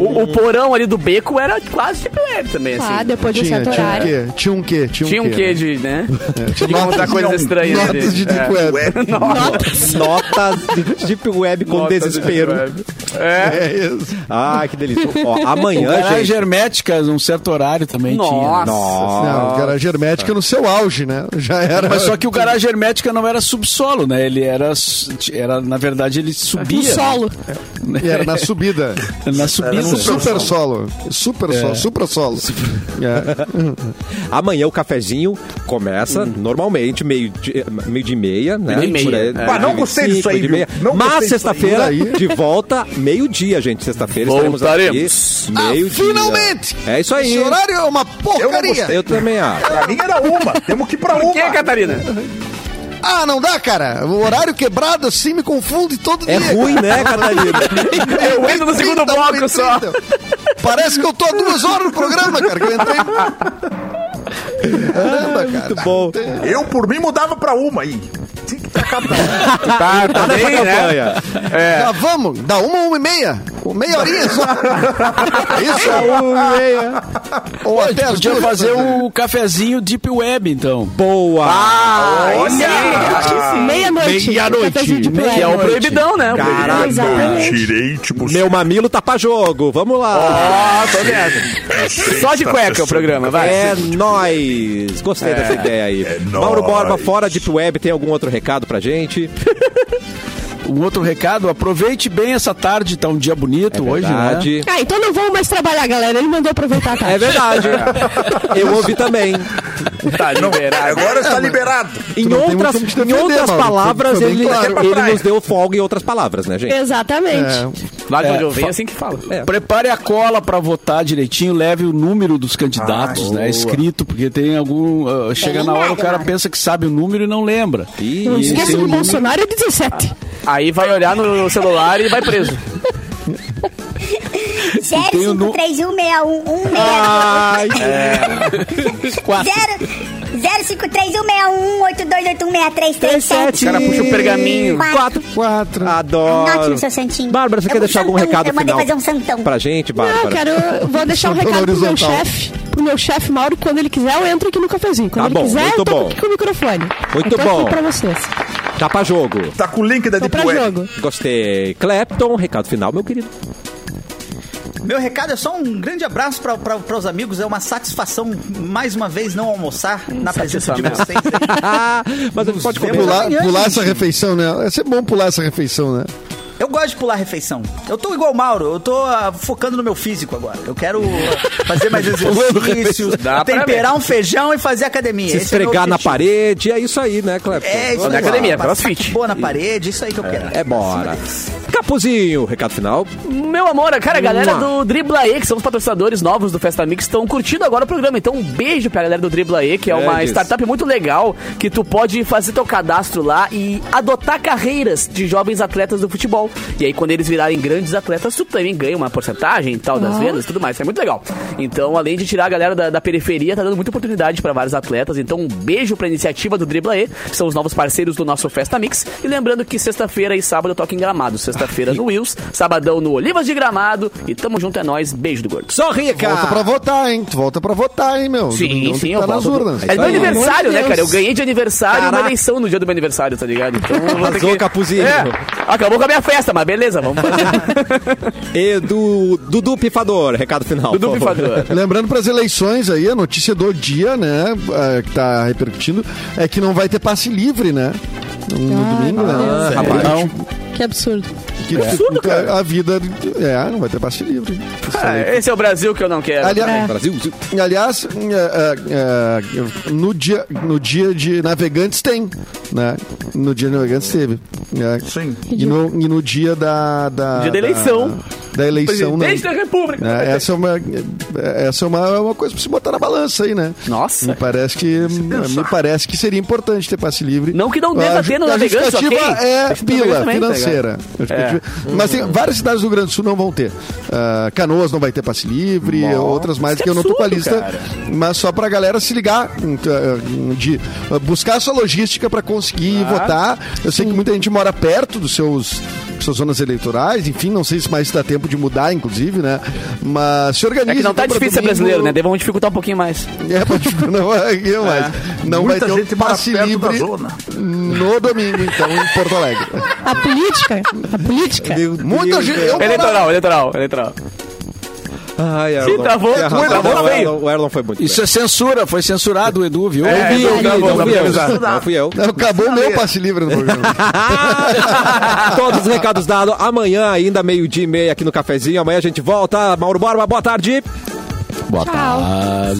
[SPEAKER 3] O, o porão ali do beco era quase deep web também, assim.
[SPEAKER 6] Ah, depois de um
[SPEAKER 4] Tinha,
[SPEAKER 6] certo
[SPEAKER 4] tinha um
[SPEAKER 6] horário.
[SPEAKER 4] quê? Tinha um quê?
[SPEAKER 3] Tinha um quê de, né?
[SPEAKER 4] Tinha
[SPEAKER 3] de encontrar
[SPEAKER 4] notas-
[SPEAKER 3] coisas
[SPEAKER 4] não,
[SPEAKER 3] estranhas dele.
[SPEAKER 4] Notas de Deep
[SPEAKER 3] É.
[SPEAKER 4] Web.
[SPEAKER 1] notas de Deep Web com
[SPEAKER 3] Notas de
[SPEAKER 1] desespero.
[SPEAKER 3] deep web.
[SPEAKER 4] É isso.
[SPEAKER 1] Ai, que delícia. Ó, amanhã,
[SPEAKER 5] Garagem
[SPEAKER 1] gente.
[SPEAKER 5] herméticas, um certo horário também tinha.
[SPEAKER 3] Nossa.
[SPEAKER 1] Nossa.
[SPEAKER 4] Não, o garagem hermética no seu auge, né? Já era.
[SPEAKER 5] Mas só que o garagem hermética não era subsolo, né? Ele era, era na verdade, ele subia.
[SPEAKER 6] No um solo.
[SPEAKER 4] E era na subida.
[SPEAKER 5] Na subida.
[SPEAKER 4] Super, super solo. Super solo. Super solo. É.
[SPEAKER 1] Amanhã o cafezinho começa normalmente, meio de, meio de meia, né?
[SPEAKER 3] Meio de meia,
[SPEAKER 1] Por aí,
[SPEAKER 3] é.
[SPEAKER 1] meio
[SPEAKER 2] Pá, não
[SPEAKER 1] de
[SPEAKER 2] gostei
[SPEAKER 1] cinco,
[SPEAKER 2] disso aí,
[SPEAKER 1] de
[SPEAKER 2] viu?
[SPEAKER 1] meia.
[SPEAKER 2] Não gostei
[SPEAKER 1] Mas
[SPEAKER 2] disso
[SPEAKER 1] sexta-feira,
[SPEAKER 4] aí.
[SPEAKER 1] de volta, meio-dia, gente. Sexta-feira estaremos
[SPEAKER 3] Voltaremos.
[SPEAKER 1] aqui. Meio-dia.
[SPEAKER 4] finalmente!
[SPEAKER 1] É isso aí.
[SPEAKER 4] Esse horário é uma porcaria.
[SPEAKER 1] Eu também acho.
[SPEAKER 2] Pra mim era uma, temos que ir pra uma.
[SPEAKER 3] Quem é Catarina?
[SPEAKER 4] Ah, não dá, cara. O horário quebrado assim me confunde todo
[SPEAKER 1] É
[SPEAKER 4] dia.
[SPEAKER 1] ruim, né, Catarina?
[SPEAKER 3] Eu entro no segundo
[SPEAKER 4] 30,
[SPEAKER 3] bloco só.
[SPEAKER 4] 1h30. Parece que eu tô há duas horas no programa, cara, que eu entrei. Caramba, cara.
[SPEAKER 1] Muito bom.
[SPEAKER 2] Eu, por mim, mudava pra uma aí. Tinha que tacar pra uma.
[SPEAKER 3] Tá, tá
[SPEAKER 1] Nessa
[SPEAKER 3] bem, né?
[SPEAKER 1] campanha.
[SPEAKER 4] Já vamos, dá uma, uma e meia. Meia horinha só. É Isso? Ou até as
[SPEAKER 5] É, Podia
[SPEAKER 4] duas.
[SPEAKER 5] fazer um o cafezinho Deep Web, então.
[SPEAKER 1] Boa. Ah,
[SPEAKER 3] Olha!
[SPEAKER 6] Meia-noite.
[SPEAKER 4] Meia-noite.
[SPEAKER 6] Cafezinho de
[SPEAKER 5] Meia-
[SPEAKER 3] Que é
[SPEAKER 6] Meia
[SPEAKER 3] o proibidão, né?
[SPEAKER 1] Caraca.
[SPEAKER 6] Exatamente.
[SPEAKER 2] Tirei, tipo,
[SPEAKER 1] Meu mamilo tá pra jogo. Vamos lá.
[SPEAKER 3] Ó, tô dentro. Só de cueca o programa, vai. É
[SPEAKER 1] É nóis! Gostei
[SPEAKER 4] É.
[SPEAKER 1] dessa ideia aí. Mauro
[SPEAKER 2] nóis.
[SPEAKER 1] Borba, fora Deep Web, tem algum outro recado pra gente?
[SPEAKER 5] Um outro recado, aproveite bem essa tarde, tá um dia bonito
[SPEAKER 3] É
[SPEAKER 5] hoje,
[SPEAKER 4] é.
[SPEAKER 5] né?
[SPEAKER 1] Verdade.
[SPEAKER 6] Ah, então não vamos mais trabalhar, galera. Ele mandou aproveitar tá? a
[SPEAKER 1] É
[SPEAKER 6] tarde.
[SPEAKER 1] verdade. Eu ouvi também.
[SPEAKER 3] Tá liberado.
[SPEAKER 2] agora está liberado.
[SPEAKER 1] Em
[SPEAKER 4] não tem
[SPEAKER 1] outras,
[SPEAKER 4] muito como te
[SPEAKER 1] em
[SPEAKER 4] defender,
[SPEAKER 1] outras
[SPEAKER 4] Mauro,
[SPEAKER 1] palavras,
[SPEAKER 4] foi bem
[SPEAKER 1] ele,
[SPEAKER 4] claro.
[SPEAKER 1] ele nos deu folga em outras palavras, né, gente?
[SPEAKER 6] Exatamente.
[SPEAKER 3] Lá de
[SPEAKER 5] É,
[SPEAKER 3] onde eu venho,
[SPEAKER 5] fa-
[SPEAKER 3] assim que fala.
[SPEAKER 5] Prepare a cola para votar direitinho, leve o número dos candidatos, né? Escrito, porque tem algum. ah, chega na hora, o cara pensa que sabe o número e não lembra.
[SPEAKER 1] Ih,
[SPEAKER 6] Não
[SPEAKER 1] isso.
[SPEAKER 6] esqueça que o Bolsonaro é 17.
[SPEAKER 3] Aí vai olhar no celular e vai preso.
[SPEAKER 5] tem o nu-
[SPEAKER 1] Ah!
[SPEAKER 7] 05316116.
[SPEAKER 3] É.
[SPEAKER 5] Quatro.
[SPEAKER 7] 05316182816337.
[SPEAKER 3] O cara puxa o pergaminho.
[SPEAKER 7] Quatro.
[SPEAKER 4] Quatro.
[SPEAKER 1] Adoro.
[SPEAKER 7] Ótimo, seu santinho.
[SPEAKER 1] Bárbara, você
[SPEAKER 7] Eu
[SPEAKER 1] quer
[SPEAKER 7] vou
[SPEAKER 1] deixar algum
[SPEAKER 7] santão,
[SPEAKER 1] recado
[SPEAKER 7] Eu mandei
[SPEAKER 1] final?
[SPEAKER 7] fazer um santão.
[SPEAKER 1] Pra gente,
[SPEAKER 6] Ah,
[SPEAKER 1] Bárbara?
[SPEAKER 6] quero. Vou deixar um
[SPEAKER 4] Santão
[SPEAKER 6] recado pro meu
[SPEAKER 4] horizontal.
[SPEAKER 6] chefe. Pro meu chefe Mauro, quando ele quiser, eu entro aqui no cafezinho. Quando
[SPEAKER 1] Tá
[SPEAKER 6] ele
[SPEAKER 1] bom,
[SPEAKER 6] quiser,
[SPEAKER 1] muito
[SPEAKER 6] eu tô
[SPEAKER 1] bom.
[SPEAKER 6] aqui com o microfone. Então,
[SPEAKER 1] Muito
[SPEAKER 6] eu tô
[SPEAKER 1] bom. Tipo é.
[SPEAKER 6] aqui pra vocês.
[SPEAKER 1] Tá pra jogo.
[SPEAKER 2] Tá com o link da
[SPEAKER 6] Tô
[SPEAKER 2] Deep
[SPEAKER 6] pra
[SPEAKER 2] Web.
[SPEAKER 6] jogo.
[SPEAKER 1] Gostei. Clapton, recado final, meu querido.
[SPEAKER 8] Meu recado é só um grande abraço para os amigos. É uma satisfação, mais uma vez, não almoçar na presença de vocês.
[SPEAKER 1] Mas a gente pode comer.
[SPEAKER 4] Pular,
[SPEAKER 8] amanhã,
[SPEAKER 4] pular
[SPEAKER 8] gente.
[SPEAKER 4] essa refeição, né? É sempre bom pular essa refeição, né?
[SPEAKER 8] Eu gosto de pular refeição. Eu tô igual o Mauro, eu tô ah, focando no meu físico agora. Eu quero ah, fazer mais exercícios,
[SPEAKER 3] Dá pra
[SPEAKER 8] temperar um feijão e fazer academia.
[SPEAKER 1] Se
[SPEAKER 8] Esse é meu
[SPEAKER 1] esfregar na
[SPEAKER 8] objetivo.
[SPEAKER 1] parede, é isso aí, né, Clepton?
[SPEAKER 8] É, isso
[SPEAKER 3] Na
[SPEAKER 8] aí,
[SPEAKER 3] academia,
[SPEAKER 8] ó, passar
[SPEAKER 3] crossfit.
[SPEAKER 8] Boa na parede, isso aí que eu quero.
[SPEAKER 1] É bora. Capuzinho, recado final.
[SPEAKER 3] Meu amor, cara, a galera
[SPEAKER 1] Mua.
[SPEAKER 3] do Dribla E, que são os patrocinadores novos do Festa Mix, estão curtindo agora o programa. Então, um beijo pra galera do Dribla E, que é uma
[SPEAKER 1] Grandes.
[SPEAKER 3] startup muito legal, que tu pode fazer teu cadastro lá e adotar carreiras de jovens atletas do futebol. E aí, quando eles virarem grandes atletas, tu também ganha uma porcentagem e tal das vendas e tudo mais. É muito legal. Então, além de tirar a galera da, da periferia, tá dando muita oportunidade pra vários atletas. Então, um beijo pra iniciativa do Dribla E, que são os novos parceiros do nosso Festa Mix. E lembrando que sexta-feira e sábado eu toco em Gramado. Sexta-feira no Wills, sabadão no Olivas de Gramado. E tamo junto, é nóis. Beijo do gordo.
[SPEAKER 1] Sorria,
[SPEAKER 4] Volta pra votar, hein? Tu volta pra votar, hein, meu? Domingão tem que tá nas
[SPEAKER 3] volto.
[SPEAKER 4] urnas.
[SPEAKER 3] É meu
[SPEAKER 4] Aí.
[SPEAKER 3] aniversário, né, cara? Eu ganhei de aniversário
[SPEAKER 1] Caraca.
[SPEAKER 3] uma eleição no dia do meu aniversário, tá ligado? Então, eu vou ter
[SPEAKER 1] Arrasou, Capuzinho.
[SPEAKER 3] É, acabou com a minha festa, mas beleza, vamos
[SPEAKER 1] E do Dudu Pifador, recado final.
[SPEAKER 3] Dudu
[SPEAKER 1] por favor.
[SPEAKER 3] Pifador.
[SPEAKER 4] Lembrando para as eleições aí, a notícia do dia, né, eh, que tá repercutindo, é que não vai ter passe livre, né? No domingo, né?
[SPEAKER 1] Ah, rapaz.
[SPEAKER 6] Que absurdo.
[SPEAKER 4] Que,
[SPEAKER 3] É. absurdo,
[SPEAKER 4] que-
[SPEAKER 3] cara.
[SPEAKER 4] A vida. É, não vai ter passe livre.
[SPEAKER 3] Ah, Esse é o Brasil que eu não quero.
[SPEAKER 4] Aliás,
[SPEAKER 1] Brasil,
[SPEAKER 4] aliás, eh, eh, eh, no, dia, no dia de navegantes tem, né? No dia de navegantes teve. né?
[SPEAKER 2] Sim.
[SPEAKER 4] E no, e no dia da. da
[SPEAKER 3] Dia da eleição. é,
[SPEAKER 4] Da, da eleição, né?
[SPEAKER 3] Presidente da República.
[SPEAKER 4] Né? Essa é, uma, essa é uma, uma coisa pra se botar na balança aí, né? Me
[SPEAKER 3] Nossa.
[SPEAKER 4] parece que me parece que seria importante ter passe livre.
[SPEAKER 3] Não que não
[SPEAKER 4] A
[SPEAKER 3] deva
[SPEAKER 4] ju-
[SPEAKER 3] ter no
[SPEAKER 4] a
[SPEAKER 3] navegante,
[SPEAKER 4] justificativa
[SPEAKER 3] ok?
[SPEAKER 4] é
[SPEAKER 3] Mas no navegante
[SPEAKER 4] pila
[SPEAKER 3] também, Hum. tá
[SPEAKER 4] financeira. A justificativa- Mas tem várias cidades do Rio Grande do Sul não vão ter. Ah, Canoas não vai ter passe livre, outras mais
[SPEAKER 3] Isso
[SPEAKER 4] que eu não tô com a
[SPEAKER 3] absurdo,
[SPEAKER 4] lista,
[SPEAKER 3] cara.
[SPEAKER 4] mas só pra galera se ligar hum, t- ah, hum, de ah, buscar a sua logística pra conseguir
[SPEAKER 3] Ah,
[SPEAKER 4] votar. Eu sei que muita gente mora perto dos seus suas zonas eleitorais, enfim, não sei se mais dá tempo de mudar, inclusive, né? Mas se organiza.
[SPEAKER 3] É que não tá
[SPEAKER 4] então, pra
[SPEAKER 3] difícil ser
[SPEAKER 4] domingo.
[SPEAKER 3] brasileiro, né? É. Devam dificultar um pouquinho mais.
[SPEAKER 4] É, mas tipo, não vai, não vai, não vai
[SPEAKER 2] Muita
[SPEAKER 4] ter um
[SPEAKER 2] gente mora
[SPEAKER 4] passe
[SPEAKER 2] perto da
[SPEAKER 4] livre
[SPEAKER 2] zona.
[SPEAKER 4] no domingo, então, em Porto Alegre.
[SPEAKER 6] A política, a política.
[SPEAKER 4] Muita gente. Eu,
[SPEAKER 3] Eleitoral, eleitoral, eleitoral.
[SPEAKER 1] Ai,
[SPEAKER 3] Sim, tá travou,
[SPEAKER 1] Tem razão,
[SPEAKER 3] travou,
[SPEAKER 1] o
[SPEAKER 3] veio.
[SPEAKER 1] tá Erlon- O Erlon foi muito
[SPEAKER 5] Isso
[SPEAKER 1] bem.
[SPEAKER 5] é censura, foi censurado o Edu, tá viu?
[SPEAKER 1] Eu vi, eu vi,
[SPEAKER 3] travou,
[SPEAKER 1] não fui eu,
[SPEAKER 2] travou.
[SPEAKER 1] não fui eu.
[SPEAKER 4] Não, acabou
[SPEAKER 2] é.
[SPEAKER 4] o meu passe livre no programa.
[SPEAKER 3] Ah.
[SPEAKER 1] Todos os recados dados. Amanhã, ainda meio-dia e meia aqui no cafezinho. Amanhã a gente volta. Mauro Borba, boa tarde.
[SPEAKER 6] Tchau.